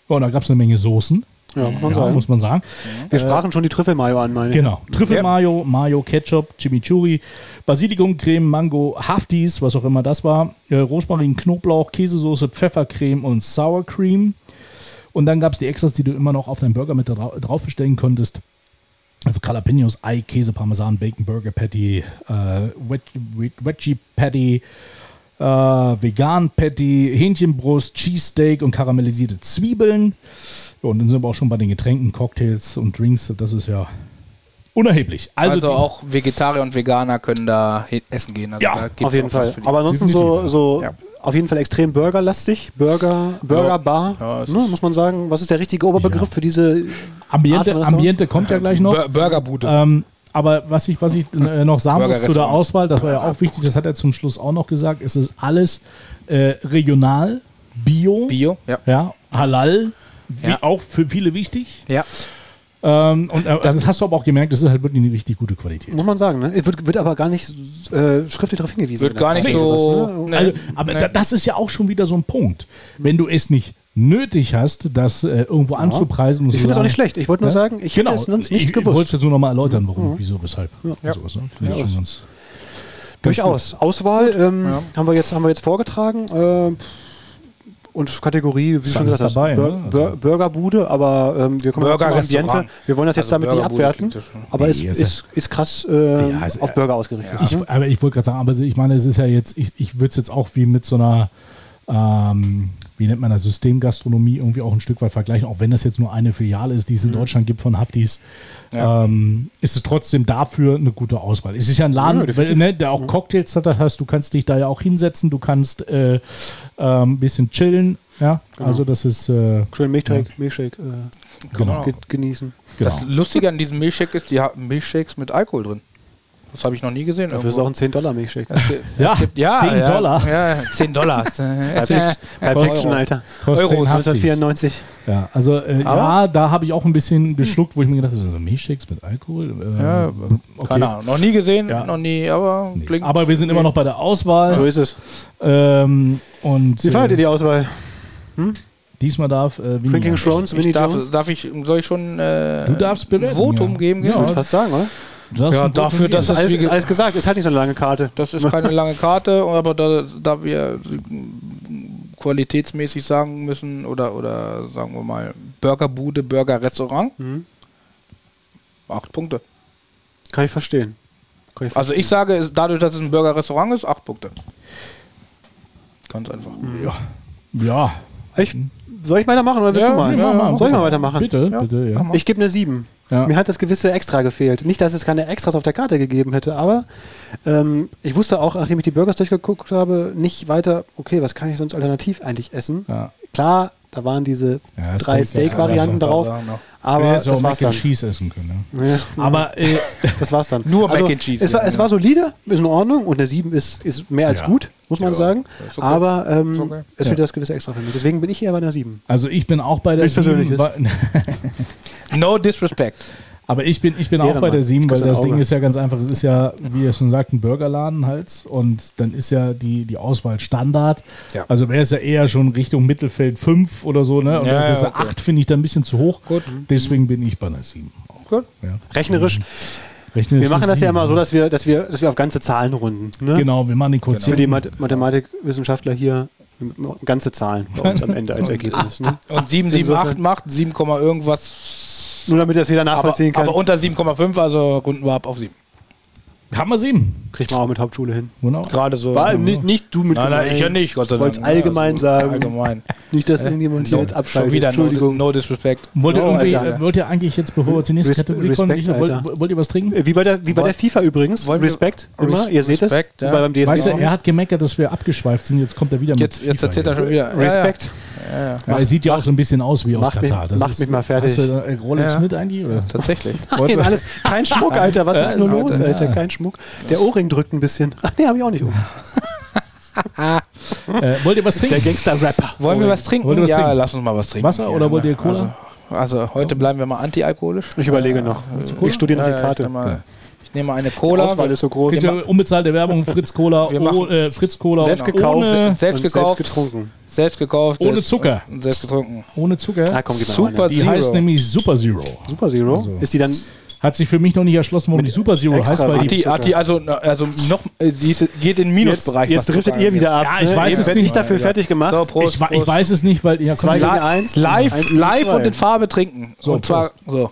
Speaker 2: Ja, und da gab es eine Menge Soßen,
Speaker 4: Ja, muss man
Speaker 2: ja,
Speaker 4: sagen.
Speaker 2: muss man sagen.
Speaker 4: Wir sprachen schon die Trüffelmayo an, meine ich.
Speaker 2: Äh, Genau. Trüffelmayo, Mayo, Ketchup, Chimichurri, Basilikumcreme, Mango, Haftis, was auch immer das war, äh, Rosmarin, Knoblauch, Käsesoße, Pfeffercreme und Sour Cream. Und dann gab es die Extras, die du immer noch auf deinen Burger mit da drau- drauf bestellen konntest. Also Jalapenos, Ei, Käse, Parmesan, Bacon, Burger Patty, äh, Wedgie, Wed- Wedgie Patty, äh, Vegan Patty, Hähnchenbrust, Cheesesteak und karamellisierte Zwiebeln. Ja, und dann sind wir auch schon bei den Getränken, Cocktails und Drinks. Das ist ja unerheblich. Also,
Speaker 3: Also,
Speaker 2: die,
Speaker 3: auch Vegetarier und Veganer können da he- essen gehen. Also
Speaker 2: Ja,
Speaker 3: da gibt's
Speaker 4: Auf jeden
Speaker 3: auch was
Speaker 4: Fall.
Speaker 3: für die-
Speaker 4: Aber ansonsten so,
Speaker 2: Definitiv.
Speaker 4: so
Speaker 3: Ja.
Speaker 4: auf jeden Fall extrem burgerlastig. Burger, Burgerbar,
Speaker 3: Ja, es
Speaker 4: ne,
Speaker 3: ist-
Speaker 4: muss man sagen. Was ist der richtige Oberbegriff für diese?
Speaker 2: Ambiente,
Speaker 4: Art von
Speaker 2: Ambiente kommt ja gleich noch.
Speaker 3: Bur- Burgerbude.
Speaker 2: Ähm, aber was ich, was ich äh, noch sagen muss zu der
Speaker 3: Burgerrestaurant.
Speaker 2: Auswahl, das war ja auch wichtig, das hat er zum Schluss auch noch gesagt, es ist alles äh, regional, Bio,
Speaker 3: Bio, ja.
Speaker 2: Ja, halal, wie
Speaker 3: Ja.
Speaker 2: auch für viele wichtig.
Speaker 3: Ja,
Speaker 2: Ähm, und äh, das hast du aber auch gemerkt, das ist halt wirklich eine richtig gute Qualität.
Speaker 4: Muss man sagen, ne? Es Wird, wird aber gar nicht äh, schriftlich darauf hingewiesen.
Speaker 3: wird
Speaker 4: in der
Speaker 3: gar nicht
Speaker 4: Karte oder was,
Speaker 3: so.
Speaker 4: ne?
Speaker 3: ne,
Speaker 2: Also, aber
Speaker 3: ne.
Speaker 2: da, das ist ja auch schon wieder so ein Punkt. Wenn du es nicht nötig hast, das äh, irgendwo anzupreisen. und
Speaker 4: Ich
Speaker 2: zu
Speaker 4: finde das auch
Speaker 2: sagen-
Speaker 4: nicht schlecht. Ich wollte nur
Speaker 2: Ja? Genau.
Speaker 4: sagen, ich hätte es sonst
Speaker 2: ich,
Speaker 4: nicht
Speaker 2: Ich wollte es
Speaker 4: gewusst. Mhm.
Speaker 2: jetzt nur nochmal erläutern, warum, wieso, weshalb.
Speaker 4: Ja.
Speaker 2: Sowas, ne? Finde ich schon ganz,
Speaker 4: Durchaus. Auswahl ähm, haben, wir jetzt, haben wir jetzt vorgetragen. ähm, und Kategorie, wie du schon
Speaker 2: alles
Speaker 4: gesagt hast,
Speaker 2: dabei,
Speaker 4: Bur
Speaker 2: ne?
Speaker 4: Bur Burgerbude, aber ähm, wir kommen jetzt zum
Speaker 3: Burgerrestaurant.
Speaker 4: Ambiente. Wir wollen das jetzt
Speaker 3: Also
Speaker 4: damit nicht
Speaker 3: Burgerbude
Speaker 4: abwerten,
Speaker 3: klingt das schon.
Speaker 4: aber es
Speaker 2: Nee,
Speaker 4: ist,
Speaker 2: ist
Speaker 4: ist, krass äh,
Speaker 2: Ja, ist-
Speaker 4: auf Burger ausgerichtet. Mhm.
Speaker 2: Ich, aber ich wollte gerade sagen, aber ich meine, es ist ja jetzt, ich, ich würde es jetzt auch wie mit so einer, ähm, wie nennt man das, Systemgastronomie irgendwie auch ein Stück weit vergleichen, auch wenn das jetzt nur eine Filiale ist, die
Speaker 3: Mhm.
Speaker 2: es in Deutschland gibt von Haftis, ähm, ist es trotzdem dafür eine gute Auswahl. Es ist ja ein Laden, weil, ne, der
Speaker 3: Mhm.
Speaker 2: auch Cocktails hat, das heißt, du kannst dich da ja auch hinsetzen, du kannst äh, äh, ein bisschen chillen, ja,
Speaker 3: Genau.
Speaker 2: also das ist, äh,
Speaker 4: Schön Milchshake, Milchshake äh,
Speaker 3: Oh.
Speaker 2: genau,
Speaker 4: ge genießen.
Speaker 3: Das
Speaker 2: genau.
Speaker 3: Lustige an diesem Milchshake ist, die haben Milchshakes mit Alkohol drin. Das habe ich noch nie gesehen.
Speaker 4: Dafür ist auch
Speaker 3: irgendwo.
Speaker 4: ein 10-Dollar-Milchshake.
Speaker 2: Ja,
Speaker 3: ja,
Speaker 2: 10
Speaker 3: ja,
Speaker 2: Dollar.
Speaker 3: Ja,
Speaker 2: (laughs)
Speaker 3: 10 Dollar. (laughs)
Speaker 4: Perfekt, perfekt schon,
Speaker 3: Euro.
Speaker 4: Alter.
Speaker 2: Kostet
Speaker 3: Euros,
Speaker 2: 10 Haftis.
Speaker 4: 1994.
Speaker 2: Ja, also äh, ja, da habe ich auch ein bisschen geschluckt, wo ich mir gedacht habe, so Milchshakes mit Alkohol? Äh,
Speaker 3: Ja,
Speaker 2: okay.
Speaker 3: Keine Ahnung, noch nie gesehen,
Speaker 2: Ja.
Speaker 3: noch nie, aber
Speaker 2: Nee.
Speaker 3: klingt.
Speaker 2: Aber wir sind immer noch bei der
Speaker 4: So
Speaker 2: Auswahl.
Speaker 4: ist es.
Speaker 2: Ähm, und
Speaker 4: Wie fandet ihr
Speaker 2: äh,
Speaker 4: die Auswahl?
Speaker 2: diesmal darf äh, Vinny
Speaker 4: Shrinking
Speaker 2: an.
Speaker 4: Thrones, Winnie
Speaker 3: ich
Speaker 4: Jones?
Speaker 3: darf, darf ich, soll ich schon äh,
Speaker 2: Du darfst bewerten,
Speaker 3: ein Votum
Speaker 2: ja.
Speaker 3: geben?
Speaker 4: Ich
Speaker 3: Genau.
Speaker 4: würde fast sagen, oder?
Speaker 2: Du darfst
Speaker 3: Ja,
Speaker 2: ein Votum
Speaker 3: dafür,
Speaker 2: geben.
Speaker 3: dass
Speaker 4: Das ist
Speaker 3: es-
Speaker 4: alles,
Speaker 3: wie
Speaker 4: ist
Speaker 3: ge-
Speaker 4: alles gesagt, ist halt nicht so eine lange Karte.
Speaker 3: Das ist keine lange Karte, aber da, da wir qualitätsmäßig sagen müssen, oder, oder sagen wir mal, Burgerbude, Burgerrestaurant,
Speaker 4: Mhm.
Speaker 3: acht Punkte.
Speaker 4: Kann ich verstehen. Kann ich
Speaker 3: Also ich sage, es- dadurch, dass es ein Burgerrestaurant ist, acht Punkte. Ganz einfach.
Speaker 4: Mhm.
Speaker 2: Ja,
Speaker 4: Ich, soll ich weitermachen oder willst
Speaker 3: Mhm. Ja,
Speaker 4: du mal?
Speaker 3: nee, mach mal.
Speaker 4: Soll ich mal weitermachen?
Speaker 2: bitte, bitte, ja.
Speaker 4: Ich gebe eine 7.
Speaker 2: Ja.
Speaker 4: Mir hat das gewisse Extra gefehlt. Nicht, dass es keine Extras auf der Karte gegeben hätte, aber ähm, ich wusste auch, nachdem ich die Burgers durchgeguckt habe, nicht weiter, okay, was kann ich sonst alternativ eigentlich essen?
Speaker 2: Ja.
Speaker 4: Klar, da waren diese
Speaker 2: Ja, das
Speaker 4: drei
Speaker 2: ist ganz
Speaker 4: Steak-Varianten
Speaker 3: klar.
Speaker 4: drauf,
Speaker 3: ne? Ja, noch.
Speaker 2: Wir
Speaker 4: aber
Speaker 2: hätten jetzt
Speaker 4: das
Speaker 2: auch
Speaker 4: war's
Speaker 2: Mac and
Speaker 4: dann.
Speaker 2: Cheese essen können.
Speaker 4: Ja,
Speaker 2: Ja. Aber äh,
Speaker 4: das war's dann.
Speaker 3: (laughs)
Speaker 4: Also,
Speaker 3: Nur Mac and Cheese,
Speaker 4: Es war,
Speaker 3: ja,
Speaker 4: es
Speaker 3: ja.
Speaker 4: war solide, ist in Ordnung und eine 7 ist, ist mehr als
Speaker 2: Ja.
Speaker 4: gut, muss man
Speaker 3: Ja,
Speaker 4: sagen.
Speaker 3: ist okay.
Speaker 4: Aber ähm,
Speaker 3: Ist okay.
Speaker 4: es
Speaker 2: Ja.
Speaker 4: fehlt das gewisse Extra für mich. Deswegen bin ich eher bei einer 7.
Speaker 2: also ich bin auch bei der
Speaker 4: Nichts Persönliches.
Speaker 2: sieben, wa-
Speaker 3: No disrespect.
Speaker 2: aber ich bin, ich bin auch bei
Speaker 4: Ehrenmann.
Speaker 2: der 7, weil
Speaker 4: Küsse
Speaker 2: das
Speaker 4: Auge.
Speaker 2: Ding ist ja ganz einfach. Es ist ja, wie ihr schon sagt, ein Burgerladen halt. Und dann ist ja die, die Auswahl Standard.
Speaker 3: Ja.
Speaker 2: Also wäre es ja eher schon Richtung Mittelfeld 5 oder so. Ne? Und
Speaker 3: Ja,
Speaker 2: das ist
Speaker 3: ja,
Speaker 2: eine
Speaker 3: okay.
Speaker 2: 8 finde ich dann ein bisschen zu hoch.
Speaker 3: Gut.
Speaker 2: Deswegen bin ich bei einer 7.
Speaker 3: Gut.
Speaker 2: Ja.
Speaker 3: Mhm.
Speaker 4: Rechnerisch
Speaker 2: Rechnerisch
Speaker 4: Wir machen das ja
Speaker 2: sieben,
Speaker 4: immer so,
Speaker 2: ne?
Speaker 4: dass wir, dass wir, dass wir auf ganze Zahlen runden. Ne?
Speaker 2: Genau, wir machen den
Speaker 4: Für
Speaker 2: Quotienten.
Speaker 4: die Math Mathematikwissenschaftler hier ganze Zahlen bei uns am Ende
Speaker 3: (laughs)
Speaker 4: als Ergebnis. Ne?
Speaker 3: Und 778
Speaker 4: Insofern-
Speaker 3: macht 7, Komma irgendwas.
Speaker 4: Nur damit das jeder
Speaker 3: Aber,
Speaker 4: nachvollziehen
Speaker 3: aber
Speaker 4: kann,
Speaker 3: unter 7,5, also runden wir ab auf 7.
Speaker 2: Haben wir 7.
Speaker 4: kriegt man auch mit Hauptschule hin.
Speaker 2: Genau.
Speaker 3: Gerade so.
Speaker 4: War nicht, nicht du mit
Speaker 3: Nein, nein,
Speaker 4: gemeint.
Speaker 3: ich ja nicht, Gott sei
Speaker 4: Ich wollte
Speaker 3: Dank.
Speaker 4: es allgemein
Speaker 3: Also,
Speaker 4: sagen. (laughs)
Speaker 3: Allgemein. Genau.
Speaker 4: Nicht, dass irgendjemand hier jetzt abschaltet.
Speaker 3: Schon wieder ne? no,
Speaker 4: Entschuldigung.
Speaker 3: no disrespect.
Speaker 2: Wollt ihr,
Speaker 4: Oh,
Speaker 2: irgendwie,
Speaker 4: Alter.
Speaker 2: äh, wollt ihr eigentlich jetzt, bevor wir zur nächsten
Speaker 4: Res-
Speaker 2: Kategorie kommen,
Speaker 4: Respekt,
Speaker 2: nicht- wollt,
Speaker 4: Alter.
Speaker 2: wollt ihr was trinken?
Speaker 4: Äh, Wie bei der, wie bei der FIFA übrigens.
Speaker 3: Also- Wollen wir-
Speaker 4: Respekt immer, ihr seht
Speaker 3: Respekt,
Speaker 4: es.
Speaker 3: ja.
Speaker 4: Wie Beim DFB
Speaker 2: Weißt du,
Speaker 4: auch.
Speaker 2: er hat gemeckert, dass wir abgeschweift sind. Jetzt kommt er wieder
Speaker 3: Jetzt, jetzt
Speaker 2: FIFA
Speaker 3: erzählt
Speaker 2: hier.
Speaker 3: er schon wieder. (laughs)
Speaker 4: Respekt.
Speaker 2: Ja, er sieht ja auch so ein bisschen aus wie aus
Speaker 4: macht mich-
Speaker 2: Katar.
Speaker 4: macht mich mal fertig.
Speaker 2: Hast du da, äh, Rolex
Speaker 3: Ja.
Speaker 2: mit eigentlich? Oder?
Speaker 3: Ja,
Speaker 4: (laughs)
Speaker 3: tatsächlich.
Speaker 4: Nein, alles, kein Schmuck, Alter. Was ist nur los,
Speaker 3: Leute,
Speaker 4: Alter? Kein Schmuck. Der Ohrring drückt ein bisschen. Ach, nee, habe ich auch nicht um.
Speaker 2: Äh, wollt ihr was
Speaker 4: Der
Speaker 2: trinken?
Speaker 4: Gangster-Rapper.
Speaker 3: Wollen wir was trinken?
Speaker 2: Wollt ihr Äh, was
Speaker 3: ja,
Speaker 2: trinken?
Speaker 3: lass uns mal was trinken.
Speaker 2: Wasser
Speaker 3: Ja,
Speaker 2: oder wollt
Speaker 3: ne,
Speaker 2: ihr Cola?
Speaker 3: also, Also heute
Speaker 4: Oh.
Speaker 3: bleiben wir mal antialkoholisch.
Speaker 4: Ich überlege noch. Ich studiere noch die
Speaker 3: Äh, ich, nehme
Speaker 4: Karte.
Speaker 3: mal, ich nehme eine
Speaker 4: Die
Speaker 3: Cola.
Speaker 4: Auswahl ist so groß.
Speaker 3: Wir
Speaker 2: Bitte unbezahlte Werbung, Fritz Cola,
Speaker 3: Wir
Speaker 2: oh,
Speaker 3: machen
Speaker 2: äh, Fritz Cola
Speaker 4: Selbst gekauft.
Speaker 2: ohne,
Speaker 3: selbst
Speaker 4: Und
Speaker 3: gekauft,
Speaker 4: Selbst getrunken.
Speaker 3: selbst gekauft,
Speaker 2: Ohne
Speaker 3: selbst-
Speaker 2: Zucker.
Speaker 3: und selbst getrunken.
Speaker 2: ohne Zucker.
Speaker 4: Ah, komm, gib mir
Speaker 3: Super.
Speaker 4: noch eine.
Speaker 2: Die
Speaker 3: Zero.
Speaker 2: heißt nämlich Super Zero.
Speaker 4: Super Zero.
Speaker 2: Also.
Speaker 4: Ist die dann
Speaker 2: Hat sich für mich noch nicht erschlossen, warum die Super Zero
Speaker 4: extra
Speaker 2: heißt, weil
Speaker 3: Hat
Speaker 4: Anti-
Speaker 2: die
Speaker 3: die, hat die also, na, also noch, äh, die ist, geht in den
Speaker 4: jetzt,
Speaker 3: Minusbereich.
Speaker 4: jetzt
Speaker 3: was
Speaker 4: driftet
Speaker 3: Zucker
Speaker 4: ihr wieder ab.
Speaker 2: Ja, ich
Speaker 4: ne?
Speaker 2: weiß
Speaker 4: Eben
Speaker 2: es
Speaker 4: werd ich
Speaker 2: nicht.
Speaker 4: dafür fertig gemacht.
Speaker 3: So, Prost,
Speaker 2: ich, wa- ich
Speaker 3: Prost.
Speaker 2: weiß es nicht, weil ja, komm,
Speaker 4: Zwei
Speaker 2: ja.
Speaker 4: gegen
Speaker 3: La-
Speaker 4: eins.
Speaker 3: Live,
Speaker 4: Eins gegen
Speaker 3: live
Speaker 4: zwei.
Speaker 3: und in Farbe trinken.
Speaker 2: So,
Speaker 3: und zwar, so.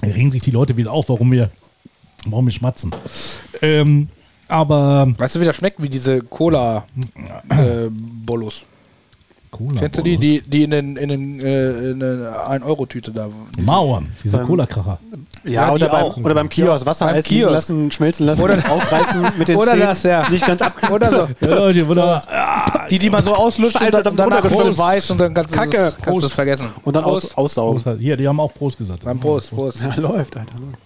Speaker 2: Da regen sich die Leute wieder auf, warum wir, warum wir schmatzen. Ähm, aber
Speaker 3: Weißt du, wie das schmeckt? Wie diese Cola-Bollos.
Speaker 2: Cola
Speaker 3: Kennst du die, die, die in den, in den, äh, in den 1-Euro-Tüte da?
Speaker 2: Mauern, diese Cola-Kracher.
Speaker 4: Ja,
Speaker 3: Ja,
Speaker 4: oder,
Speaker 3: die
Speaker 4: beim,
Speaker 3: auch.
Speaker 4: oder beim Kiosk Wasser
Speaker 3: Beim
Speaker 4: heiß liegen
Speaker 3: Kiosk.
Speaker 4: lassen, schmelzen lassen, (laughs)
Speaker 3: Oder-
Speaker 4: aufreißen mit den
Speaker 3: Oder
Speaker 4: Zähnen.
Speaker 3: das, ja.
Speaker 4: Nicht ganz ab.
Speaker 3: Oder so.
Speaker 4: Äh,
Speaker 2: Ja, Leute, oder, ah,
Speaker 3: Die, die man so auslutscht und
Speaker 4: Alter,
Speaker 3: dann,
Speaker 4: dann
Speaker 3: danach
Speaker 4: runtergeschmissen.
Speaker 3: wird weiß und dann kannst du
Speaker 4: Kacke.
Speaker 3: es- kannst du es
Speaker 4: Prost.
Speaker 3: vergessen.
Speaker 4: (laughs) Und dann aus,
Speaker 3: Prost.
Speaker 4: aussaugen.
Speaker 2: Prost halt. hier, die haben auch Prost gesagt.
Speaker 3: Dann Prost, Prost.
Speaker 4: (laughs) Ja, läuft, Alter. läuft.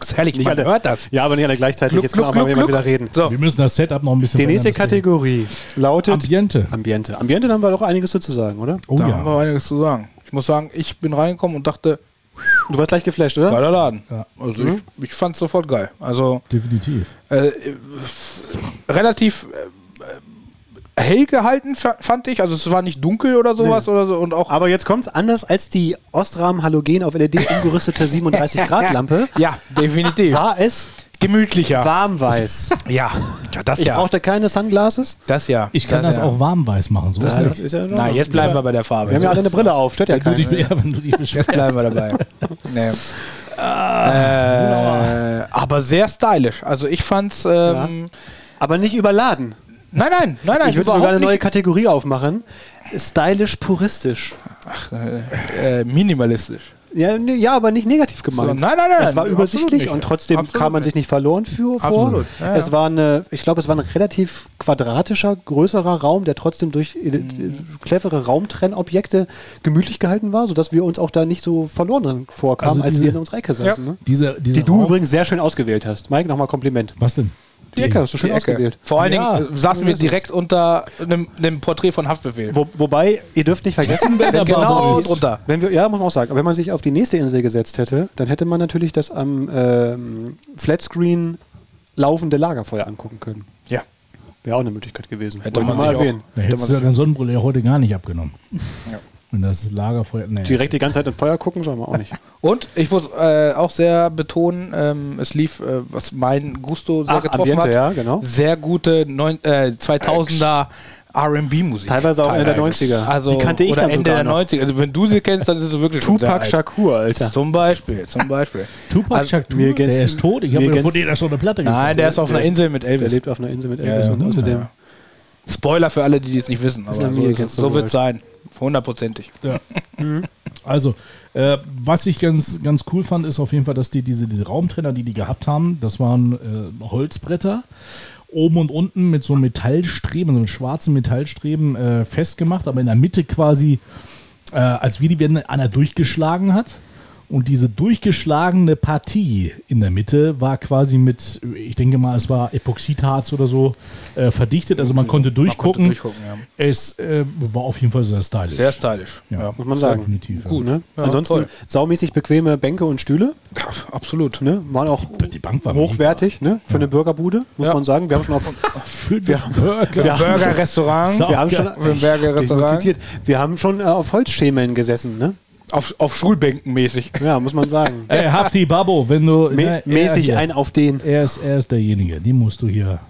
Speaker 3: Das ist herrlich,
Speaker 4: Nicht
Speaker 3: man
Speaker 4: alle-
Speaker 3: hört das.
Speaker 4: Ja, aber nicht alle gleichzeitig.
Speaker 3: Gluck,
Speaker 4: Jetzt kann
Speaker 3: gluck,
Speaker 4: aber
Speaker 3: gluck,
Speaker 4: jemand
Speaker 3: gluck.
Speaker 4: wieder reden.
Speaker 3: So,
Speaker 2: Wir müssen das Setup noch ein bisschen
Speaker 4: Die nächste
Speaker 2: verändern,
Speaker 4: Kategorie
Speaker 2: deswegen.
Speaker 4: lautet
Speaker 2: Ambiente.
Speaker 4: Ambiente. Ambiente, da haben wir doch einiges zu sagen, oder?
Speaker 2: Oh
Speaker 3: da haben
Speaker 2: ja.
Speaker 3: wir einiges zu sagen. Ich muss sagen, ich bin reingekommen und dachte,
Speaker 4: Du warst gleich geflasht, oder?
Speaker 3: geiler Laden.
Speaker 2: Ja.
Speaker 3: Also ich, ich fand es sofort geil. Also
Speaker 2: Definitiv.
Speaker 3: äh, äh, relativ äh, äh, hell gehalten fa- fand ich. Also es war nicht dunkel oder sowas oder so und auch
Speaker 4: Aber jetzt kommt's anders als die Ostrahmen Halogen auf LED umgerüstete 37 Grad Lampe.
Speaker 3: ja, definitiv.
Speaker 4: War es
Speaker 3: Gemütlicher.
Speaker 4: warmweiß.
Speaker 3: (laughs) Ja, ja das
Speaker 4: Ich
Speaker 3: ja.
Speaker 4: brauchte keine Sunglasses.
Speaker 3: das ja.
Speaker 2: Ich kann das
Speaker 3: ja.
Speaker 2: auch warmweiß machen, so ist nicht.
Speaker 4: ist ja in
Speaker 3: Na,
Speaker 4: Ordnung.
Speaker 3: jetzt bleiben wir bei der Farbe.
Speaker 4: Wir haben ja alle eine Brille auf, stört ja
Speaker 2: Wenn du dich,
Speaker 4: keinen.
Speaker 2: ja, wenn
Speaker 4: (laughs)
Speaker 2: du dich
Speaker 3: jetzt
Speaker 2: beschwerst.
Speaker 3: bleiben wir dabei. nee. äh, aber sehr stylisch. Also ich fand's. Ähm,
Speaker 4: Aber nicht überladen.
Speaker 3: Nein, nein, nein, nein.
Speaker 4: Ich würde sogar eine
Speaker 3: überhaupt
Speaker 4: neue
Speaker 3: nicht.
Speaker 4: Kategorie aufmachen. Stylisch puristisch.
Speaker 3: äh, minimalistisch.
Speaker 4: Ja, nee, ja, aber nicht negativ gemeint.
Speaker 3: So, nein, nein, nein,
Speaker 4: Es war
Speaker 3: absolut
Speaker 4: übersichtlich
Speaker 3: nicht.
Speaker 4: und trotzdem
Speaker 3: Absolut
Speaker 4: kam man
Speaker 3: nicht.
Speaker 4: sich nicht verloren für, vor.
Speaker 3: Absolut, ja, ja.
Speaker 4: Es war eine, ich glaube, es war ein relativ quadratischer, größerer Raum, der trotzdem durch äh,
Speaker 3: Mhm.
Speaker 4: clevere Raumtrennobjekte gemütlich gehalten war, sodass wir uns auch da nicht so verloren drin vorkamen,
Speaker 2: Also
Speaker 4: als
Speaker 2: diese-
Speaker 4: wir in unserer Ecke saßen.
Speaker 3: Ja.
Speaker 4: Ne?
Speaker 2: Diese, diese
Speaker 4: Die du
Speaker 2: Raum-
Speaker 4: übrigens sehr schön ausgewählt hast. Mike, nochmal Kompliment.
Speaker 2: Was denn?
Speaker 4: Die Ecke hast du schön
Speaker 3: Die Ecke.
Speaker 4: ausgewählt.
Speaker 3: Vor allen
Speaker 2: Ja.
Speaker 3: Dingen äh, saßen wir direkt unter einem, einem Porträt von Haftbefehl.
Speaker 4: Wo, wobei, ihr dürft nicht vergessen, wenn,
Speaker 3: Genau
Speaker 2: Genau
Speaker 4: genau
Speaker 3: drunter.
Speaker 4: wenn wir, ja, muss man auch sagen, aber wenn man sich auf die nächste Insel gesetzt hätte, dann hätte man natürlich das am ähm, Flatscreen laufende Lagerfeuer angucken können.
Speaker 3: Ja.
Speaker 4: Wäre auch eine Möglichkeit gewesen.
Speaker 3: Hätte
Speaker 4: Wollte
Speaker 3: man
Speaker 4: ich
Speaker 3: sich auch.
Speaker 2: Da hättest du ja deine Sonnenbrille ja heute gar nicht abgenommen. Und das Lagerfeuer. Nee.
Speaker 4: Direkt die ganze Zeit ins Feuer gucken soll man
Speaker 3: (laughs)
Speaker 4: auch nicht.
Speaker 3: Und ich muss äh, auch sehr betonen, ähm, es lief, äh, was mein Gusto sehr
Speaker 4: Ach,
Speaker 3: getroffen
Speaker 4: Ambiente,
Speaker 3: hat,
Speaker 4: ja, genau.
Speaker 3: sehr gute neun, äh, 2000er R&B-Musik.
Speaker 4: Teilweise auch Ende der
Speaker 3: Teilweise.
Speaker 4: 90er.
Speaker 3: Also,
Speaker 4: Die kannte ich
Speaker 3: oder
Speaker 4: dann
Speaker 3: Ende
Speaker 4: sogar
Speaker 3: der
Speaker 4: noch.
Speaker 3: 90er. Also wenn du sie kennst, dann ist es wirklich schon sehr
Speaker 4: Tupac
Speaker 3: alt.
Speaker 4: Shakur, Alter.
Speaker 3: Zum Beispiel, zum Beispiel.
Speaker 2: Tupac
Speaker 3: Also,
Speaker 2: Shakur,
Speaker 4: mir
Speaker 2: der
Speaker 4: geht's-
Speaker 2: ist tot. Ich
Speaker 4: mir
Speaker 2: habe von
Speaker 4: geht's-
Speaker 2: denen da schon eine Platte
Speaker 3: Nein, der ist auf einer Insel mit
Speaker 4: Der
Speaker 3: Elvis.
Speaker 4: lebt auf einer Insel mit
Speaker 3: Ja,
Speaker 4: Elvis
Speaker 3: ja.
Speaker 4: und außerdem.
Speaker 3: Ja. Spoiler für alle, die dies nicht wissen. Aber
Speaker 4: eine Mie
Speaker 3: so
Speaker 4: against the
Speaker 3: so wird
Speaker 4: world.
Speaker 3: es sein. Hundertprozentig.
Speaker 2: Also, äh, was ich ganz, ganz cool fand, ist auf jeden Fall, dass die diese die Raumtrenner, die die gehabt haben, das waren äh, Holzbretter, oben und unten mit so Metallstreben, so einem schwarzen Metallstreben äh, festgemacht, aber in der Mitte quasi, äh, als wie die werden einer durchgeschlagen hat. Und diese durchgeschlagene Partie in der Mitte war quasi mit, ich denke mal, es war Epoxidharz oder so äh, verdichtet. Also man konnte durchgucken.
Speaker 3: durchgucken, ja.
Speaker 2: Es äh, war auf jeden Fall sehr stylisch.
Speaker 3: Sehr stylisch. Ja.
Speaker 4: Muss man sagen.
Speaker 2: definitiv. ja.
Speaker 3: Gut.
Speaker 4: Ne?
Speaker 3: Ja,
Speaker 4: Ansonsten
Speaker 3: toll.
Speaker 4: saumäßig bequeme Bänke und Stühle.
Speaker 3: Absolut.
Speaker 4: Ne? Waren auch
Speaker 2: Äh, die Bank war
Speaker 4: hochwertig ne? für eine Bürgerbude, muss
Speaker 3: Ja.
Speaker 4: man sagen. Wir haben schon
Speaker 3: (laughs)
Speaker 4: auf,
Speaker 2: Für die
Speaker 4: Wir haben- (laughs)
Speaker 2: Burger.
Speaker 4: wir haben-
Speaker 3: Burger-Restaurant.
Speaker 2: So.
Speaker 4: wir haben schon,
Speaker 2: Ja.
Speaker 3: Für ein Burger-Restaurant.
Speaker 4: zitiert, wir haben schon äh, auf Holzschemeln gesessen. Ne?
Speaker 3: Auf, auf Schulbänken mäßig.
Speaker 4: Ja, muss man sagen.
Speaker 2: Ey, Hafti Babo, wenn du.
Speaker 4: Mä-
Speaker 2: ne, er
Speaker 4: mäßig
Speaker 2: hier.
Speaker 4: ein auf den.
Speaker 2: Er ist, er ist derjenige, den musst du hier.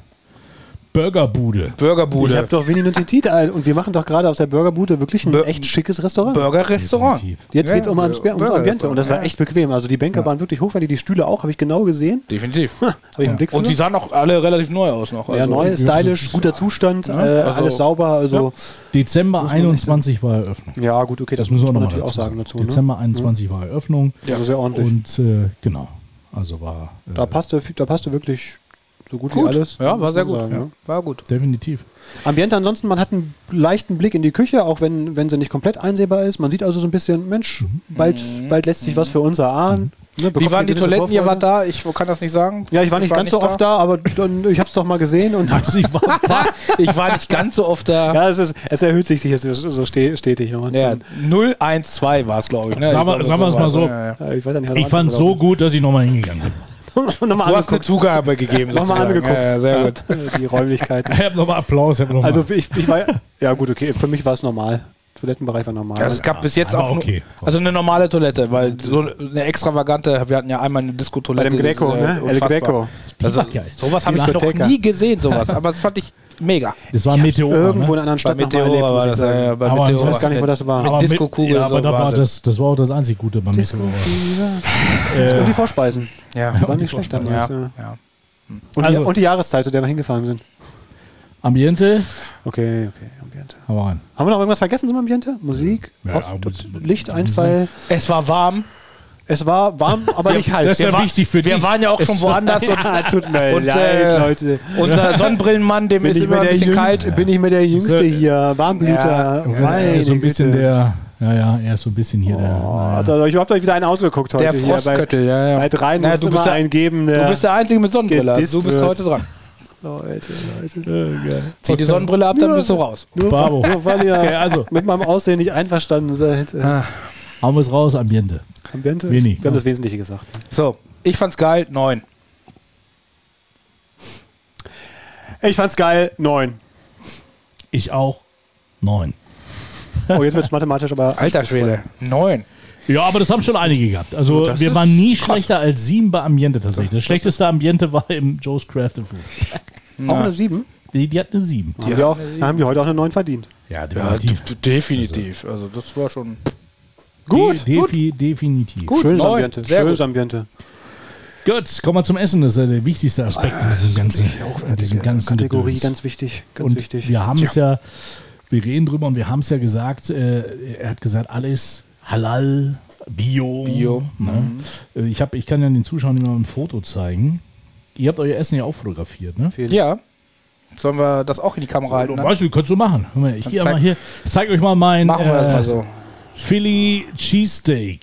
Speaker 2: Burgerbude.
Speaker 3: Burgerbude.
Speaker 4: Ich habe doch wenig Notizit und wir machen doch gerade auf der Burgerbude wirklich ein
Speaker 3: Bur-
Speaker 4: echt schickes Restaurant.
Speaker 3: Burger-Restaurant.
Speaker 2: Definitiv.
Speaker 4: Jetzt geht's um
Speaker 3: Ja,
Speaker 4: ums, ums
Speaker 3: Burger
Speaker 4: Ambiente und das war echt bequem. Also die Bänke waren wirklich hochwertig, die Stühle auch, habe ich genau gesehen. (laughs)
Speaker 3: Definitiv.
Speaker 4: Habe ich einen Blick für.
Speaker 3: Und sie also sahen auch alle relativ neu aus noch.
Speaker 4: ja, neu,
Speaker 2: ja, das
Speaker 4: stylisch,
Speaker 2: ist-
Speaker 4: guter Zustand, äh,
Speaker 3: also-
Speaker 4: alles sauber. Also
Speaker 2: Dezember 21 war Eröffnung.
Speaker 4: ja. gut, okay,
Speaker 2: Das müssen wir
Speaker 4: muss man
Speaker 2: nochmal
Speaker 4: natürlich auch sagen dazu. Ne?
Speaker 2: Dezember 21 war Eröffnung.
Speaker 4: Also sehr ordentlich.
Speaker 2: Und äh, genau. Also war. Äh,
Speaker 4: Da passte, viel- da passte wirklich so gut, wie
Speaker 3: Gut.
Speaker 4: alles.
Speaker 3: Ja, war
Speaker 4: muss
Speaker 3: sehr
Speaker 4: man
Speaker 3: gut.
Speaker 4: sagen, ne?
Speaker 3: War gut.
Speaker 2: Definitiv. (laughs)
Speaker 4: Ambiente ansonsten, man hat einen leichten Blick in die Küche, auch wenn, wenn sie nicht komplett einsehbar ist. Man sieht also so ein bisschen, Mensch, bald, bald lässt sich was für uns erahnen. Ne,
Speaker 3: Mhm. Wie
Speaker 4: bekommt
Speaker 3: waren
Speaker 4: eine
Speaker 3: die
Speaker 4: gewisse
Speaker 3: Toiletten? Ihr
Speaker 4: Vorfreude.
Speaker 3: wart da? Ich kann das nicht sagen.
Speaker 4: Ja, ich war nicht ganz so oft da, aber dann, ich habe es doch mal gesehen und
Speaker 2: Also ich war,
Speaker 4: (laughs)
Speaker 2: war
Speaker 3: (laughs) Ich war nicht ganz so oft da.
Speaker 4: ja, es, ist, es erhöht sich jetzt so ste- stetig. wenn man-
Speaker 3: Ja, 012 war es, glaube ich. Ne?
Speaker 2: Sagen wir-
Speaker 3: Ich glaube,
Speaker 2: sagen wir es mal
Speaker 3: war's.
Speaker 2: so.
Speaker 3: Ja, ja.
Speaker 4: Ja, äh, ich weiß ja nicht,
Speaker 2: ich fand so
Speaker 4: (laughs)
Speaker 2: gut, dass ich nochmal hingegangen bin. (laughs)
Speaker 4: nochmal
Speaker 3: Du hast eine
Speaker 4: angeguckt.
Speaker 3: Zugabe gegeben.
Speaker 4: Nochmal
Speaker 3: sozusagen.
Speaker 4: angeguckt. äh,
Speaker 3: Ja, ja, sehr gut. (laughs)
Speaker 4: Die Räumlichkeiten.
Speaker 2: Ich habe nochmal Applaus. Ich hab noch mal-
Speaker 4: Also ich, ich war ja gut, okay. Für mich war es normal. Toilettenbereich war normal.
Speaker 3: Also es gab bis jetzt
Speaker 2: aber
Speaker 3: auch nur-
Speaker 2: okay.
Speaker 3: also eine normale Toilette, weil so eine extravagante, wir hatten ja einmal eine
Speaker 4: bei
Speaker 3: Disco-Toilette.
Speaker 4: dem Greco,
Speaker 3: das ist, äh,
Speaker 4: ne? El
Speaker 3: unfassbar.
Speaker 4: Greco.
Speaker 3: Also,
Speaker 2: Pipakel.
Speaker 3: sowas habe ich noch
Speaker 4: Diskotheka.
Speaker 3: nie gesehen, sowas. Aber das fand ich mega.
Speaker 2: das war Meteor.
Speaker 4: Irgendwo in
Speaker 2: ne?
Speaker 4: einer anderen
Speaker 3: Bei
Speaker 4: Stadt nochmal
Speaker 3: Meteor
Speaker 4: erlebt, muss
Speaker 3: war
Speaker 4: ich
Speaker 3: das.
Speaker 4: sagen.
Speaker 3: Äh, bei
Speaker 2: Aber
Speaker 3: Meteor
Speaker 2: ich
Speaker 4: weiß gar nicht, wo das war.
Speaker 3: Mit
Speaker 2: Aber mit-
Speaker 3: Disco-Kugel.
Speaker 2: Ja, aber
Speaker 3: so
Speaker 2: da war
Speaker 3: Wahnsinn.
Speaker 2: das, das war auch das einzig Gute beim Meteor.
Speaker 4: Und
Speaker 3: Äh.
Speaker 4: die Vorspeisen.
Speaker 3: Ja.
Speaker 4: War nicht schlecht damals.
Speaker 3: Ja.
Speaker 4: ja.
Speaker 3: Ja.
Speaker 4: Und,
Speaker 2: Also-
Speaker 4: die, und die Jahreszeit, zu der wir hingefahren sind.
Speaker 2: Ambiente,
Speaker 4: Okay, okay, Ambiente.
Speaker 2: haben wir rein.
Speaker 4: Haben wir noch irgendwas vergessen zum Ambiente? Musik,
Speaker 2: Ja,
Speaker 4: Auf-
Speaker 2: gut.
Speaker 4: Lichteinfall.
Speaker 3: Es war warm.
Speaker 4: Es war warm, aber nicht heiß.
Speaker 2: Das ist ja
Speaker 3: war-
Speaker 2: wichtig für
Speaker 3: Wir
Speaker 2: dich.
Speaker 3: waren ja auch schon woanders und
Speaker 4: (laughs) ja, tut mir
Speaker 3: Und,
Speaker 4: leid,
Speaker 3: äh,
Speaker 4: Leute.
Speaker 3: unser Sonnenbrillenmann, dem ist immer ein bisschen kalt.
Speaker 4: Jüngste, bin ich mit der Jüngste hier. Warmblüter.
Speaker 3: Ja,
Speaker 2: er
Speaker 4: meine
Speaker 2: ist so ein bisschen
Speaker 4: Güte.
Speaker 2: der, ja, ja, er ist so ein bisschen hier der.
Speaker 4: Oh,
Speaker 2: naja.
Speaker 4: also ich hab euch wieder einen ausgeguckt heute
Speaker 3: Der
Speaker 4: hier. Bei,
Speaker 3: Frostköttel, ja, ja.
Speaker 4: bei dreien
Speaker 3: Naja,
Speaker 4: musst
Speaker 3: du
Speaker 4: du
Speaker 3: bist
Speaker 4: immer
Speaker 3: der-
Speaker 4: eingeben. Der,
Speaker 3: Du bist der Einzige mit Sonnenbrille. Also
Speaker 4: Gedisst
Speaker 3: Du bist
Speaker 4: wird.
Speaker 3: heute dran.
Speaker 4: Leute, Leute.
Speaker 3: Zieh die Sonnenbrille ab, dann bist du raus.
Speaker 4: Nur,
Speaker 2: Bravo.
Speaker 4: nur weil ihr
Speaker 2: Okay, also.
Speaker 4: mit meinem Aussehen nicht einverstanden seid. Äh,
Speaker 2: Haben wir es raus, Ambiente.
Speaker 4: Ambiente?
Speaker 2: Wenig,
Speaker 4: Wir haben
Speaker 2: ja.
Speaker 4: das Wesentliche gesagt.
Speaker 3: So, ich fand's geil. Neun.
Speaker 4: Ich fand's geil. Neun.
Speaker 2: Ich auch. Neun.
Speaker 4: Oh, jetzt wird's mathematisch,
Speaker 3: (laughs)
Speaker 4: aber.
Speaker 3: Alter Schwede. Neun.
Speaker 2: Ja, aber das haben schon einige gehabt. Also
Speaker 3: Das
Speaker 2: wir
Speaker 3: ist
Speaker 2: waren nie
Speaker 3: krass.
Speaker 2: schlechter als sieben bei Ambiente tatsächlich. Das schlechteste Ambiente (laughs) war im Joe's Craft and Food.
Speaker 4: Auch eine sieben.
Speaker 2: Die, die hat eine sieben.
Speaker 4: haben, wir auch, da haben wir heute auch eine neun verdient.
Speaker 2: Ja,
Speaker 3: Ja,
Speaker 2: definitiv.
Speaker 3: d- definitiv. Also das war schon.
Speaker 4: Gut,
Speaker 2: De
Speaker 4: gut.
Speaker 2: defi definitiv. Gut.
Speaker 4: Gut, schönes
Speaker 3: Neun.
Speaker 4: Ambiente.
Speaker 3: Sehr
Speaker 4: Schönes Ambiente.
Speaker 2: kommen wir zum Essen. Das ist ja der wichtigste Aspekt in diesem ganzen, in diesem ganzen
Speaker 4: Kategorie,
Speaker 2: Gedöns.
Speaker 4: ganz wichtig. Ganz
Speaker 2: und
Speaker 4: wichtig.
Speaker 2: wir haben es ja, wir reden drüber und wir haben es ja gesagt, äh, er hat gesagt, alles halal, Bio.
Speaker 3: Bio, Mhm.
Speaker 2: Ne? Äh, Ich, hab, ich kann ja den Zuschauern immer ein Foto zeigen. Ihr habt euer Essen ja auch fotografiert, ne?
Speaker 4: Vielen-
Speaker 3: Ja. Sollen wir das auch in die Kamera halten?
Speaker 2: Du
Speaker 3: Ne?
Speaker 2: weißt du, kannst du machen. Hör mal, Ich
Speaker 3: Dann
Speaker 2: gehe
Speaker 3: zeig-
Speaker 2: mal hier, ich zeige euch mal mein
Speaker 3: Machen wir das mal
Speaker 2: äh,
Speaker 3: so.
Speaker 2: Philly Cheesesteak.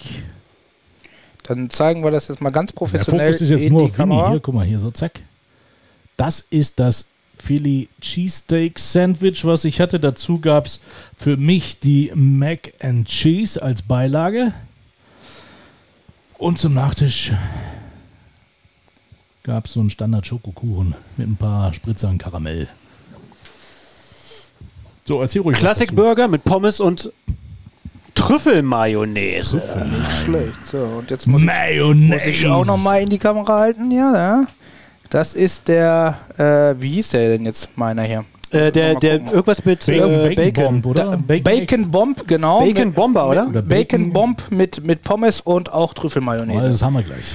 Speaker 3: Dann zeigen wir das jetzt mal ganz
Speaker 2: Der
Speaker 3: professionell
Speaker 2: Fokus ist jetzt
Speaker 3: in
Speaker 2: nur
Speaker 3: die
Speaker 2: auf Winnie.
Speaker 3: Kamera.
Speaker 2: Hier, guck mal, hier so, zack. Das ist das Philly Cheesesteak Sandwich, was ich hatte. Dazu gab es für mich die Mac and Cheese als Beilage. Und zum Nachtisch gab es so einen Standard-Schokokuchen mit ein paar Spritzern Karamell. So, erzähl ruhig. was
Speaker 4: Classic
Speaker 2: dazu.
Speaker 4: Burger mit Pommes und Trüffelmayonnaise.
Speaker 3: Schlecht. So, und jetzt muss ich, muss
Speaker 2: Mayonnaise.
Speaker 3: ich auch nochmal in die Kamera halten. Ja, ne? Das ist der, äh, wie hieß der denn jetzt, meiner hier?
Speaker 4: Äh, der,
Speaker 3: Mal
Speaker 4: der
Speaker 3: gucken.
Speaker 4: irgendwas mit
Speaker 2: Bacon, Bacon
Speaker 4: äh, Bacon.
Speaker 2: Bomb, oder?
Speaker 3: Da,
Speaker 2: Bacon-
Speaker 3: Bacon, Bomb, genau.
Speaker 4: Bacon
Speaker 3: Mit-
Speaker 4: Bomber, oder?
Speaker 3: Bacon,
Speaker 2: Bacon-
Speaker 3: Bomb mit, mit Pommes und auch Trüffelmayonnaise.
Speaker 2: Also, das haben wir gleich.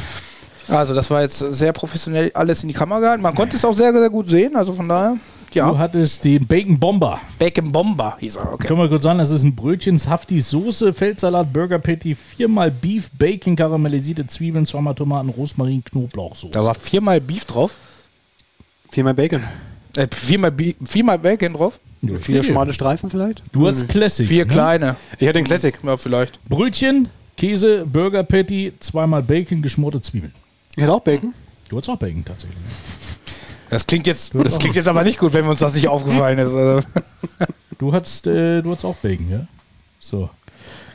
Speaker 3: Also das war jetzt sehr professionell alles in die Kamera gehalten. Man konnte es auch sehr, sehr gut sehen. Also von daher, ja.
Speaker 2: Du hattest den Bacon Bomber.
Speaker 3: Bacon Bomber hieß er, okay.
Speaker 2: Können wir kurz sagen, das ist ein Brötchen, saftig Soße, Feldsalat, Burger Patty, viermal Beef, Bacon, karamellisierte Zwiebeln, zweimal Tomaten, Rosmarin, Knoblauchsoße.
Speaker 3: Da war viermal Beef drauf.
Speaker 4: Viermal Bacon.
Speaker 3: Äh, viermal, Bi- viermal Bacon drauf.
Speaker 4: Viele schmale Streifen vielleicht?
Speaker 2: du hattest Classic.
Speaker 3: Vier
Speaker 2: ne?
Speaker 3: kleine.
Speaker 4: Ich hatte den Classic.
Speaker 3: Ja, vielleicht.
Speaker 2: Brötchen, Käse, Burger Patty, zweimal Bacon, geschmorte Zwiebeln.
Speaker 4: Ich hatte auch Bacon.
Speaker 2: Du hattest auch Bacon tatsächlich. ne?
Speaker 3: Das klingt jetzt, das klingt jetzt aber nicht gut, wenn uns das nicht aufgefallen ist. (laughs) Also.
Speaker 2: Du hattest, äh, du hattest auch Bacon, ja? So.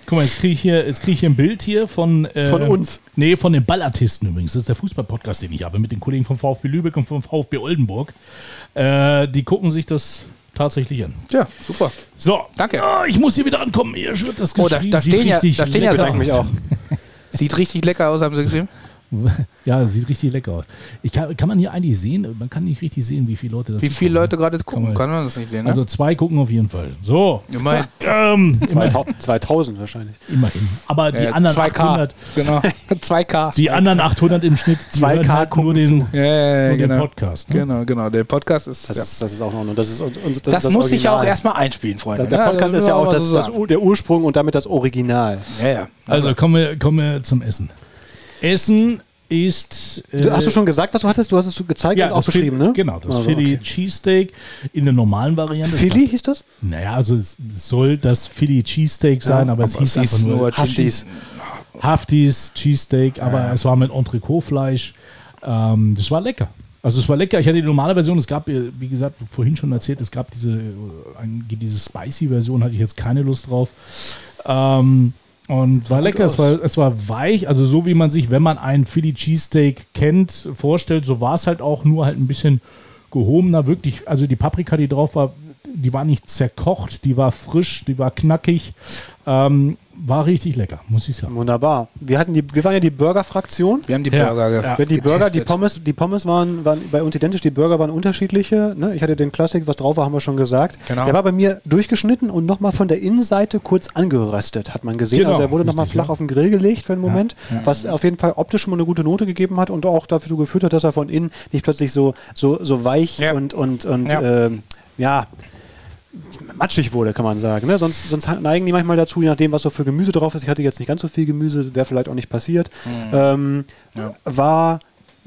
Speaker 2: Guck mal, jetzt kriege ich, hier- jetzt krieg ich hier ein Bild hier von. äh,
Speaker 4: Von uns.
Speaker 2: Nee, von den Ballartisten übrigens. Das ist der Fußball-Podcast, den ich habe, mit den Kollegen vom VfB Lübeck und vom VfB Oldenburg. Äh, die gucken sich das tatsächlich an.
Speaker 3: Ja, super.
Speaker 2: So.
Speaker 3: Danke.
Speaker 2: Ah, ich muss hier wieder ankommen. Hier wird das
Speaker 3: Oh, da-
Speaker 2: geschrieben.
Speaker 3: da
Speaker 2: Sieht
Speaker 3: stehen ja-
Speaker 2: richtig
Speaker 3: da stehen ja
Speaker 2: lecker
Speaker 3: Sachen.
Speaker 2: aus.
Speaker 3: Mich auch. Sieht richtig lecker aus, haben sie gesehen.
Speaker 2: Ja, sieht richtig lecker aus. Ich kann, kann man hier eigentlich sehen? Man kann nicht richtig sehen, wie viele Leute das
Speaker 3: Wie viele Leute gerade
Speaker 2: Kann
Speaker 3: gucken,
Speaker 2: man-
Speaker 3: kann man das nicht sehen. Ne?
Speaker 2: Also zwei gucken auf jeden Fall. So.
Speaker 3: Immerhin.
Speaker 2: Ähm,
Speaker 4: 2000, 2000 wahrscheinlich.
Speaker 2: immerhin. Aber die
Speaker 3: Äh,
Speaker 2: anderen
Speaker 3: 2K.
Speaker 2: 800,
Speaker 3: (laughs) Genau. 2K.
Speaker 2: die anderen 800 im Schnitt, die
Speaker 4: 2K
Speaker 2: hören halt nur
Speaker 4: gucken
Speaker 2: den,
Speaker 4: zu.
Speaker 2: nur
Speaker 3: Ja, ja, ja,
Speaker 2: den
Speaker 3: genau.
Speaker 2: Podcast. Ne?
Speaker 3: genau, genau. Der Podcast ist.
Speaker 4: Das,
Speaker 3: ja.
Speaker 4: ist, das ist auch noch. und Das, ist, und, und
Speaker 3: das,
Speaker 4: ist
Speaker 3: muss ich ja auch
Speaker 4: Original.
Speaker 3: erstmal einspielen, Freunde.
Speaker 4: Der, der
Speaker 3: ne?
Speaker 4: Podcast
Speaker 3: Also,
Speaker 4: ist ja
Speaker 3: müssen
Speaker 4: auch
Speaker 3: wir
Speaker 4: das,
Speaker 3: mal so
Speaker 4: das,
Speaker 3: sagen.
Speaker 4: Ur- der Ursprung und damit das Original.
Speaker 3: Ja, ja.
Speaker 2: Also kommen wir, kommen wir zum Essen. Essen ist. äh,
Speaker 4: hast du schon gesagt, was du hattest? Du hast es so gezeigt und auch
Speaker 2: das
Speaker 4: beschrieben,
Speaker 2: Philly-
Speaker 4: ne?
Speaker 2: Genau, das
Speaker 4: Also,
Speaker 2: Philly
Speaker 4: okay.
Speaker 2: Cheesesteak in der normalen Variante.
Speaker 4: Philly hieß das?
Speaker 2: Naja, also es soll das Philly Cheesesteak sein, aber es hieß
Speaker 3: Es
Speaker 2: einfach
Speaker 3: ist
Speaker 2: nur
Speaker 3: nur
Speaker 4: Hashis.
Speaker 3: Hashis.
Speaker 2: Haftis, Cheesesteak, aber es war mit Entrecotfleisch. Ähm, das war lecker. Also es war lecker. Ich hatte die normale Version. Es gab, äh, wie gesagt, vorhin schon erzählt, es gab diese, äh, ein- diese Spicy-Version, hatte ich jetzt keine Lust drauf. Ähm, und war lecker, es war, es war weich, also so wie man sich, wenn man einen Philly Cheesesteak kennt, vorstellt, so war es halt auch, nur halt ein bisschen gehobener, wirklich, also die Paprika, die drauf war, die war nicht zerkocht, die war frisch, die war knackig, ähm, war richtig lecker, muss ich sagen.
Speaker 4: Wunderbar. Wir, hatten die, wir waren ja die Burger-Fraktion.
Speaker 3: Wir haben die
Speaker 2: Ja.
Speaker 3: Burger ge-
Speaker 2: Ja.
Speaker 4: Wir hatten die Burger, die
Speaker 3: getestet.
Speaker 4: Pommes, die Pommes waren, waren bei uns identisch, die Burger waren unterschiedliche. Ne? Ich hatte den Classic, was drauf war, haben wir schon gesagt.
Speaker 3: Genau.
Speaker 4: Der war bei mir durchgeschnitten und nochmal von der Innenseite kurz angeröstet, hat man gesehen.
Speaker 2: Genau.
Speaker 4: Also er wurde nochmal
Speaker 2: Richtig,
Speaker 4: flach
Speaker 2: ja.
Speaker 4: auf den Grill gelegt für einen Moment, was auf jeden Fall optisch schon mal eine gute Note gegeben hat und auch dafür geführt hat, dass er von innen nicht plötzlich so, so, so weich
Speaker 3: Ja.
Speaker 4: und, und, und
Speaker 3: Ja.
Speaker 4: ähm, ja matschig wurde, kann man sagen. Ne? Sonst, sonst neigen die manchmal dazu, je nachdem, was so für Gemüse drauf ist. Ich hatte jetzt nicht ganz so viel Gemüse, wäre vielleicht auch nicht passiert.
Speaker 2: Hm.
Speaker 4: Ähm, War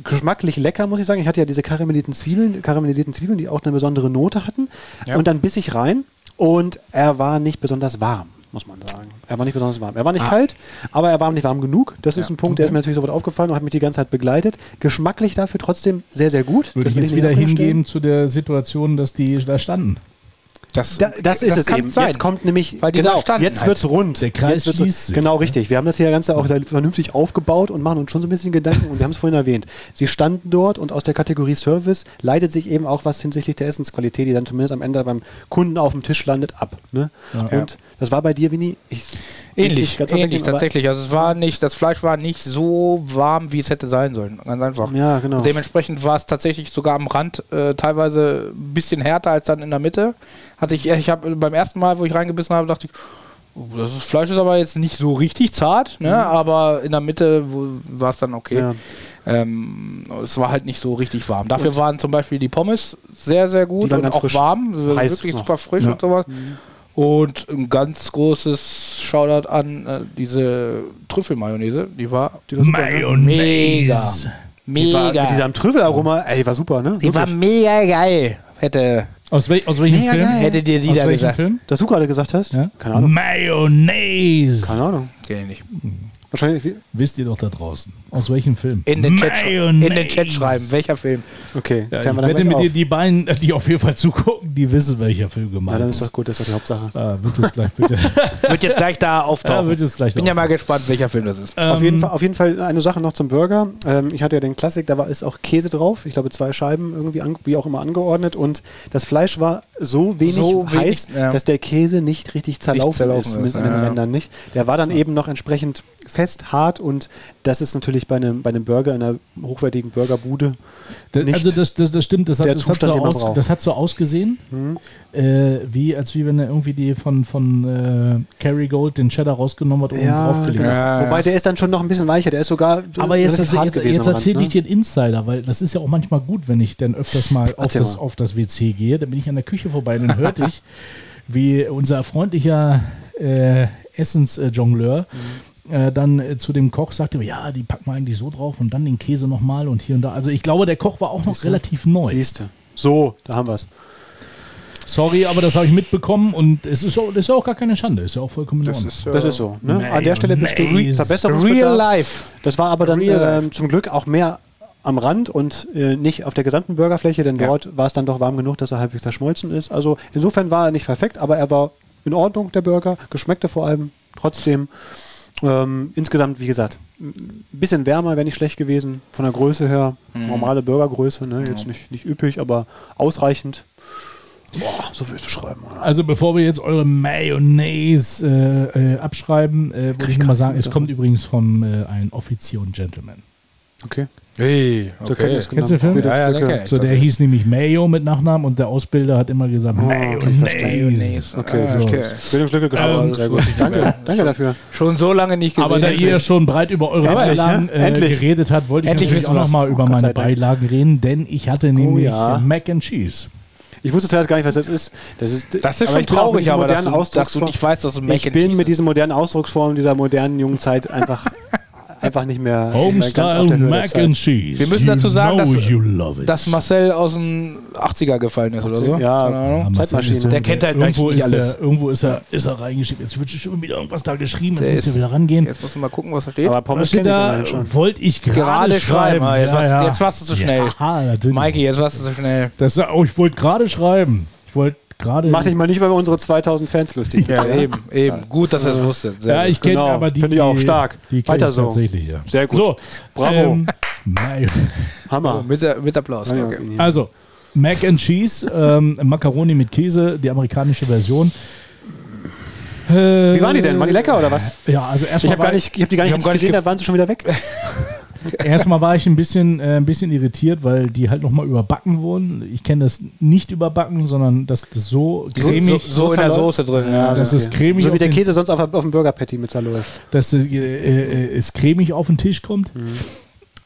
Speaker 4: geschmacklich lecker, muss ich sagen. Ich hatte ja diese karamellisierten Zwiebeln, karamellisierten Zwiebeln, die auch eine besondere Note hatten. Und dann biss ich rein und er war nicht besonders warm. Muss man sagen. Er war nicht besonders warm. Er war nicht
Speaker 2: Ah.
Speaker 4: kalt, aber er war nicht warm genug. Das ist ein Punkt, der ist mir natürlich sofort aufgefallen und hat mich die ganze Zeit begleitet. Geschmacklich dafür trotzdem sehr, sehr gut.
Speaker 2: Würde
Speaker 4: Das
Speaker 2: ich
Speaker 4: will
Speaker 2: jetzt
Speaker 4: nicht
Speaker 2: wieder
Speaker 4: abstellen.
Speaker 2: hingehen zu der Situation, dass die da standen.
Speaker 3: Das,
Speaker 4: Da, das ist es
Speaker 3: kann
Speaker 4: eben.
Speaker 3: Sein.
Speaker 4: Jetzt kommt nämlich,
Speaker 3: Weil die da
Speaker 4: genau,
Speaker 3: standen
Speaker 4: jetzt
Speaker 3: halt.
Speaker 4: wird's rund.
Speaker 2: Der Kreis
Speaker 4: jetzt wird's,
Speaker 2: schließt sich.
Speaker 4: Genau, richtig. Wir haben das hier Ganze auch da vernünftig aufgebaut und machen uns schon so ein bisschen Gedanken und wir haben es vorhin erwähnt. Sie standen dort und aus der Kategorie Service leitet sich eben auch was hinsichtlich der Essensqualität, die dann zumindest am Ende beim Kunden auf dem Tisch landet, ab. Ne? Und das war bei dir, Vini, ich,
Speaker 3: Ähnlich,
Speaker 4: ganz
Speaker 3: ähnlich
Speaker 4: abwinken, aber-
Speaker 3: tatsächlich. Also es war nicht, das Fleisch war nicht so warm, wie es hätte sein sollen. Ganz einfach.
Speaker 4: Ja, genau.
Speaker 3: Und dementsprechend war es tatsächlich sogar am Rand äh, teilweise ein bisschen härter als dann in der Mitte. Hatte ich, ich habe beim ersten Mal, wo ich reingebissen habe, dachte ich, oh, das ist- Fleisch ist aber jetzt nicht so richtig zart, ne? aber in der Mitte wo- war es dann okay.
Speaker 4: Mhm. Ja.
Speaker 3: Ähm, es war halt nicht so richtig warm. Dafür waren zum Beispiel die Pommes sehr, sehr gut
Speaker 4: Die waren
Speaker 3: und
Speaker 4: ganz
Speaker 3: auch
Speaker 4: frisch.
Speaker 3: warm,
Speaker 4: Heiß
Speaker 3: wirklich
Speaker 4: noch. Mhm.
Speaker 3: super frisch
Speaker 2: Ja.
Speaker 3: und sowas. Und ein ganz großes Shoutout an äh, diese Trüffelmayonnaise, die war mega.
Speaker 4: Die war,
Speaker 3: Mega.
Speaker 4: mit diesem Trüffelaroma, ey, die war super, ne?
Speaker 3: die war
Speaker 4: Wirklich.
Speaker 3: mega geil. Hätte,
Speaker 2: Aus, wel aus welchem
Speaker 3: Mega
Speaker 2: Film?
Speaker 3: geil. Hätte dir die
Speaker 2: aus
Speaker 3: da
Speaker 2: welchem
Speaker 3: gesagt.
Speaker 2: Film?
Speaker 4: das du gerade gesagt hast?
Speaker 2: Ja? Hm.
Speaker 4: Keine Ahnung.
Speaker 2: Mayonnaise.
Speaker 4: Keine Ahnung.
Speaker 3: kenn ich nicht.
Speaker 4: Wahrscheinlich, wie-
Speaker 2: Wisst ihr doch da draußen. Aus welchem Film?
Speaker 3: In den, Chat, schrei- in
Speaker 2: Mayonnaise.
Speaker 3: den Chat schreiben, welcher Film.
Speaker 4: okay.
Speaker 2: Ja, ich
Speaker 4: klären wir dann
Speaker 2: wette
Speaker 4: gleich
Speaker 2: mit
Speaker 4: auf.
Speaker 2: dir, die beiden, äh, die auf jeden Fall zugucken, die wissen, welcher Film
Speaker 4: ja,
Speaker 2: gemeint
Speaker 4: dann ist
Speaker 2: ist.
Speaker 4: das gut, das ist doch die Hauptsache.
Speaker 2: Ah, wird jetzt gleich bitte.
Speaker 3: Wird jetzt gleich da
Speaker 2: (laughs)
Speaker 3: auftauchen.
Speaker 2: Ja, wird jetzt gleich
Speaker 3: Bin ja mal gespannt, welcher Film das
Speaker 2: Ähm,
Speaker 3: ist.
Speaker 4: Auf jeden, Fall, auf jeden Fall eine Sache noch zum Burger. Ähm, ich hatte ja den Klassik, da war ist auch Käse drauf. Ich glaube zwei Scheiben irgendwie an, wie auch immer angeordnet und das Fleisch war so wenig
Speaker 3: So wenig,
Speaker 4: heiß,
Speaker 3: ja.
Speaker 4: dass der Käse nicht richtig zerlaufen,
Speaker 3: zerlaufen
Speaker 4: ist,
Speaker 3: ist,
Speaker 4: zumindest an den
Speaker 3: ja.
Speaker 4: Rändern nicht. Der war dann eben noch entsprechend fest, hart und das ist natürlich bei einem bei einem Burger in einer hochwertigen Burgerbude.
Speaker 2: Da-
Speaker 4: nicht
Speaker 2: also das, das, das stimmt, das hat,
Speaker 4: der
Speaker 2: das, hat so
Speaker 4: Zustand, den man
Speaker 2: aus,
Speaker 4: braucht. Mhm.
Speaker 2: das hat so ausgesehen, äh, wie als wie wenn er irgendwie die von, von äh, Kerrygold den Cheddar rausgenommen hat und oben draufgelegt hat.
Speaker 3: Ja, ja.
Speaker 4: Wobei der ist dann schon noch ein bisschen weicher. Der ist sogar
Speaker 2: Aber jetzt, jetzt,
Speaker 4: genau. relativ
Speaker 2: jetzt,
Speaker 4: gewesen
Speaker 2: jetzt
Speaker 4: am
Speaker 2: erzähle
Speaker 4: Rand, ne?
Speaker 2: ich dir einen Insider, weil das ist ja auch manchmal gut, wenn ich dann öfters mal auf
Speaker 4: Erzähl
Speaker 2: das,
Speaker 4: mal.
Speaker 2: auf das WC gehe. Dann bin ich an der Küche vorbei und dann
Speaker 4: (laughs)
Speaker 2: hörte ich, wie unser freundlicher äh, Essensjongleur
Speaker 4: Mhm.
Speaker 2: äh, dann äh, zu dem Koch sagte, ja, die packen wir eigentlich so drauf und dann den Käse nochmal und hier und da. Also ich glaube, der Koch war auch noch relativ neu.
Speaker 4: Ne? Siehst du. So, da haben wir es.
Speaker 2: Sorry, aber das habe ich mitbekommen und es ist, auch, das ist ja auch gar keine Schande, ist ja auch vollkommen in Ordnung.
Speaker 4: Das ist so. Ne? An der Stelle besteht
Speaker 2: Mayonnaise.
Speaker 4: Verbesserungsbedarf.
Speaker 3: äh, Real Life.
Speaker 4: Das war aber dann
Speaker 3: Real life.
Speaker 4: ähm, zum Glück auch mehr am Rand und äh, nicht auf der gesamten Burgerfläche, denn dort war es dann doch warm genug, dass er halbwegs zerschmolzen ist. Also insofern war er nicht perfekt, aber er war in Ordnung, der Burger, geschmeckte vor allem trotzdem. Ähm, insgesamt, wie gesagt, ein bisschen wärmer wäre nicht schlecht gewesen, von der Größe her, normale Burgergröße, ne? jetzt nicht, nicht üppig, aber ausreichend. Boah, so willst du schreiben. Oder?
Speaker 2: Also bevor wir jetzt eure Mayonnaise äh, äh, abschreiben, äh, würde ich nur mal sagen, es kommt übrigens von äh, einem Offizier und Gentleman.
Speaker 4: Genau. Okay.
Speaker 3: Hey,
Speaker 4: So können wir es
Speaker 2: Kennst du den
Speaker 4: genau-
Speaker 2: Film?
Speaker 3: Ja, ja, den kenn ich.
Speaker 2: So, der
Speaker 3: tatsächlich.
Speaker 2: hieß nämlich Mayo mit Nachnamen und der Ausbilder hat immer
Speaker 4: Ah,
Speaker 2: gesagt, Mayonnaise.
Speaker 3: Mayonnaise.
Speaker 4: Okay,
Speaker 3: Ah,
Speaker 4: so.
Speaker 3: okay.
Speaker 4: Bildungslücke geschaffen.
Speaker 2: Ähm,
Speaker 4: Sehr gut. Danke, danke dafür.
Speaker 3: Schon so lange nicht gesehen.
Speaker 2: Aber da ihr schon breit über eure
Speaker 4: Endlich,
Speaker 2: Beilagen
Speaker 4: ne?
Speaker 2: äh,
Speaker 4: Endlich.
Speaker 2: geredet habt, wollte ich
Speaker 3: Endlich
Speaker 2: natürlich auch
Speaker 3: wissen wir's.
Speaker 2: nochmal über
Speaker 4: Gott
Speaker 2: meine
Speaker 4: sei Dank. Oh
Speaker 2: Beilagen reden, denn ich hatte nämlich
Speaker 4: ja.
Speaker 2: Mac and Cheese.
Speaker 4: Ich wusste zuerst gar nicht, was das ist. Das ist,
Speaker 3: Das ist
Speaker 4: aber
Speaker 3: schon
Speaker 4: ich bin auch mit
Speaker 3: traurig,
Speaker 4: diesen
Speaker 3: aber dass
Speaker 4: modernen
Speaker 3: du, dass du
Speaker 4: Ausdrucksformen-
Speaker 3: nicht weißt, dass es Mac
Speaker 4: Ich
Speaker 3: and
Speaker 4: bin
Speaker 3: Cheese
Speaker 4: mit
Speaker 3: ist. (laughs)
Speaker 4: diesen modernen Ausdrucksformen dieser modernen jungen Zeit einfach einfach nicht mehr, nicht mehr ganz auf
Speaker 2: Homestyle
Speaker 4: der Höhe der
Speaker 2: Mac
Speaker 4: Zeit.
Speaker 2: and Cheese.
Speaker 3: Wir müssen
Speaker 2: You
Speaker 3: dazu sagen,
Speaker 2: know
Speaker 3: dass-
Speaker 2: you love it.
Speaker 3: Dass Marcel aus den 80er gefallen ist oder so.
Speaker 4: Ja,
Speaker 3: Keine Ahnung.
Speaker 2: Ja, Marcel
Speaker 4: Zeitmaschine.
Speaker 2: ist so-
Speaker 3: Der kennt halt
Speaker 2: irgendwo
Speaker 3: nicht
Speaker 2: ist
Speaker 3: alles.
Speaker 2: Er, irgendwo ist er, ist er reingeschrieben. Jetzt wird schon wieder irgendwas da geschrieben. Jetzt
Speaker 5: Der
Speaker 2: muss ich
Speaker 5: ist-
Speaker 2: wieder rangehen.
Speaker 5: Jetzt muss ich mal gucken, was da steht.
Speaker 4: Aber
Speaker 2: Was
Speaker 4: Pommes
Speaker 2: steht
Speaker 4: kennt ich
Speaker 2: da?
Speaker 4: immerhin schon.
Speaker 2: Wollte ich gerade
Speaker 3: Gerade schreiben.
Speaker 2: schreiben.
Speaker 3: Ah, Jetzt,
Speaker 2: Ja,
Speaker 3: warst,
Speaker 2: ja. Ah,
Speaker 3: jetzt warst du zu schnell.
Speaker 2: Ja, natürlich.
Speaker 3: Mikey, jetzt warst du zu schnell.
Speaker 2: Das, oh, ich wollte gerade schreiben. Ich wollte gerade.
Speaker 4: Mach dich mal nicht über unsere 2000 Fans lustig.
Speaker 3: Ja, eben, eben. Gut, dass er es wusste. Sehr
Speaker 2: ja,
Speaker 3: gut.
Speaker 2: ich kenne
Speaker 4: Genau.
Speaker 2: aber die.
Speaker 4: Finde ich auch
Speaker 2: die-
Speaker 4: stark.
Speaker 2: Die kenn
Speaker 4: Weiter
Speaker 2: ich
Speaker 4: so.
Speaker 2: Tatsächlich, ja.
Speaker 4: Sehr gut.
Speaker 2: So,
Speaker 4: Bravo.
Speaker 2: Ähm, nein.
Speaker 3: oh,
Speaker 4: Hammer.
Speaker 3: mit, mit Applaus.
Speaker 4: Ja,
Speaker 3: Okay.
Speaker 4: ja.
Speaker 2: also, Mac and Cheese, ähm, Macaroni mit Käse, die amerikanische Version.
Speaker 4: Wie waren die denn? Waren die lecker oder was?
Speaker 2: Ja, also
Speaker 4: Ich
Speaker 2: erstmal.
Speaker 4: habe gar
Speaker 2: war-
Speaker 4: nicht, ich hab die gar
Speaker 3: Ich
Speaker 4: nicht
Speaker 3: hab gar nicht
Speaker 4: gesehen,
Speaker 3: gef-
Speaker 4: da waren sie schon wieder weg.
Speaker 2: Erstmal war ich ein bisschen, äh, ein bisschen irritiert, weil die halt nochmal überbacken wurden. Ich kenne das nicht überbacken, sondern dass das so
Speaker 3: So,
Speaker 2: cremig,
Speaker 3: so, so in der Soße drin. Ja,
Speaker 2: das
Speaker 3: ja.
Speaker 2: ist cremig,
Speaker 4: So
Speaker 2: auf
Speaker 4: wie der
Speaker 2: den-
Speaker 4: Käse sonst auf, auf dem Burger Patty mit Salome.
Speaker 2: dass äh, äh, es cremig auf den Tisch kommt.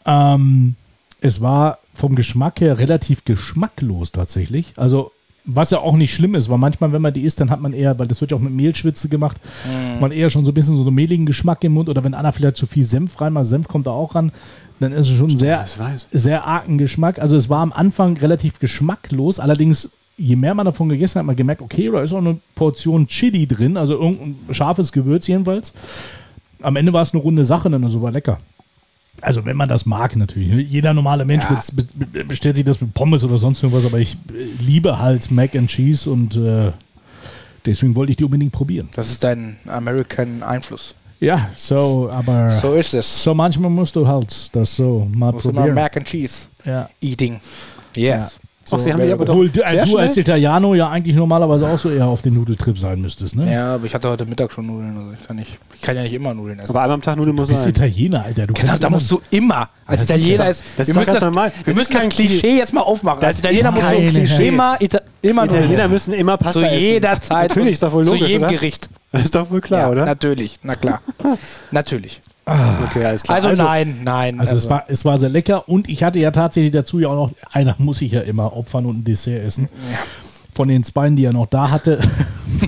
Speaker 2: Ähm, es war vom Geschmack her relativ geschmacklos tatsächlich. Also was ja auch nicht schlimm ist, weil manchmal, wenn man die isst, dann hat man eher, weil das wird ja auch mit Mehlschwitze gemacht, man eher schon so ein bisschen so einen mehligen Geschmack im Mund oder wenn einer vielleicht zu viel Senf reinmacht, Senf kommt da auch ran, dann ist es schon sehr,
Speaker 4: weiß.
Speaker 2: sehr argen Geschmack. Also es war am Anfang relativ geschmacklos, allerdings je mehr man davon gegessen hat, hat man gemerkt, okay, da ist auch eine Portion Chili drin, also irgendein scharfes Gewürz jedenfalls. Am Ende war es eine runde Sache, dann so war lecker. Also wenn man das mag natürlich. Jeder normale Mensch bez- be- be- bestellt sich das mit Pommes oder sonst irgendwas, aber ich äh, liebe halt Mac and Cheese und äh, deswegen wollte ich die unbedingt probieren.
Speaker 3: Das ist dein American Einfluss.
Speaker 2: Ja, so, aber so,
Speaker 3: So ist es.
Speaker 2: manchmal musst du halt das so mal
Speaker 3: Muss immer
Speaker 2: probieren.
Speaker 3: Mac and Cheese
Speaker 2: ja.
Speaker 3: eating. Yes.
Speaker 4: Ach, sie haben
Speaker 3: very
Speaker 4: die aber
Speaker 3: good.
Speaker 4: doch
Speaker 2: Obwohl du, äh,
Speaker 4: sehr
Speaker 2: du als
Speaker 4: schnell-
Speaker 2: Italiano ja eigentlich normalerweise auch so eher auf den Nudeltrip sein müsstest, ne?
Speaker 3: Ja, aber ich hatte heute Mittag schon Nudeln. Also ich kann nicht, ich kann ja nicht immer Nudeln essen.
Speaker 4: Aber einmal am Tag Nudeln muss
Speaker 2: Du bist
Speaker 4: sein.
Speaker 2: Italiener, Alter. Du
Speaker 3: Genau,
Speaker 2: kannst
Speaker 3: da
Speaker 2: immer- Also
Speaker 3: musst du immer. Als
Speaker 2: Das ist
Speaker 3: Italiener
Speaker 2: doch-
Speaker 3: ist.
Speaker 4: das ist
Speaker 3: wir
Speaker 4: doch
Speaker 3: müssen
Speaker 4: ganz
Speaker 3: das, Wir
Speaker 4: normal. Das
Speaker 3: müssen
Speaker 4: ist
Speaker 3: das
Speaker 4: kein
Speaker 3: Klischee,
Speaker 4: Klischee.
Speaker 3: jetzt mal aufmachen.
Speaker 4: Das
Speaker 3: Als Italiener
Speaker 4: ist
Speaker 3: muss so
Speaker 4: keine-
Speaker 3: immer, Ita immer Nudeln
Speaker 4: Italiener
Speaker 3: essen.
Speaker 4: müssen immer Pasta
Speaker 3: oh Zu
Speaker 4: essen. (laughs)
Speaker 3: jeder Zeit.
Speaker 4: Natürlich, ist doch wohl
Speaker 3: Zu
Speaker 4: logisch,
Speaker 3: jedem
Speaker 4: oder?
Speaker 3: Gericht.
Speaker 4: (laughs) Ist doch wohl klar,
Speaker 3: ja,
Speaker 4: oder?
Speaker 3: Natürlich,
Speaker 2: (laughs)
Speaker 3: na klar. natürlich.
Speaker 4: (laughs) Okay, alles
Speaker 3: Also, nein, nein.
Speaker 2: Also, es, war, es war sehr lecker und ich hatte ja tatsächlich dazu ja auch noch, einer muss ich ja immer opfern und ein Dessert essen. Von den Zweien, die er noch da
Speaker 3: (laughs)
Speaker 2: hatte, (laughs)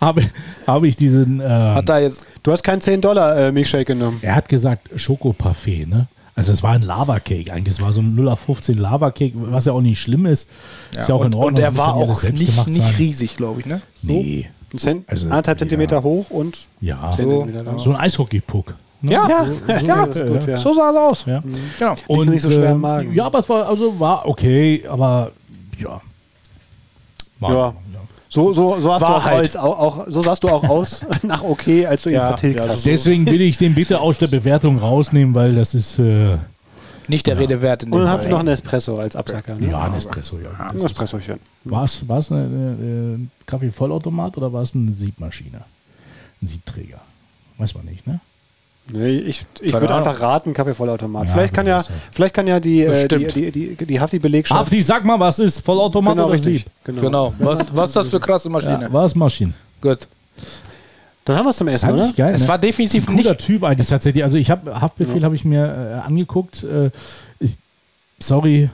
Speaker 2: habe habe ich diesen, äh,
Speaker 3: Hat da jetzt.
Speaker 4: Du hast keinen 10-Dollar-Milkshake genommen.
Speaker 2: er hat gesagt, Schokoparfait, ne? Also es war ein Lava-Cake eigentlich, es war so ein 0815 Lava-Cake, was ja auch nicht schlimm ist. Ist ja auch
Speaker 3: und,
Speaker 2: in Ordnung.
Speaker 3: Und er
Speaker 2: muss
Speaker 3: war
Speaker 2: ja alles
Speaker 3: auch
Speaker 2: selbst
Speaker 3: nicht,
Speaker 2: gemacht
Speaker 3: nicht
Speaker 2: sein.
Speaker 3: riesig, glaube ich, ne?
Speaker 2: Nee,
Speaker 4: Ein Zent
Speaker 2: Also, ja.
Speaker 4: anderthalb Zentimeter hoch und
Speaker 2: ja.
Speaker 3: So.
Speaker 4: Zentimeter lang.
Speaker 2: So ein Eishockey-Puck. ne?
Speaker 3: Ja, ja,
Speaker 4: das ist gut, ja.
Speaker 3: So sah es aus.
Speaker 2: Ja.
Speaker 3: Genau.
Speaker 2: Und
Speaker 4: nicht so schwer im
Speaker 2: ähm,
Speaker 4: Magen.
Speaker 2: Ja, aber es war also war okay, aber ja. War-
Speaker 4: Ja. So, so, so, hast du auch
Speaker 3: Wahrheit.
Speaker 4: als, auch, auch, so sahst du auch
Speaker 3: (laughs)
Speaker 4: aus (laughs) nach okay, als du ihn
Speaker 3: Ja,
Speaker 4: vertilgt
Speaker 3: ja,
Speaker 4: hast.
Speaker 2: Deswegen will ich den bitte aus der Bewertung rausnehmen, weil das ist äh,
Speaker 3: Nicht der Rede wert in
Speaker 4: Und
Speaker 3: dem
Speaker 4: dann hast du noch
Speaker 3: Fall.
Speaker 4: einen Espresso als Absacker. Ne?
Speaker 2: ja ein Espresso. Ja.
Speaker 4: Ein Espressochen.
Speaker 2: War es war es ein äh, Kaffeevollautomat oder war es eine Siebmaschine, ein Siebträger? Weiß man nicht, ne?
Speaker 4: Nee, ich ich
Speaker 3: Keine
Speaker 4: würde
Speaker 3: Ahnung.
Speaker 4: einfach raten, Kaffeevollautomat.
Speaker 2: Ja,
Speaker 4: vielleicht, kann ja,
Speaker 2: würde ich auch sagen.
Speaker 4: vielleicht kann ja die, äh, die,
Speaker 3: Bestimmt.
Speaker 4: die, die, die Hafti-Belegschaft.
Speaker 2: Hafti, sag mal, was ist Vollautomat oder
Speaker 4: richtig.
Speaker 2: Sieb?
Speaker 4: Genau.
Speaker 3: Genau. Was, was ist das für krasse Maschine?
Speaker 2: Ja, war es Maschine.
Speaker 3: Gut.
Speaker 4: Dann haben wir es zum Essen, oder?
Speaker 2: Eigentlich geil,
Speaker 3: Es
Speaker 2: ne?
Speaker 3: war
Speaker 2: Das ist
Speaker 3: definitiv
Speaker 2: ein cooler
Speaker 3: nicht.
Speaker 2: Typ eigentlich tatsächlich. Also ich habe Haftbefehl habe ich mir äh, angeguckt. Äh, ich, sorry,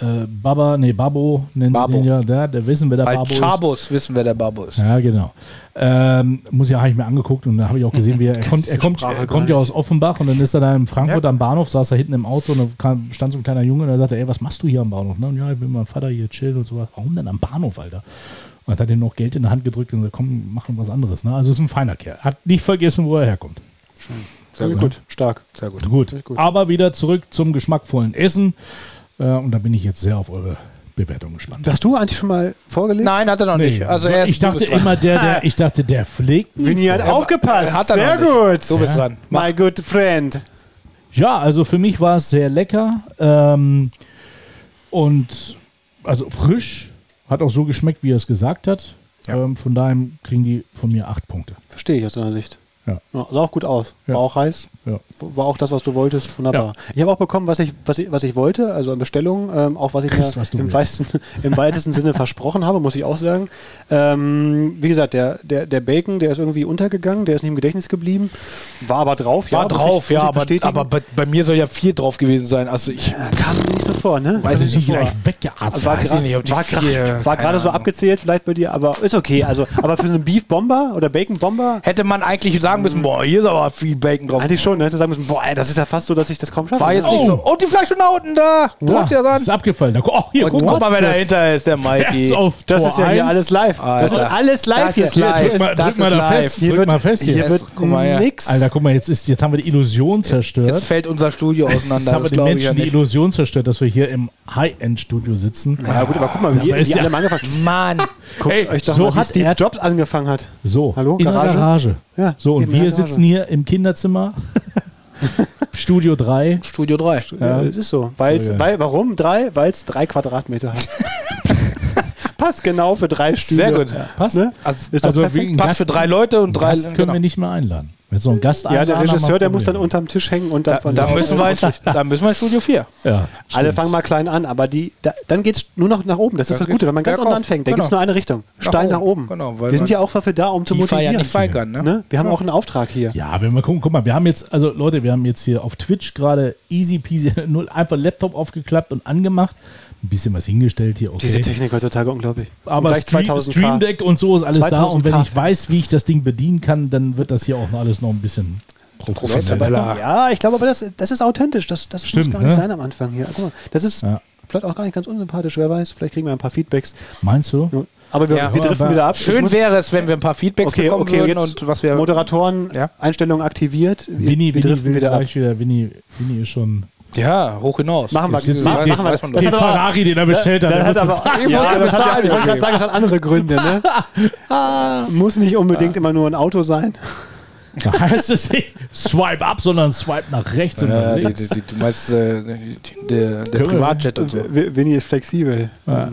Speaker 2: äh, Baba, nee, Babo nennen
Speaker 3: Babo.
Speaker 2: sie den ja. Der, der wissen wir, der
Speaker 3: Bei
Speaker 2: Babo
Speaker 3: Chabos wissen wir, der Babo ist.
Speaker 2: ist. Ja, genau. Ähm, muss ja, habe ich mir angeguckt und da habe ich auch gesehen, wie
Speaker 3: (laughs)
Speaker 2: er, er kommt, er kommt,
Speaker 4: Sprache
Speaker 2: er
Speaker 4: gar
Speaker 2: kommt ja aus Offenbach und dann ist er da in Frankfurt am Bahnhof, saß er hinten im Auto und dann kam, stand so ein kleiner Junge und dann sagte er, ey, was machst du hier am Bahnhof? Ne? Und ja, ich bin mit meinem Vater hier chillen und sowas. Warum denn am Bahnhof, Alter? Und dann hat er ihm noch Geld in die Hand gedrückt und gesagt, komm, mach was anderes. Ne? Also ist ein feiner Kerl. Hat nicht vergessen, wo er herkommt.
Speaker 4: Sehr gut, stark.
Speaker 3: Sehr gut.
Speaker 2: Gut. Aber wieder zurück zum geschmackvollen Essen. Äh, und da bin ich jetzt sehr auf eure Bewertung gespannt.
Speaker 4: Hast du eigentlich schon mal vorgelegt?
Speaker 3: Nein, hat er noch nicht. Also
Speaker 2: so,
Speaker 3: er ist,
Speaker 2: ich
Speaker 3: du
Speaker 2: dachte
Speaker 3: bist dran.
Speaker 2: immer, der, der, ich dachte, der pflegt.
Speaker 4: Vinny hat aufgepasst.
Speaker 3: Hat er
Speaker 4: Sehr
Speaker 3: noch
Speaker 4: gut.
Speaker 3: Du bist dran.
Speaker 4: My good friend.
Speaker 2: Ja, also für mich war es sehr lecker. Ähm, und also frisch. Hat auch so geschmeckt, wie er es gesagt hat. Ähm, von daher kriegen die von mir acht Punkte.
Speaker 4: Verstehe ich aus deiner Sicht.
Speaker 2: Ja.
Speaker 4: sah auch gut aus.
Speaker 2: Ja.
Speaker 4: War auch heiß.
Speaker 2: Ja.
Speaker 4: War auch das, was du wolltest. Wunderbar. Ich habe auch bekommen, was ich, was, ich, was ich wollte, also an Bestellung, ähm, auch was ich
Speaker 2: Kriegst,
Speaker 4: mir
Speaker 2: was du
Speaker 4: im,
Speaker 2: willst.
Speaker 4: weitesten, (laughs) im weitesten Sinne versprochen habe, muss ich auch sagen. Ähm, wie gesagt, der, der, der Bacon, der ist irgendwie untergegangen, der ist nicht im Gedächtnis geblieben. War aber drauf,
Speaker 3: War
Speaker 4: muss ich- muss
Speaker 3: drauf,
Speaker 4: ich
Speaker 3: ja, aber,
Speaker 4: bestätigen. Äh,
Speaker 3: aber bei, bei mir soll ja viel drauf gewesen sein. Also ich
Speaker 4: kam mir nicht so vor, ne?
Speaker 3: Weiß ich
Speaker 2: Also die
Speaker 3: nicht,
Speaker 2: gleich
Speaker 3: aber-
Speaker 2: weggeatmet.
Speaker 4: war
Speaker 3: weiß
Speaker 4: gra-
Speaker 3: ich nicht, ob die
Speaker 4: war gra-
Speaker 3: vier-
Speaker 4: war
Speaker 3: keine
Speaker 4: gerade so
Speaker 3: Ahnung.
Speaker 4: abgezählt vielleicht bei dir, aber ist okay. Also, aber für so einen Beef Bomber oder Bacon Bomber
Speaker 3: hätte man eigentlich sagen müssen, boah, hier ist aber viel Bacon drauf.
Speaker 4: Eigentlich schon, und hätte sagen müssen, boah, ey, das ist ja fast so, dass ich das kaum schaffe.
Speaker 3: War jetzt nicht so. Und die Flasche nach unten da.
Speaker 2: Da,
Speaker 3: Bleibt ja dran.
Speaker 2: ist abgefallen. Da, gu- oh, hier,
Speaker 3: Und guck mal, wer dahinter ist, der Mikey.
Speaker 2: Herz auf
Speaker 4: Das
Speaker 2: Tor
Speaker 4: ist ja hier
Speaker 2: eins.
Speaker 4: alles live. Ah, Das ist
Speaker 3: Alter.
Speaker 4: alles live
Speaker 3: Das
Speaker 4: jetzt.
Speaker 3: ist live.
Speaker 4: Hier,
Speaker 2: Drück mal,
Speaker 3: Das
Speaker 2: drück mal
Speaker 3: ist
Speaker 2: da
Speaker 3: live.
Speaker 2: fest.
Speaker 4: hier
Speaker 2: Drück mal
Speaker 4: wird,
Speaker 2: fest hier.
Speaker 4: hier
Speaker 3: Yes,
Speaker 4: wird
Speaker 3: guck mal her.
Speaker 4: nix.
Speaker 2: Alter, guck mal, jetzt, ist, jetzt haben wir die Illusion zerstört.
Speaker 3: Jetzt fällt unser Studio auseinander.
Speaker 2: Jetzt haben wir
Speaker 3: das
Speaker 2: den
Speaker 3: glaub ich
Speaker 2: Menschen
Speaker 3: ja
Speaker 2: die
Speaker 3: nicht.
Speaker 2: Illusion zerstört, dass wir hier im High-End-Studio sitzen.
Speaker 4: ja gut, aber guck mal, wie,
Speaker 2: Aber ist
Speaker 4: wie
Speaker 2: ja-
Speaker 4: alle mal angefangen
Speaker 3: Mann.
Speaker 4: Guckt
Speaker 2: Ey,
Speaker 4: euch doch
Speaker 2: so
Speaker 4: mal, wie
Speaker 2: hat
Speaker 4: Steve
Speaker 2: er-
Speaker 4: Jobs angefangen hat.
Speaker 2: So,
Speaker 4: Hallo,
Speaker 2: in
Speaker 4: Garage?
Speaker 2: der Garage.
Speaker 4: Ja,
Speaker 2: so,
Speaker 4: in
Speaker 2: und
Speaker 4: der
Speaker 2: wir
Speaker 4: Garage.
Speaker 2: sitzen hier im
Speaker 4: (laughs)
Speaker 2: Kinderzimmer, Studio 3.
Speaker 3: Studio 3.
Speaker 4: Ja, es ist so. Weil's,
Speaker 2: Voll geil.
Speaker 4: weil, warum drei? Weil es drei Quadratmeter (laughs) hat. Passt genau für drei Stühle.
Speaker 3: Sehr gut.
Speaker 2: Passt?
Speaker 4: Ne?
Speaker 3: Also,
Speaker 4: Ist doch
Speaker 2: Also
Speaker 4: perfekt.
Speaker 2: wegen
Speaker 3: passt
Speaker 2: Gast-
Speaker 3: für drei Leute und drei. genau.
Speaker 2: Gast können wir nicht mehr einladen. Wenn so ein Gast
Speaker 4: genau. Ja, der
Speaker 2: einladen, haben wir
Speaker 4: Regisseur, der muss dann
Speaker 2: Probleme.
Speaker 4: unterm Tisch hängen und dann
Speaker 3: Da,
Speaker 4: von
Speaker 3: da,
Speaker 4: da aus-
Speaker 3: müssen wir in, da müssen wir in Studio 4.
Speaker 2: Ja,
Speaker 4: Alle
Speaker 2: stimmt's.
Speaker 4: fangen mal klein an, aber die, da, dann geht es nur noch nach oben. Das ist
Speaker 3: Das
Speaker 4: das Gute,
Speaker 3: geht
Speaker 4: wenn man ganz
Speaker 3: bergauf.
Speaker 4: unten anfängt, dann
Speaker 3: Genau.
Speaker 4: gibt es nur eine Richtung. Steil nach oben.
Speaker 3: oben. Genau, weil
Speaker 4: wir
Speaker 3: man
Speaker 4: sind ja auch dafür da, um zu
Speaker 3: Tiefer ja
Speaker 4: motivieren.
Speaker 3: nicht feigern, ne?
Speaker 4: ne? Wir haben auch einen Auftrag hier.
Speaker 2: Ja, wenn wir gucken, guck mal, wir haben jetzt, also Leute, wir haben jetzt hier auf Twitch gerade easy peasy (laughs) null, einfach Laptop aufgeklappt und angemacht. Ein bisschen was hingestellt hier. Okay.
Speaker 4: Diese Technik heutzutage unglaublich.
Speaker 2: aber
Speaker 4: gleich
Speaker 2: Stream,
Speaker 4: 2000K.
Speaker 2: Stream Deck und so ist alles da.
Speaker 4: 2000K.
Speaker 2: Und wenn ich weiß, wie ich das Ding bedienen kann, dann wird das hier auch noch alles noch ein bisschen professioneller.
Speaker 4: Ja, ich glaube aber, das, das ist authentisch. Das, das
Speaker 2: Stimmt,
Speaker 4: muss gar nicht
Speaker 2: ne?
Speaker 4: sein am Anfang hier. Guck mal, das ist
Speaker 2: Ja.
Speaker 4: vielleicht auch gar nicht ganz unsympathisch, wer weiß. Vielleicht kriegen wir ein paar Feedbacks.
Speaker 2: Meinst du?
Speaker 4: Aber wir,
Speaker 3: Ja,
Speaker 4: wir
Speaker 2: aber
Speaker 4: driften wieder ab. Ich
Speaker 3: Schön
Speaker 4: muss-
Speaker 3: wäre es, wenn wir ein paar Feedbacks
Speaker 4: Okay,
Speaker 3: bekommen
Speaker 4: okay,
Speaker 3: würden
Speaker 4: jetzt
Speaker 3: und was wir.
Speaker 4: Moderatoren,
Speaker 3: Ja.
Speaker 4: Einstellungen aktiviert. Wir,
Speaker 2: Winnie, Winnie
Speaker 4: wir driften
Speaker 2: will
Speaker 4: wieder ab.
Speaker 2: gleich wieder. Winni, Winni ist schon.
Speaker 3: Ja, hoch hinaus.
Speaker 4: Machen wir,
Speaker 2: Jetzt
Speaker 4: ma-
Speaker 2: den-
Speaker 4: machen wir das.
Speaker 3: den
Speaker 4: Das
Speaker 2: Den
Speaker 4: hat aber-
Speaker 2: Ferrari, den er bestellt hat,
Speaker 4: Das
Speaker 2: der
Speaker 4: hat
Speaker 2: muss
Speaker 4: aber,
Speaker 2: bezahlen.
Speaker 4: ja,
Speaker 3: muss er
Speaker 4: das hat ja,
Speaker 3: bezahlen.
Speaker 4: ich wollte gerade sagen, das hat andere Gründe. Ne? Ah,
Speaker 2: (laughs)
Speaker 4: Muss nicht unbedingt immer nur ein Auto sein.
Speaker 2: (laughs) Da heißt es nicht Swipe up, sondern Swipe nach rechts und nach
Speaker 3: Äh, die,
Speaker 2: links.
Speaker 3: die, die, du meinst äh, die- der, der
Speaker 2: Können wir-
Speaker 3: Privatjet und so.
Speaker 4: W- Winnie ist flexibel.
Speaker 2: Ja.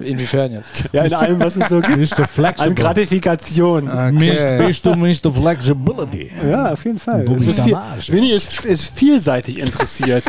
Speaker 3: Inwiefern jetzt?
Speaker 4: Ja, in allem,
Speaker 2: (laughs)
Speaker 4: was es so gibt.
Speaker 2: Bist du
Speaker 4: An
Speaker 2: flexible?
Speaker 4: Gratifikation.
Speaker 2: Bist- Bist du Mr. Flexibility?
Speaker 4: Ja, auf jeden Fall.
Speaker 2: Ein
Speaker 4: Es ist
Speaker 2: dummer
Speaker 4: viel,
Speaker 2: Arsch, ey.
Speaker 4: Winnie ist, ist
Speaker 2: (laughs)
Speaker 4: vielseitig interessiert.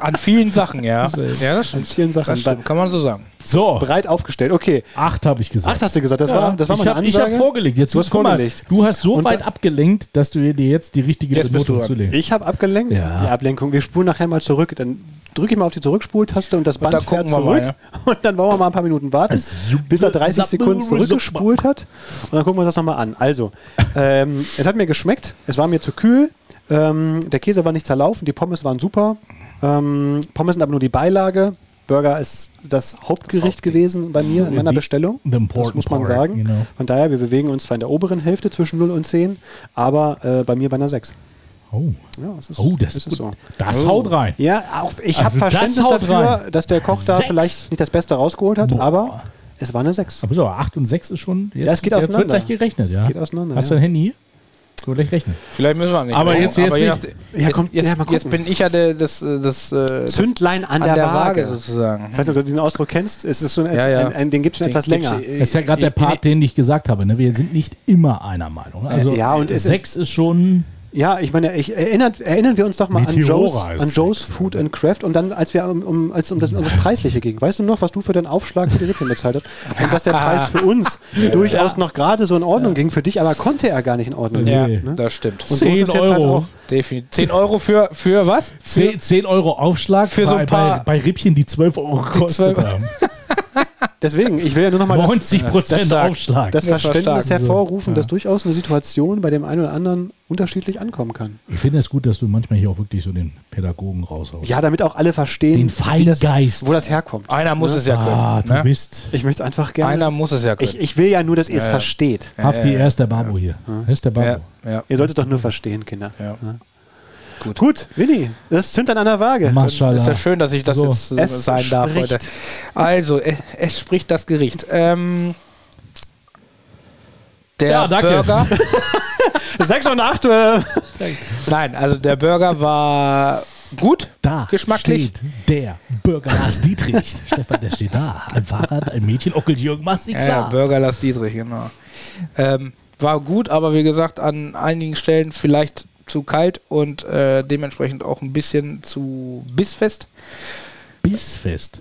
Speaker 3: An vielen Sachen, ja. Ja, das stimmt.
Speaker 4: An vielen Sachen.
Speaker 3: Das stimmt, kann man so sagen.
Speaker 2: So,
Speaker 4: Breit aufgestellt. Okay.
Speaker 2: acht habe ich gesagt.
Speaker 4: Acht hast du gesagt, das war, das war
Speaker 2: ich
Speaker 4: meine
Speaker 2: habe
Speaker 4: Ansage.
Speaker 2: hab vorgelegt. Jetzt
Speaker 4: Du hast
Speaker 2: guck mal,
Speaker 4: vorgelegt.
Speaker 2: du hast so
Speaker 4: Und
Speaker 2: weit
Speaker 4: da-
Speaker 2: abgelenkt, dass du dir jetzt die richtige
Speaker 3: Jetzt bist du
Speaker 2: Note
Speaker 3: dran.
Speaker 2: zulegst.
Speaker 4: Ich habe abgelenkt,
Speaker 2: Ja.
Speaker 4: die Ablenkung. Wir spulen nachher mal zurück. Dann drücke ich mal auf die Zurückspultaste und das Band
Speaker 3: da
Speaker 4: fährt
Speaker 3: gucken wir
Speaker 4: zurück.
Speaker 3: mal,
Speaker 4: (laughs) Und dann wollen wir mal ein paar Minuten
Speaker 2: Äh,
Speaker 4: warten, bis er 30 Sekunden zurückgespult hat. Und dann gucken wir uns das nochmal an.
Speaker 2: (laughs)
Speaker 4: Also, ähm, es hat mir geschmeckt. Es war mir zu kühl. Ähm, der Käse war nicht zerlaufen. Die Pommes waren super. Ähm, Pommes sind aber nur die Beilage. Burger ist das Hauptgericht gewesen bei mir in meiner
Speaker 2: The-
Speaker 4: Bestellung.
Speaker 2: the important
Speaker 4: Das muss man
Speaker 2: part,
Speaker 4: sagen.
Speaker 2: you know.
Speaker 4: Von daher, wir bewegen uns zwar in der oberen Hälfte zwischen 0 und 10, aber äh, bei mir bei einer 6.
Speaker 2: Oh.
Speaker 4: Ja, es ist,
Speaker 2: oh, das,
Speaker 4: es
Speaker 2: ist
Speaker 4: ist so.
Speaker 2: das haut rein.
Speaker 4: Ja, auch ich
Speaker 2: Also
Speaker 4: habe
Speaker 2: das
Speaker 4: Verständnis
Speaker 2: haut
Speaker 4: dafür,
Speaker 2: rein.
Speaker 4: dass der Koch da
Speaker 2: Sechs.
Speaker 4: vielleicht nicht das Beste rausgeholt hat,
Speaker 2: Boah.
Speaker 4: aber es war eine 6.
Speaker 2: Aber so, 8 und 6 ist schon. Jetzt,
Speaker 4: Ja, es geht
Speaker 2: jetzt
Speaker 4: auseinander.
Speaker 2: wird gleich gerechnet, ja.
Speaker 4: geht auseinander,
Speaker 2: Hast
Speaker 4: ja.
Speaker 2: du ein Handy? Können wir gleich rechnen.
Speaker 3: Vielleicht müssen wir nicht.
Speaker 2: Aber jetzt- jetzt
Speaker 3: je
Speaker 2: bin
Speaker 3: nach,
Speaker 2: ich-
Speaker 4: Ja, komm,
Speaker 3: jetzt,
Speaker 4: ja, mal gucken.
Speaker 3: jetzt bin ich ja der, das, äh, das, äh, das
Speaker 4: Zündlein an,
Speaker 3: an der Waage sozusagen.
Speaker 4: Ich weiß nicht, ob du diesen Ausdruck kennst. Es ist so ein,
Speaker 3: Ja, ja.
Speaker 4: Ein, ein, den gibt es schon
Speaker 3: Den
Speaker 4: etwas
Speaker 3: gibt's,
Speaker 4: länger.
Speaker 3: äh,
Speaker 2: Das ist ja gerade der
Speaker 3: in-
Speaker 2: Part, den ich gesagt habe. Ne? Wir sind nicht immer einer Meinung. Also
Speaker 4: ja, und es-
Speaker 2: 6 ist schon.
Speaker 4: Ja, ich meine, ich erinnert, erinnern wir uns doch mal an Joe's,
Speaker 2: Meteora ist
Speaker 4: an Joe's Food and Craft und dann, als wir um, um, als um, das, um das Preisliche ging. Weißt du noch, was du für den Aufschlag für die Rippen bezahlt hast? Und dass der Preis für uns durchaus noch gerade so in Ordnung ging, für dich aber konnte er gar nicht in Ordnung
Speaker 3: Ja,
Speaker 4: gehen.
Speaker 2: Nee.
Speaker 3: das stimmt.
Speaker 4: Und so ist
Speaker 2: 10
Speaker 4: es jetzt halt
Speaker 2: Euro.
Speaker 4: auch.
Speaker 3: Definitiv. 10 Euro für, für was?
Speaker 2: 10, Euro Aufschlag
Speaker 3: Für
Speaker 2: bei,
Speaker 3: so ein paar-
Speaker 2: bei, bei Rippchen, die 12 Euro gekostet
Speaker 3: 12
Speaker 2: haben.
Speaker 4: Deswegen, ich will ja nur noch mal das-
Speaker 2: 90
Speaker 3: das
Speaker 2: Prozent
Speaker 3: stark.
Speaker 2: Aufschlag.
Speaker 4: das,
Speaker 3: Das war
Speaker 4: Verständnis
Speaker 3: stark.
Speaker 4: hervorrufen,
Speaker 2: Ja.
Speaker 4: dass durchaus eine Situation bei dem einen oder anderen unterschiedlich ankommen kann.
Speaker 2: ich finde es gut, dass du manchmal hier auch wirklich so den Pädagogen raushaust.
Speaker 4: Ja, damit auch alle verstehen,
Speaker 2: Den
Speaker 4: wie das,
Speaker 2: Feingeist.
Speaker 4: wo das herkommt.
Speaker 3: Einer muss es ja können.
Speaker 2: ah, du
Speaker 3: ne?
Speaker 2: bist.
Speaker 4: Ich möchte einfach
Speaker 3: Einer
Speaker 4: gerne.
Speaker 3: muss es ja können.
Speaker 4: Ich, ich will ja nur, dass ihr es
Speaker 3: Ja, ja.
Speaker 4: versteht.
Speaker 2: Hafti, er ist der Babo hier. Er ist der Babo.
Speaker 3: ja, ja.
Speaker 4: Ihr solltet doch nur verstehen, Kinder.
Speaker 3: Ja.
Speaker 4: Gut. Gut, Willi, das zünd an einer Waage.
Speaker 2: Maschallah.
Speaker 3: Ist ja schön, dass ich das
Speaker 2: So.
Speaker 3: jetzt äh,
Speaker 4: Es
Speaker 3: sein darf
Speaker 4: spricht.
Speaker 3: heute. Also, äh, es spricht das Gericht. Ähm, der
Speaker 2: Ja, danke.
Speaker 3: Burger.
Speaker 2: (laughs)
Speaker 4: 6 und 8. Äh, (laughs)
Speaker 3: Nein, also der Burger war gut.
Speaker 2: Da
Speaker 3: Geschmacklich.
Speaker 2: steht der Bürger Lars Dietrich. (laughs) Stefan, der steht da. Ein Fahrrad, ein Mädchen, Onkel Jürgen, mach's nicht
Speaker 3: Ja, ja,
Speaker 2: klar.
Speaker 3: Burger Lars Dietrich, genau. Ähm, war gut, aber wie gesagt, an einigen Stellen vielleicht zu kalt und äh, dementsprechend auch ein bisschen zu bissfest.
Speaker 2: Bissfest.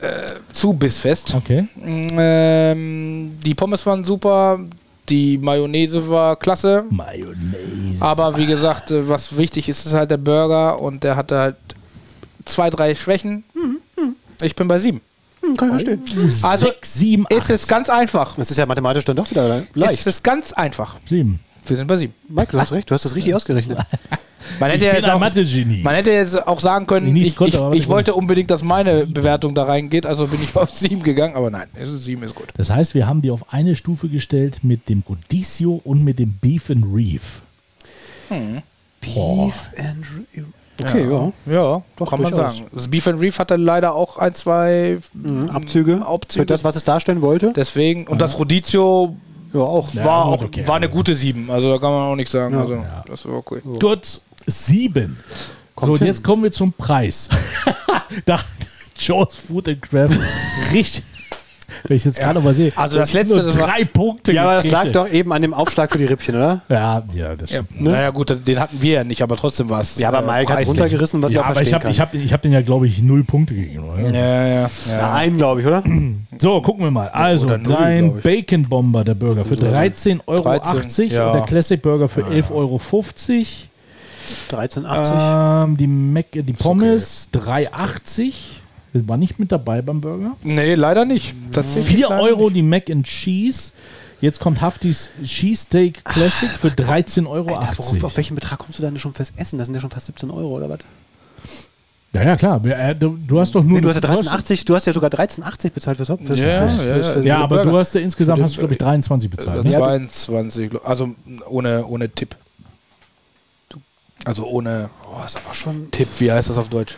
Speaker 3: Zu bissfest.
Speaker 2: Okay.
Speaker 3: Ähm, die Pommes waren super, die Mayonnaise war klasse.
Speaker 2: Mayonnaise.
Speaker 3: Aber wie gesagt, äh, was wichtig ist, ist halt der Burger und der hatte halt zwei, drei Schwächen. Ich bin bei sieben.
Speaker 4: kann ich verstehen.
Speaker 3: also,
Speaker 2: Sechs, sieben,
Speaker 3: Es ist ganz einfach.
Speaker 4: Das ist ja mathematisch dann doch wieder
Speaker 3: Es
Speaker 4: leicht.
Speaker 3: ist ganz einfach.
Speaker 2: sieben.
Speaker 3: Wir sind bei sieben.
Speaker 4: Mike, du hast recht, du hast das richtig ausgerechnet.
Speaker 3: Man hätte,
Speaker 2: Ich
Speaker 3: ja
Speaker 2: bin
Speaker 3: jetzt
Speaker 2: ein
Speaker 3: auch,
Speaker 2: Mathe-Genie.
Speaker 3: man hätte jetzt auch sagen können,
Speaker 2: Nichts
Speaker 3: ich,
Speaker 2: konnte,
Speaker 3: ich,
Speaker 2: aber
Speaker 3: ich
Speaker 2: Mathe-
Speaker 3: wollte unbedingt, dass meine Bewertung da reingeht, also bin ich (laughs) auf 7 gegangen, aber nein, 7 ist gut.
Speaker 2: Das heißt, wir haben die auf eine Stufe gestellt mit dem Codiccio und mit dem Beef and Reef. Boah.
Speaker 4: Beef and Re- Okay, ja.
Speaker 3: Ja,
Speaker 4: Doch,
Speaker 3: kann man
Speaker 4: durchaus.
Speaker 3: sagen. Das Beef and Reef hatte leider auch ein, zwei
Speaker 4: Mhm, Abzüge.
Speaker 3: Abzüge.
Speaker 4: Für das, was es darstellen wollte.
Speaker 3: Deswegen, und das Rodizio
Speaker 4: Ja, auch.
Speaker 2: Ja,
Speaker 3: war
Speaker 2: gut,
Speaker 3: auch
Speaker 2: okay,
Speaker 3: war eine
Speaker 2: das-
Speaker 3: gute 7, also da kann man auch nichts sagen. also,
Speaker 2: Ja.
Speaker 3: Das war cool.
Speaker 2: Gut, sieben. so, und
Speaker 4: hin.
Speaker 2: jetzt kommen wir zum Preis. (laughs) da Jaws Food and Craft richtig. Wenn ich jetzt gerade mal sehe.
Speaker 3: Also das
Speaker 2: ich hab nur
Speaker 3: letzte, das war-
Speaker 2: drei Punkte.
Speaker 4: Ja, aber das
Speaker 2: gekriegt.
Speaker 4: lag doch eben an dem Aufschlag für die Rippchen, oder?
Speaker 2: Ja, ja, das
Speaker 3: Ja,
Speaker 2: stimmt.
Speaker 3: Naja gut, den hatten wir ja nicht, Ne? aber trotzdem äh, war es.
Speaker 4: Ja, aber Mike hat
Speaker 3: preislich.
Speaker 4: runtergerissen, was
Speaker 2: Ja, aber
Speaker 4: man
Speaker 2: ich
Speaker 4: verstehen
Speaker 2: habe
Speaker 4: kann.
Speaker 2: ich hab, ich hab den ja, glaube ich, null Punkte gegeben. Oder?
Speaker 3: Ja, ja, ja.
Speaker 4: Ja, einen, glaube ich, oder?
Speaker 2: Äh, So, gucken wir mal. Also,
Speaker 3: oder null, glaub
Speaker 2: dein
Speaker 3: ich.
Speaker 2: Bacon Bomber, der Burger, für 13,80 Euro
Speaker 3: 13, ja. Ah,
Speaker 2: und der Classic Burger für 11,50 Euro.
Speaker 4: 13,80.
Speaker 2: Ähm, die, Mac, die Pommes 3,80. Das War nicht mit dabei beim Burger.
Speaker 3: Nee, leider nicht. Tatsächlich
Speaker 2: 4
Speaker 3: leider
Speaker 2: Euro
Speaker 3: nicht.
Speaker 2: die Mac and Cheese. Jetzt kommt Haftis Cheesesteak Classic
Speaker 3: Ah,
Speaker 2: für 13,80 Euro.
Speaker 4: Worauf, auf welchen Betrag kommst du denn schon fürs Essen? Das sind ja schon fast 17 Euro, oder was?
Speaker 2: Ja, ja, klar. Wir, äh, Du du hast doch nur.
Speaker 4: Nee, du hast ja 13,80, du hast ja sogar 13,80 bezahlt fürs Hop. Fürs,
Speaker 3: Ja,
Speaker 4: fürs,
Speaker 3: ja,
Speaker 4: fürs,
Speaker 3: ja.
Speaker 4: fürs,
Speaker 2: Ja, aber
Speaker 3: Burger.
Speaker 2: du hast ja insgesamt,
Speaker 3: Für den Äh,
Speaker 2: hast du, glaube ich, 23 bezahlt. Ne?
Speaker 3: 22, glaub- also ohne, ohne Tipp. Also ohne
Speaker 4: Boah, ist aber schon.
Speaker 3: Tipp, wie heißt das auf Deutsch?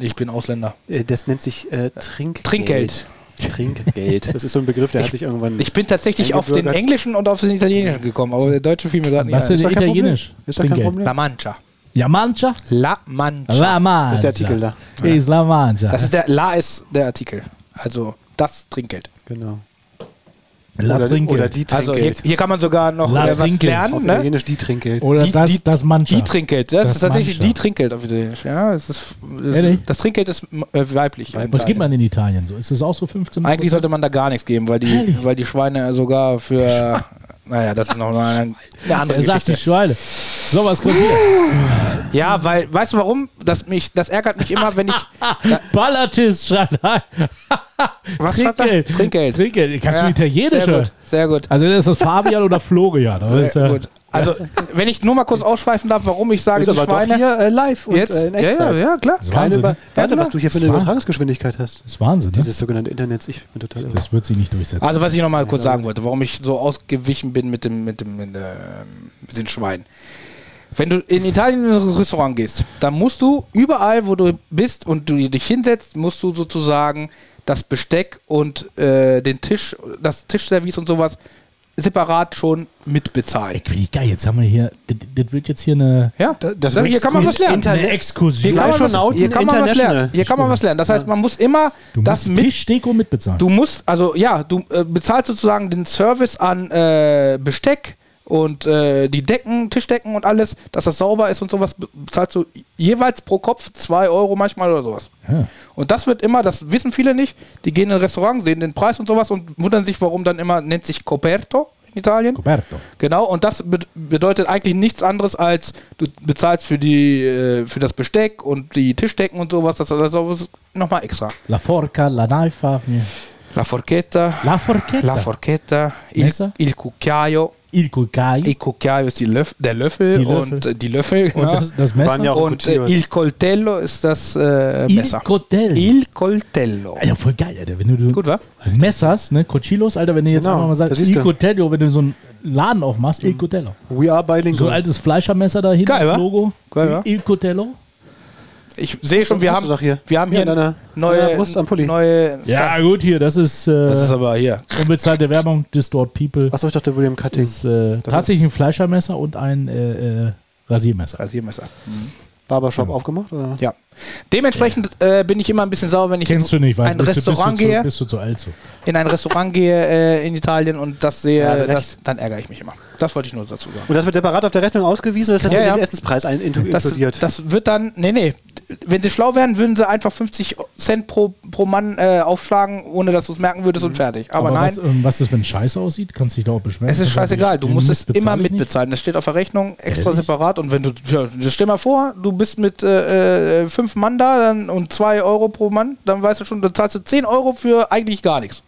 Speaker 3: Ich bin Ausländer.
Speaker 4: äh, Das nennt sich äh, Trinkgeld.
Speaker 3: Trinkgeld.
Speaker 4: Trinkgeld. Das ist so ein Begriff, der hat sich irgendwann.
Speaker 3: Ich bin tatsächlich auf den
Speaker 4: Eingebürgert.
Speaker 3: Englischen und auf den Italienischen gekommen, aber der Deutsche fiel mir gerade nicht
Speaker 2: Was
Speaker 3: ein.
Speaker 2: denn
Speaker 4: doch kein
Speaker 2: italienisch?
Speaker 4: Problem. Ist doch kein
Speaker 2: Trinkgeld.
Speaker 4: Problem.
Speaker 3: La Mancha.
Speaker 2: Ja, Mancha?
Speaker 3: La Mancha.
Speaker 2: La Mancha.
Speaker 4: ist der Artikel da.
Speaker 2: Ist La Mancha.
Speaker 3: Das ist der, La ist der Artikel. Also das Trinkgeld.
Speaker 4: Genau.
Speaker 2: La
Speaker 4: oder,
Speaker 2: Trinkgeld.
Speaker 4: oder die
Speaker 3: Also hier,
Speaker 4: Trinkgeld.
Speaker 3: hier kann man sogar noch
Speaker 2: La
Speaker 3: äh, was
Speaker 2: Trinkgeld.
Speaker 3: lernen.
Speaker 4: auf
Speaker 3: Ne?
Speaker 4: Italienisch die Trinkgeld.
Speaker 2: Oder
Speaker 3: Die-
Speaker 2: das,
Speaker 3: die-
Speaker 2: das Mancha.
Speaker 3: Die Trinkgeld. Das,
Speaker 2: Das
Speaker 3: ist tatsächlich
Speaker 2: Mancha.
Speaker 3: die Trinkgeld auf Italienisch. Ja, es ist, es
Speaker 2: Ehrlich?
Speaker 3: das Trinkgeld ist äh, weiblich.
Speaker 2: Was gibt man in Italien so? Ist das auch so 15
Speaker 3: Eigentlich sollte man da gar nichts geben, weil die,
Speaker 2: Ehrlich?
Speaker 3: weil die Schweine sogar für. Naja, das ist nochmal
Speaker 2: (laughs)
Speaker 3: eine, eine andere
Speaker 2: Er sagt die
Speaker 3: Geschichte.
Speaker 2: Schweine. So was kommt hier.
Speaker 3: Ja, weil, weißt du warum? Das, mich, das ärgert mich immer, wenn ich.
Speaker 2: Ballatis schreibt er.
Speaker 3: Was schreibt er?
Speaker 2: Trinkgeld.
Speaker 3: Trinkgeld.
Speaker 2: Trinkgeld. Kannst
Speaker 3: Ja,
Speaker 2: du Italienisch
Speaker 3: Sehr
Speaker 2: hören?
Speaker 3: gut. Sehr gut.
Speaker 2: Also das ist das Fabian oder Florian. aber ist,
Speaker 3: Sehr
Speaker 2: äh,
Speaker 3: gut. Also, wenn ich nur mal kurz ausschweifen darf, warum ich sage,
Speaker 4: Ist
Speaker 3: die
Speaker 4: aber doch
Speaker 3: Schweine.
Speaker 4: hier äh, live und
Speaker 3: Jetzt?
Speaker 4: äh, in
Speaker 3: ja, ja,
Speaker 4: Echtzeit.
Speaker 3: ja, klar.
Speaker 2: Das ist
Speaker 4: Keine
Speaker 2: Wahnsinn.
Speaker 4: Über
Speaker 2: ne?
Speaker 4: Warte,
Speaker 3: klar.
Speaker 4: was du hier für eine
Speaker 2: Das war-
Speaker 4: Übertragungsgeschwindigkeit hast.
Speaker 2: Das ist Wahnsinn. Ne?
Speaker 4: Dieses sogenannte Internets. Ich bin total irre.
Speaker 2: Das wird sich nicht durchsetzen.
Speaker 3: Also, was ich nochmal kurz sagen wollte, warum ich so ausgewichen bin mit dem, mit dem, mit, ähm, mit den Schweinen. Wenn du in Italien in ein Restaurant gehst, dann musst du überall, wo du bist und du dich hinsetzt, musst du sozusagen das Besteck und äh, den Tisch, das Tischservice und sowas separat schon mitbezahlen.
Speaker 2: Ey, wie geil. Jetzt haben wir hier. Das, das wird jetzt hier eine,
Speaker 3: Ja,
Speaker 4: Da- das
Speaker 3: da-
Speaker 4: wird
Speaker 3: hier kann man
Speaker 4: cool.
Speaker 3: was lernen.
Speaker 2: eine
Speaker 3: Hier
Speaker 2: Exkursion.
Speaker 3: kann, man was,
Speaker 4: Fleischonauten
Speaker 3: hier kann man was
Speaker 4: International.
Speaker 3: lernen. Hier kann man was lernen. Das heißt, man muss immer
Speaker 2: Du
Speaker 3: das
Speaker 2: musst
Speaker 3: mit
Speaker 2: Tischdeko mitbezahlen.
Speaker 3: Du musst, also ja, du äh, bezahlst sozusagen den Service an äh, Besteck und äh, die Decken, Tischdecken und alles, dass das sauber ist und sowas, be- bezahlst du jeweils pro Kopf 2 Euro manchmal oder sowas.
Speaker 2: Ja.
Speaker 3: Und das wird immer, das wissen viele nicht, die gehen in ein Restaurant, sehen den Preis und sowas und wundern sich, warum dann immer, nennt sich Coperto in Italien.
Speaker 2: Roberto.
Speaker 3: Genau, und das be bedeutet eigentlich nichts anderes als, du bezahlst für die, äh, für das Besteck und die Tischdecken und sowas, das, das ist nochmal extra.
Speaker 2: La Forca, La Naifa.
Speaker 3: La Forchetta.
Speaker 2: La Forchetta.
Speaker 3: La forchetta,
Speaker 2: Messer?
Speaker 3: il, il cucchiaio,
Speaker 2: Il Cucai.
Speaker 3: il cucchiaio ist die Löff, der Löffel
Speaker 2: Die Löffel.
Speaker 3: und äh, die Löffel,
Speaker 2: Und
Speaker 3: genau.
Speaker 2: das, das Messer.
Speaker 4: Waren ja auch-
Speaker 3: Und äh, il coltello ist das äh,
Speaker 2: Il
Speaker 3: Messer.
Speaker 2: Cotel.
Speaker 3: Il coltello.
Speaker 2: ja, voll geil, Alter. Wenn du,
Speaker 3: Gut, wa?
Speaker 2: Messers, ne? Cochilos, Alter, wenn du jetzt
Speaker 4: Genau,
Speaker 2: einfach mal sagst,
Speaker 4: das ist
Speaker 2: Il
Speaker 4: der.
Speaker 2: Cotello, wenn du so einen Laden aufmachst, Il Cotello.
Speaker 4: We are
Speaker 2: So ein
Speaker 4: bilingual.
Speaker 2: altes Fleischermesser da hinten
Speaker 3: Mhm. Geil,
Speaker 2: als
Speaker 3: wa?
Speaker 2: Logo.
Speaker 3: Geil, wa?
Speaker 2: Il Cotello.
Speaker 3: Ich sehe schon, wir
Speaker 4: Hast du
Speaker 3: haben,
Speaker 4: doch hier.
Speaker 3: wir haben
Speaker 4: Hier
Speaker 3: hier
Speaker 4: an deiner- an
Speaker 3: neue,
Speaker 4: der Brust am Pulli.
Speaker 3: neue,
Speaker 2: Ja, gut, hier, das ist, äh,
Speaker 3: das ist aber hier.
Speaker 2: unbezahlte Werbung, Distort People.
Speaker 4: Achso, ich dachte William Cutting.
Speaker 2: ist äh, tatsächlich ein Fleischermesser und ein äh, äh, Rasiermesser.
Speaker 3: Rasiermesser.
Speaker 4: Barbershop aufgemacht? Oder?
Speaker 3: also Ja. Dementsprechend äh, bin ich immer ein bisschen sauer, wenn ich
Speaker 2: Kennst du
Speaker 3: in
Speaker 2: nicht, weil
Speaker 3: ein Restaurant
Speaker 2: bist, du zu,
Speaker 3: gehe,
Speaker 2: bist du zu alt zu.
Speaker 3: in ein Restaurant gehe äh, in Italien und das sehe,
Speaker 4: Ja, recht.
Speaker 3: das, dann ärgere ich mich immer. Das wollte ich nur dazu sagen.
Speaker 4: Und das wird separat auf der Rechnung ausgewiesen, das ist
Speaker 3: Ja,
Speaker 4: ja,
Speaker 3: ja.
Speaker 4: den Essenspreis ein, intu-
Speaker 3: Das,
Speaker 4: inkludiert.
Speaker 3: das wird dann, nee, nee. Wenn sie schlau wären, würden sie einfach 50 Cent pro, pro Mann äh, aufschlagen, ohne dass du es merken würdest und fertig. Aber, nein,
Speaker 2: Mhm. Was, ähm, was ist, wenn Scheiße aussieht? Kannst du dich da auch beschweren?
Speaker 3: es
Speaker 2: Kannst
Speaker 3: ist
Speaker 2: sagen,
Speaker 3: scheißegal.
Speaker 2: ich-
Speaker 3: Du
Speaker 2: den
Speaker 3: musst es
Speaker 2: Mist
Speaker 3: immer
Speaker 2: bezahle ich nicht.
Speaker 3: mitbezahlen. Das steht auf der Rechnung extra
Speaker 2: Ehrlich?
Speaker 3: separat. Und wenn du, ja, stell mal vor, du bist mit äh, äh, fünf Mann da dann, und zwei Euro pro Mann, dann weißt du schon, dann zahlst du 10 Euro für eigentlich gar nichts.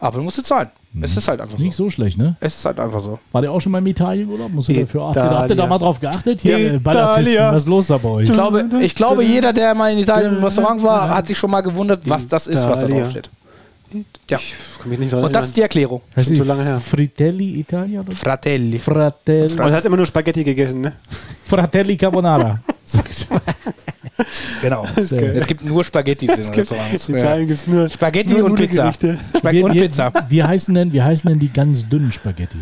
Speaker 3: Aber du musst es zahlen. Es ist halt einfach so.
Speaker 2: Nicht so schlecht, ne?
Speaker 3: Es ist halt einfach so.
Speaker 2: War der auch schon mal im Italienurlaub? Muss er dafür achten? Habt ihr da
Speaker 4: Italia.
Speaker 2: mal drauf geachtet? Hier, äh, Ballartisten,
Speaker 4: Italia.
Speaker 2: was ist los da bei euch?
Speaker 3: Ich glaube, ich glaube, jeder, der mal in Italien im Restaurant war, hat sich schon mal gewundert, was das ist, was da
Speaker 4: Italia.
Speaker 3: draufsteht. Ja.
Speaker 4: Kann mich nicht dran
Speaker 3: Und das ist die Erklärung.
Speaker 4: das
Speaker 2: Heißt
Speaker 4: schon so
Speaker 2: die
Speaker 4: lange her.
Speaker 2: Fritelli Italia? Oder?
Speaker 3: Fratelli.
Speaker 2: Fratelli.
Speaker 4: Und hast immer nur Spaghetti gegessen, ne?
Speaker 2: Fratelli
Speaker 3: (laughs)
Speaker 2: Carbonara. So,
Speaker 3: Genau.
Speaker 4: geil.
Speaker 3: (laughs) Es gibt nur Spaghetti in (laughs) Restaurants.
Speaker 4: In
Speaker 3: Ja.
Speaker 4: Italien gibt's nur
Speaker 3: Spaghetti
Speaker 4: nur
Speaker 3: und
Speaker 4: gute
Speaker 3: Pizza.
Speaker 4: Gerichte.
Speaker 3: Spag
Speaker 2: wir,
Speaker 3: und
Speaker 2: wir,
Speaker 3: Pizza.
Speaker 2: Wie heißen, denn, wie heißen denn die ganz dünnen Spaghetti?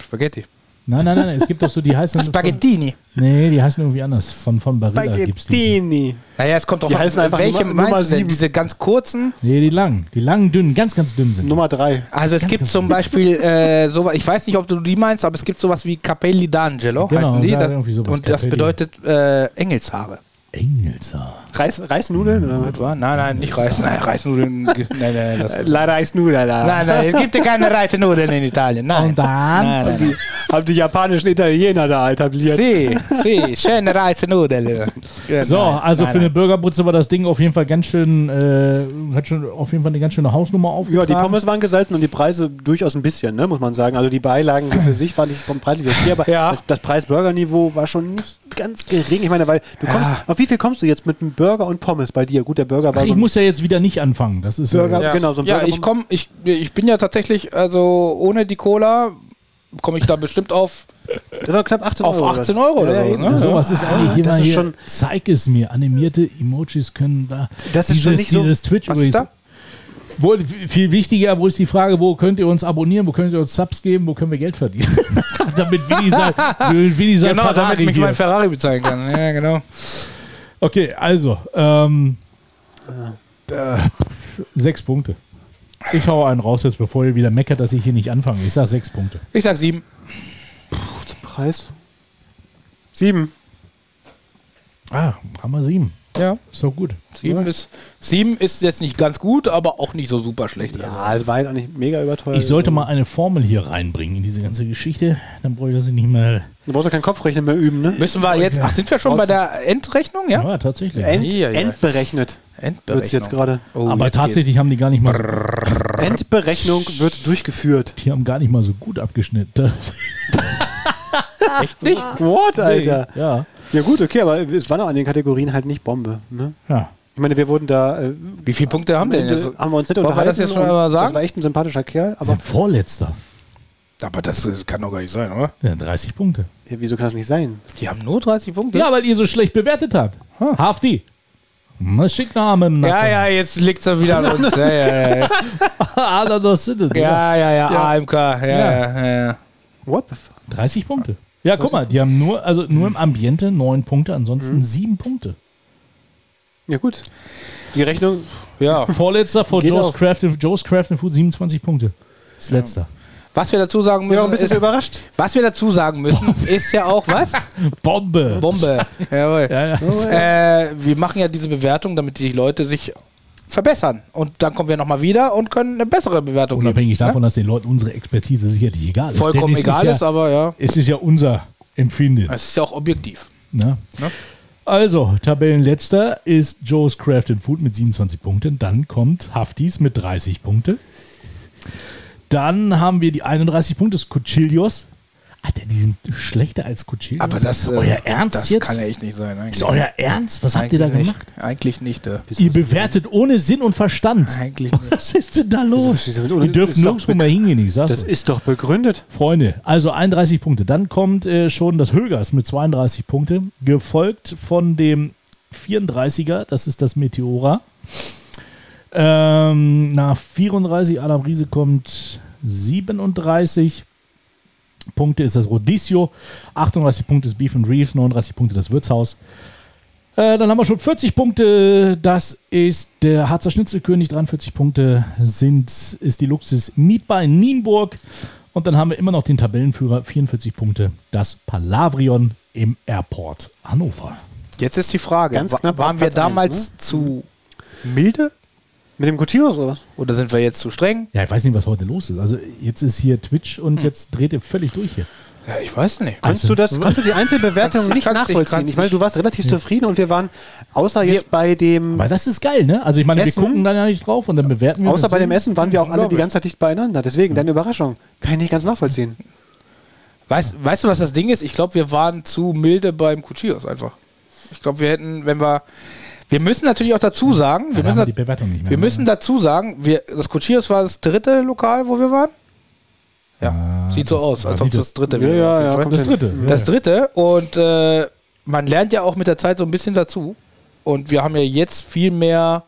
Speaker 3: Spaghetti.
Speaker 2: Nein, nein, nein, es gibt doch so, die heißen.
Speaker 3: Spaghettini.
Speaker 2: Von, nee, die heißen irgendwie anders. Von, von Barilla gibt's die.
Speaker 4: Spaghettini.
Speaker 3: Naja, es kommt drauf
Speaker 4: Die heißen einfach
Speaker 3: welche
Speaker 4: Nummer-
Speaker 3: meinst
Speaker 4: Nummer
Speaker 3: du denn?
Speaker 4: sieben.
Speaker 3: Diese ganz kurzen?
Speaker 2: Nee, die langen. Die langen, dünnen, ganz, ganz dünn sind.
Speaker 4: Nummer drei.
Speaker 3: Also es gibt zum Beispiel äh, sowas, ich weiß nicht, ob du die meinst, aber es gibt sowas wie Capelli d'Angelo,
Speaker 2: Genau,
Speaker 3: heißen die.
Speaker 2: ja,
Speaker 3: Das,
Speaker 2: irgendwie sowas,
Speaker 3: und das
Speaker 2: Capelli.
Speaker 3: bedeutet äh, Engelshaare.
Speaker 2: Engelshaar.
Speaker 4: Reis, Reisnudeln? Oder? was?
Speaker 3: Etwa? Nein, nein, nicht Reis. Nein, Reisnudeln. ge- nein, nein, das, (laughs)
Speaker 4: La Reisnudeln. la.
Speaker 3: nein, nein, es gibt ja keine Reisnudeln in Italien. Nein.
Speaker 2: Und dann?
Speaker 3: Nein, nein, nein.
Speaker 4: Haben die japanischen Italiener da etabliert.
Speaker 3: Sie, sie, schöne
Speaker 4: (laughs)
Speaker 3: Reisnudeln.
Speaker 4: Genau.
Speaker 3: Ja,
Speaker 2: So,
Speaker 3: nein,
Speaker 2: also
Speaker 3: nein,
Speaker 2: für eine
Speaker 3: nein.
Speaker 2: Bürgerbrutze war das Ding auf jeden Fall ganz schön, äh, hat schon auf jeden Fall eine ganz schöne Hausnummer
Speaker 4: Ja,
Speaker 2: aufgetragen.
Speaker 4: die Pommes waren gesalzen und die Preise durchaus ein bisschen, ne, muss man sagen. Also die Beilagen
Speaker 3: (clears throat)
Speaker 4: für sich waren nicht vom Preis nicht okay, aber
Speaker 3: Ja.
Speaker 4: das, das Preis-Burger-Niveau war schon nicht ganz gering. Ich meine, weil du kommst, auf wie viel kommst du jetzt mit einem Burger und Pommes bei dir? Gut, der Burger war
Speaker 2: Ach,
Speaker 4: so
Speaker 2: ich
Speaker 4: ein
Speaker 2: muss ja jetzt wieder nicht anfangen. Das ist äh,
Speaker 4: Bürger-
Speaker 2: ja.
Speaker 3: Ja,
Speaker 4: Genau, so ein
Speaker 3: ja
Speaker 4: Burger-
Speaker 3: ich komme, ich, ich bin ja tatsächlich, also ohne die Cola komme ich da bestimmt (laughs) auf
Speaker 4: das war knapp 18
Speaker 3: Auf
Speaker 4: Euro.
Speaker 3: 18 Euro oder so,
Speaker 4: eben.
Speaker 3: ne?
Speaker 2: Sowas ist eigentlich immer
Speaker 4: das ist
Speaker 2: hier.
Speaker 4: schon-
Speaker 2: zeig es mir. Animierte Emojis können da.
Speaker 4: Das ist schon nicht so-
Speaker 2: Dieses Twitch
Speaker 3: Was ist da?
Speaker 2: Wohl viel wichtiger, wo ist die Frage, wo könnt ihr uns abonnieren, wo könnt ihr uns Subs geben, wo können wir Geld verdienen? (laughs) damit Willi sein, damit Willi sein
Speaker 3: Genau, damit
Speaker 2: Ferrari
Speaker 3: mich
Speaker 2: hier.
Speaker 3: mein Ferrari bezahlen kann. Ja, genau.
Speaker 2: Okay, also ähm, äh, sechs Punkte. Ich hau einen raus jetzt, bevor ihr wieder meckert, dass ich hier nicht anfange. Ich sag sechs Punkte.
Speaker 3: Ich sag sieben.
Speaker 4: Preis. Sieben.
Speaker 2: Ah, haben wir sieben.
Speaker 3: Ja.
Speaker 2: Ist doch gut.
Speaker 3: Sieben ist, sieben ist jetzt nicht ganz gut, aber auch nicht so super schlecht.
Speaker 4: Ja, es war halt auch nicht mega überteuert.
Speaker 2: Ich sollte mal eine Formel hier reinbringen in diese ganze Geschichte. Dann brauche ich das nicht mehr.
Speaker 4: Du brauchst ja kein Kopfrechnen mehr üben, ne?
Speaker 3: Müssen wir jetzt. Ach, sind wir schon bei der Endrechnung? Ja.
Speaker 2: Ja, tatsächlich.
Speaker 4: End,
Speaker 3: Ja, ja, ja.
Speaker 4: Endberechnet wird jetzt gerade.
Speaker 3: Oh,
Speaker 2: Aber
Speaker 3: jetzt
Speaker 2: tatsächlich haben die gar nicht mal,
Speaker 4: Endberechnung wird durchgeführt.
Speaker 2: die haben gar nicht mal so gut abgeschnitten. (laughs)
Speaker 3: geht's. Nicht?
Speaker 4: What, Alter?
Speaker 2: Ja.
Speaker 4: Ja gut, okay, aber es waren auch an den Kategorien halt nicht Bombe. Ne?
Speaker 2: ja.
Speaker 4: Ich meine, wir wurden da, äh,
Speaker 3: Wie viele Punkte haben wir denn jetzt?
Speaker 4: haben wir uns nicht
Speaker 3: also, Wollen wir
Speaker 4: unterhalten.
Speaker 3: das jetzt schon
Speaker 4: und
Speaker 3: mal sagen?
Speaker 4: Das war echt ein sympathischer Kerl,
Speaker 2: Das ist
Speaker 4: aber
Speaker 2: ein Vorletzter.
Speaker 3: Aber das äh, kann doch gar nicht sein, oder?
Speaker 2: Ja, 30 Punkte.
Speaker 4: ja, wieso kann das nicht sein?
Speaker 3: Die haben nur 30 Punkte.
Speaker 2: Ja, weil ihr so schlecht bewertet habt. Hafti. Na, Schick Name im
Speaker 3: ja,
Speaker 2: Nacken. (laughs)
Speaker 3: ja, jetzt liegt's dann (laughs) wieder an uns. Ja, ja, ja.
Speaker 2: Alle das sind es, ja.
Speaker 3: Ja, ja, ja, AMK. Ja, ja, ja. ja.
Speaker 4: What the fuck?
Speaker 2: 30 Punkte. Ja, guck mal, die haben nur, also nur im Ambiente 9 Punkte, ansonsten 7 Punkte.
Speaker 4: Ja gut. Die Rechnung,
Speaker 3: ja.
Speaker 2: Vorletzter vor
Speaker 4: Geht
Speaker 2: Joe's
Speaker 4: auf.
Speaker 2: Craft, Joe's Craft and Food 27 Punkte. Das letzter.
Speaker 3: Was wir dazu sagen
Speaker 4: wir
Speaker 3: müssen,
Speaker 4: waren ein bisschen
Speaker 3: ist,
Speaker 4: überrascht.
Speaker 3: was wir dazu sagen müssen, ist ja auch was?
Speaker 2: Bombe.
Speaker 3: (laughs) Bombe. Jawohl.
Speaker 2: Ja, ja.
Speaker 3: Äh, wir machen ja diese Bewertung, damit die Leute sich verbessern. Und dann kommen wir nochmal wieder und können eine bessere Bewertung
Speaker 2: Unabhängig
Speaker 3: geben.
Speaker 2: davon, dass den Leuten unsere Expertise sicherlich egal ist.
Speaker 3: ne? Vollkommen
Speaker 2: Denn es
Speaker 3: egal
Speaker 2: ist,
Speaker 3: ist,
Speaker 2: ja,
Speaker 3: aber ja.
Speaker 2: Es ist ja unser Empfinden.
Speaker 3: Es ist ja auch objektiv.
Speaker 2: Ne?
Speaker 3: Ne?
Speaker 2: Also, Tabellenletzter ist Joe's Craft and Food mit 27 Punkten. Dann kommt Haftis mit 30 Punkte. Dann haben wir die 31 Punkte, das Cuchillos. Alter, die sind schlechter als Cuchillos.
Speaker 3: Aber das, äh,
Speaker 2: euer Ernst
Speaker 3: das
Speaker 2: jetzt?
Speaker 3: kann ja echt nicht sein. Eigentlich.
Speaker 2: ist euer Ernst? Was habt ihr da
Speaker 3: Eigentlich
Speaker 2: gemacht?
Speaker 3: Nicht. Eigentlich nicht. Äh.
Speaker 2: Ihr bewertet ohne Sinn und Verstand.
Speaker 3: Eigentlich nicht.
Speaker 2: (laughs) Was ist denn da los?
Speaker 4: Das ist- das ist-
Speaker 2: Ihr dürft
Speaker 4: ist doch
Speaker 2: nirgendwo mal hingehen, ich sag's
Speaker 4: Das
Speaker 2: euch.
Speaker 4: ist doch begründet.
Speaker 2: Freunde, also 31 Punkte. Dann kommt äh, schon das Högers mit 32 Punkte, gefolgt von dem 34er, das ist das Meteora. Ähm, nach 34 Adam Riese kommt 37 Punkte ist das Rodizio, 38 Punkte ist Beef and Reeves, 39 Punkte das Wirtshaus. Äh, dann haben wir schon 40 Punkte, das ist der Harzer Schnitzelkönig, 43 Punkte sind, ist die Luxus Mietbar in Nienburg. Und dann haben wir immer noch den Tabellenführer, 44 Punkte, das Palavrion im Airport Hannover.
Speaker 3: Jetzt ist die Frage,
Speaker 4: Ganz
Speaker 3: wa-
Speaker 4: knapp ne? auf
Speaker 3: waren wir
Speaker 4: Platz eins,
Speaker 3: damals zu
Speaker 4: Milde? Mit dem Coutinho oder was?
Speaker 3: Oder sind wir jetzt zu streng?
Speaker 2: Ja, ich weiß nicht, was heute los ist. Also jetzt ist hier Twitch und jetzt dreht ihr völlig durch hier.
Speaker 3: Ja, ich weiß nicht.
Speaker 4: Kannst
Speaker 3: (laughs)
Speaker 4: du das, kannst du die Einzelbewertung
Speaker 3: Also Kannst-
Speaker 4: nicht
Speaker 3: kannst dich-
Speaker 4: nachvollziehen?
Speaker 3: kannst
Speaker 4: Ich meine, du warst relativ zufrieden und wir waren, außer jetzt bei dem,
Speaker 2: Weil das ist geil, ne? Also ich meine,
Speaker 4: Essen?
Speaker 2: wir gucken dann ja nicht drauf und dann bewerten wir.
Speaker 4: außer
Speaker 2: und
Speaker 4: bei dem
Speaker 2: sehen.
Speaker 4: Essen waren wir auch alle
Speaker 3: Glaube
Speaker 4: die
Speaker 3: ich.
Speaker 4: ganze Zeit dicht beieinander. Deswegen, deine Überraschung. Kann ich nicht ganz nachvollziehen.
Speaker 3: Weißt, weißt du, was das Ding ist? Ich glaube, wir waren zu milde beim Kuchios einfach. Ich glaube, wir hätten, wenn wir. Wir müssen natürlich auch dazu sagen,
Speaker 2: Ja,
Speaker 3: wir
Speaker 2: da haben wir die
Speaker 3: müssen, da,
Speaker 2: Bewertung nicht mehr.
Speaker 3: wir müssen dazu sagen, wir, das Kuchios war das dritte Lokal, wo wir waren. Ja,
Speaker 2: Ah,
Speaker 3: sieht so
Speaker 2: das-
Speaker 3: aus, als
Speaker 2: sieht
Speaker 3: ob das,
Speaker 2: das-
Speaker 3: dritte
Speaker 4: Ja, ja,
Speaker 3: auf jeden
Speaker 4: ja,
Speaker 3: Fall.
Speaker 4: kommt
Speaker 2: das dritte.
Speaker 3: Das
Speaker 2: ja.
Speaker 3: dritte und äh, man lernt ja auch mit der Zeit so ein bisschen dazu. Und wir haben ja jetzt viel mehr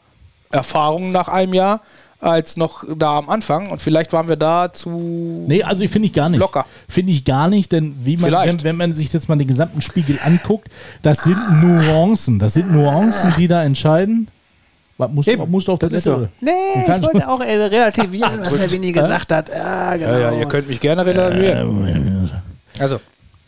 Speaker 3: Erfahrung nach einem Jahr als noch da am Anfang. Und vielleicht waren wir da zu.
Speaker 2: Nee, also ich finde ich gar nicht.
Speaker 3: Locker.
Speaker 2: Finde ich gar nicht, denn wie man, wenn,
Speaker 3: Vielleicht.
Speaker 2: wenn man sich jetzt mal den gesamten Spiegel anguckt, das sind Nuancen. Das sind Nuancen, die da entscheiden. Was musst, du-
Speaker 4: Eben,
Speaker 2: musst du auf das,
Speaker 4: das ist
Speaker 2: Ende,
Speaker 4: so.
Speaker 2: oder?
Speaker 4: Nee,
Speaker 2: Du kannst-
Speaker 4: auch äh,
Speaker 3: (laughs)
Speaker 4: relativieren, was der Winnie gesagt hat. Ah, genau.
Speaker 3: Ja, ja, ihr könnt mich gerne
Speaker 2: Oh,
Speaker 3: relativieren. Also,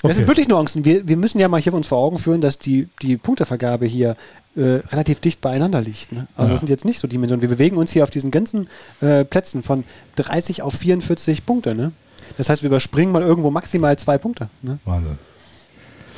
Speaker 4: Das sind
Speaker 2: Okay.
Speaker 4: wirklich Nuancen. Wir, wir müssen ja mal hier uns vor Augen führen, dass die, die Punktevergabe hier äh, relativ dicht beieinander liegt. Ne? Also das sind jetzt nicht so Dimensionen. Wir bewegen uns hier auf diesen ganzen äh, Plätzen von 30 auf 44 Punkte. Ne? Das heißt, wir überspringen mal irgendwo maximal zwei Punkte. Ne?
Speaker 2: Wahnsinn.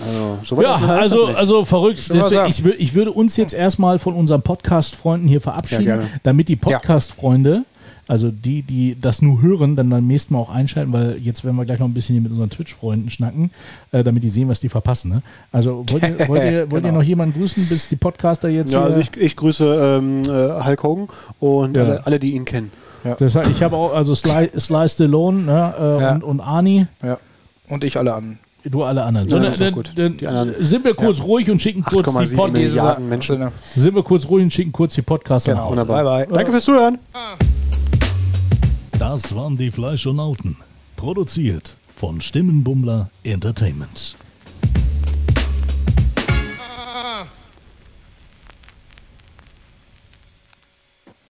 Speaker 4: Also, so weit
Speaker 2: Ja,
Speaker 4: auseinander ist das
Speaker 2: also,
Speaker 4: nicht.
Speaker 2: also verrückt.
Speaker 3: schon mal
Speaker 2: Deswegen,
Speaker 3: sagen.
Speaker 2: ich, wür, ich würde uns jetzt erstmal von unseren Podcast-Freunden hier verabschieden,
Speaker 4: Ja, gerne.
Speaker 2: damit die Podcast-Freunde, also die, die das nur hören, dann beim nächsten Mal auch einschalten, weil jetzt werden wir gleich noch ein bisschen hier mit unseren Twitch-Freunden schnacken, äh, damit die sehen, was die verpassen. Ne? Also wollt ihr, wollt, ihr,
Speaker 4: (laughs)
Speaker 2: wollt ihr noch jemanden grüßen, bis die Podcaster jetzt.
Speaker 4: Genau. ja, also
Speaker 2: hier-
Speaker 4: ich, ich grüße ähm, äh, Hulk Hogan und äh,
Speaker 2: Ja.
Speaker 4: alle, alle, die ihn kennen.
Speaker 2: das, heißt, ich habe auch, also Sly, Sly Stallone ne, äh,
Speaker 3: Ja.
Speaker 2: und, und Arnie.
Speaker 3: ja. Und ich alle an.
Speaker 2: Du alle anderen.
Speaker 4: Ja,
Speaker 2: dann-
Speaker 4: das ist auch
Speaker 2: dann-
Speaker 4: gut.
Speaker 2: dann
Speaker 4: Die anderen-
Speaker 2: Sind wir kurz ruhig und schicken kurz die
Speaker 4: 8,7
Speaker 2: Pod
Speaker 4: Milliarden.
Speaker 3: Sache.
Speaker 4: Menschen.
Speaker 3: Also,
Speaker 2: sind wir kurz ruhig und schicken kurz die Podcaster nach
Speaker 3: Genau.
Speaker 2: Hause.
Speaker 3: Bye, bye.
Speaker 4: Danke fürs Zuhören.
Speaker 2: Das waren die Fleischonauten. Produziert von Stimmenbummler Entertainment.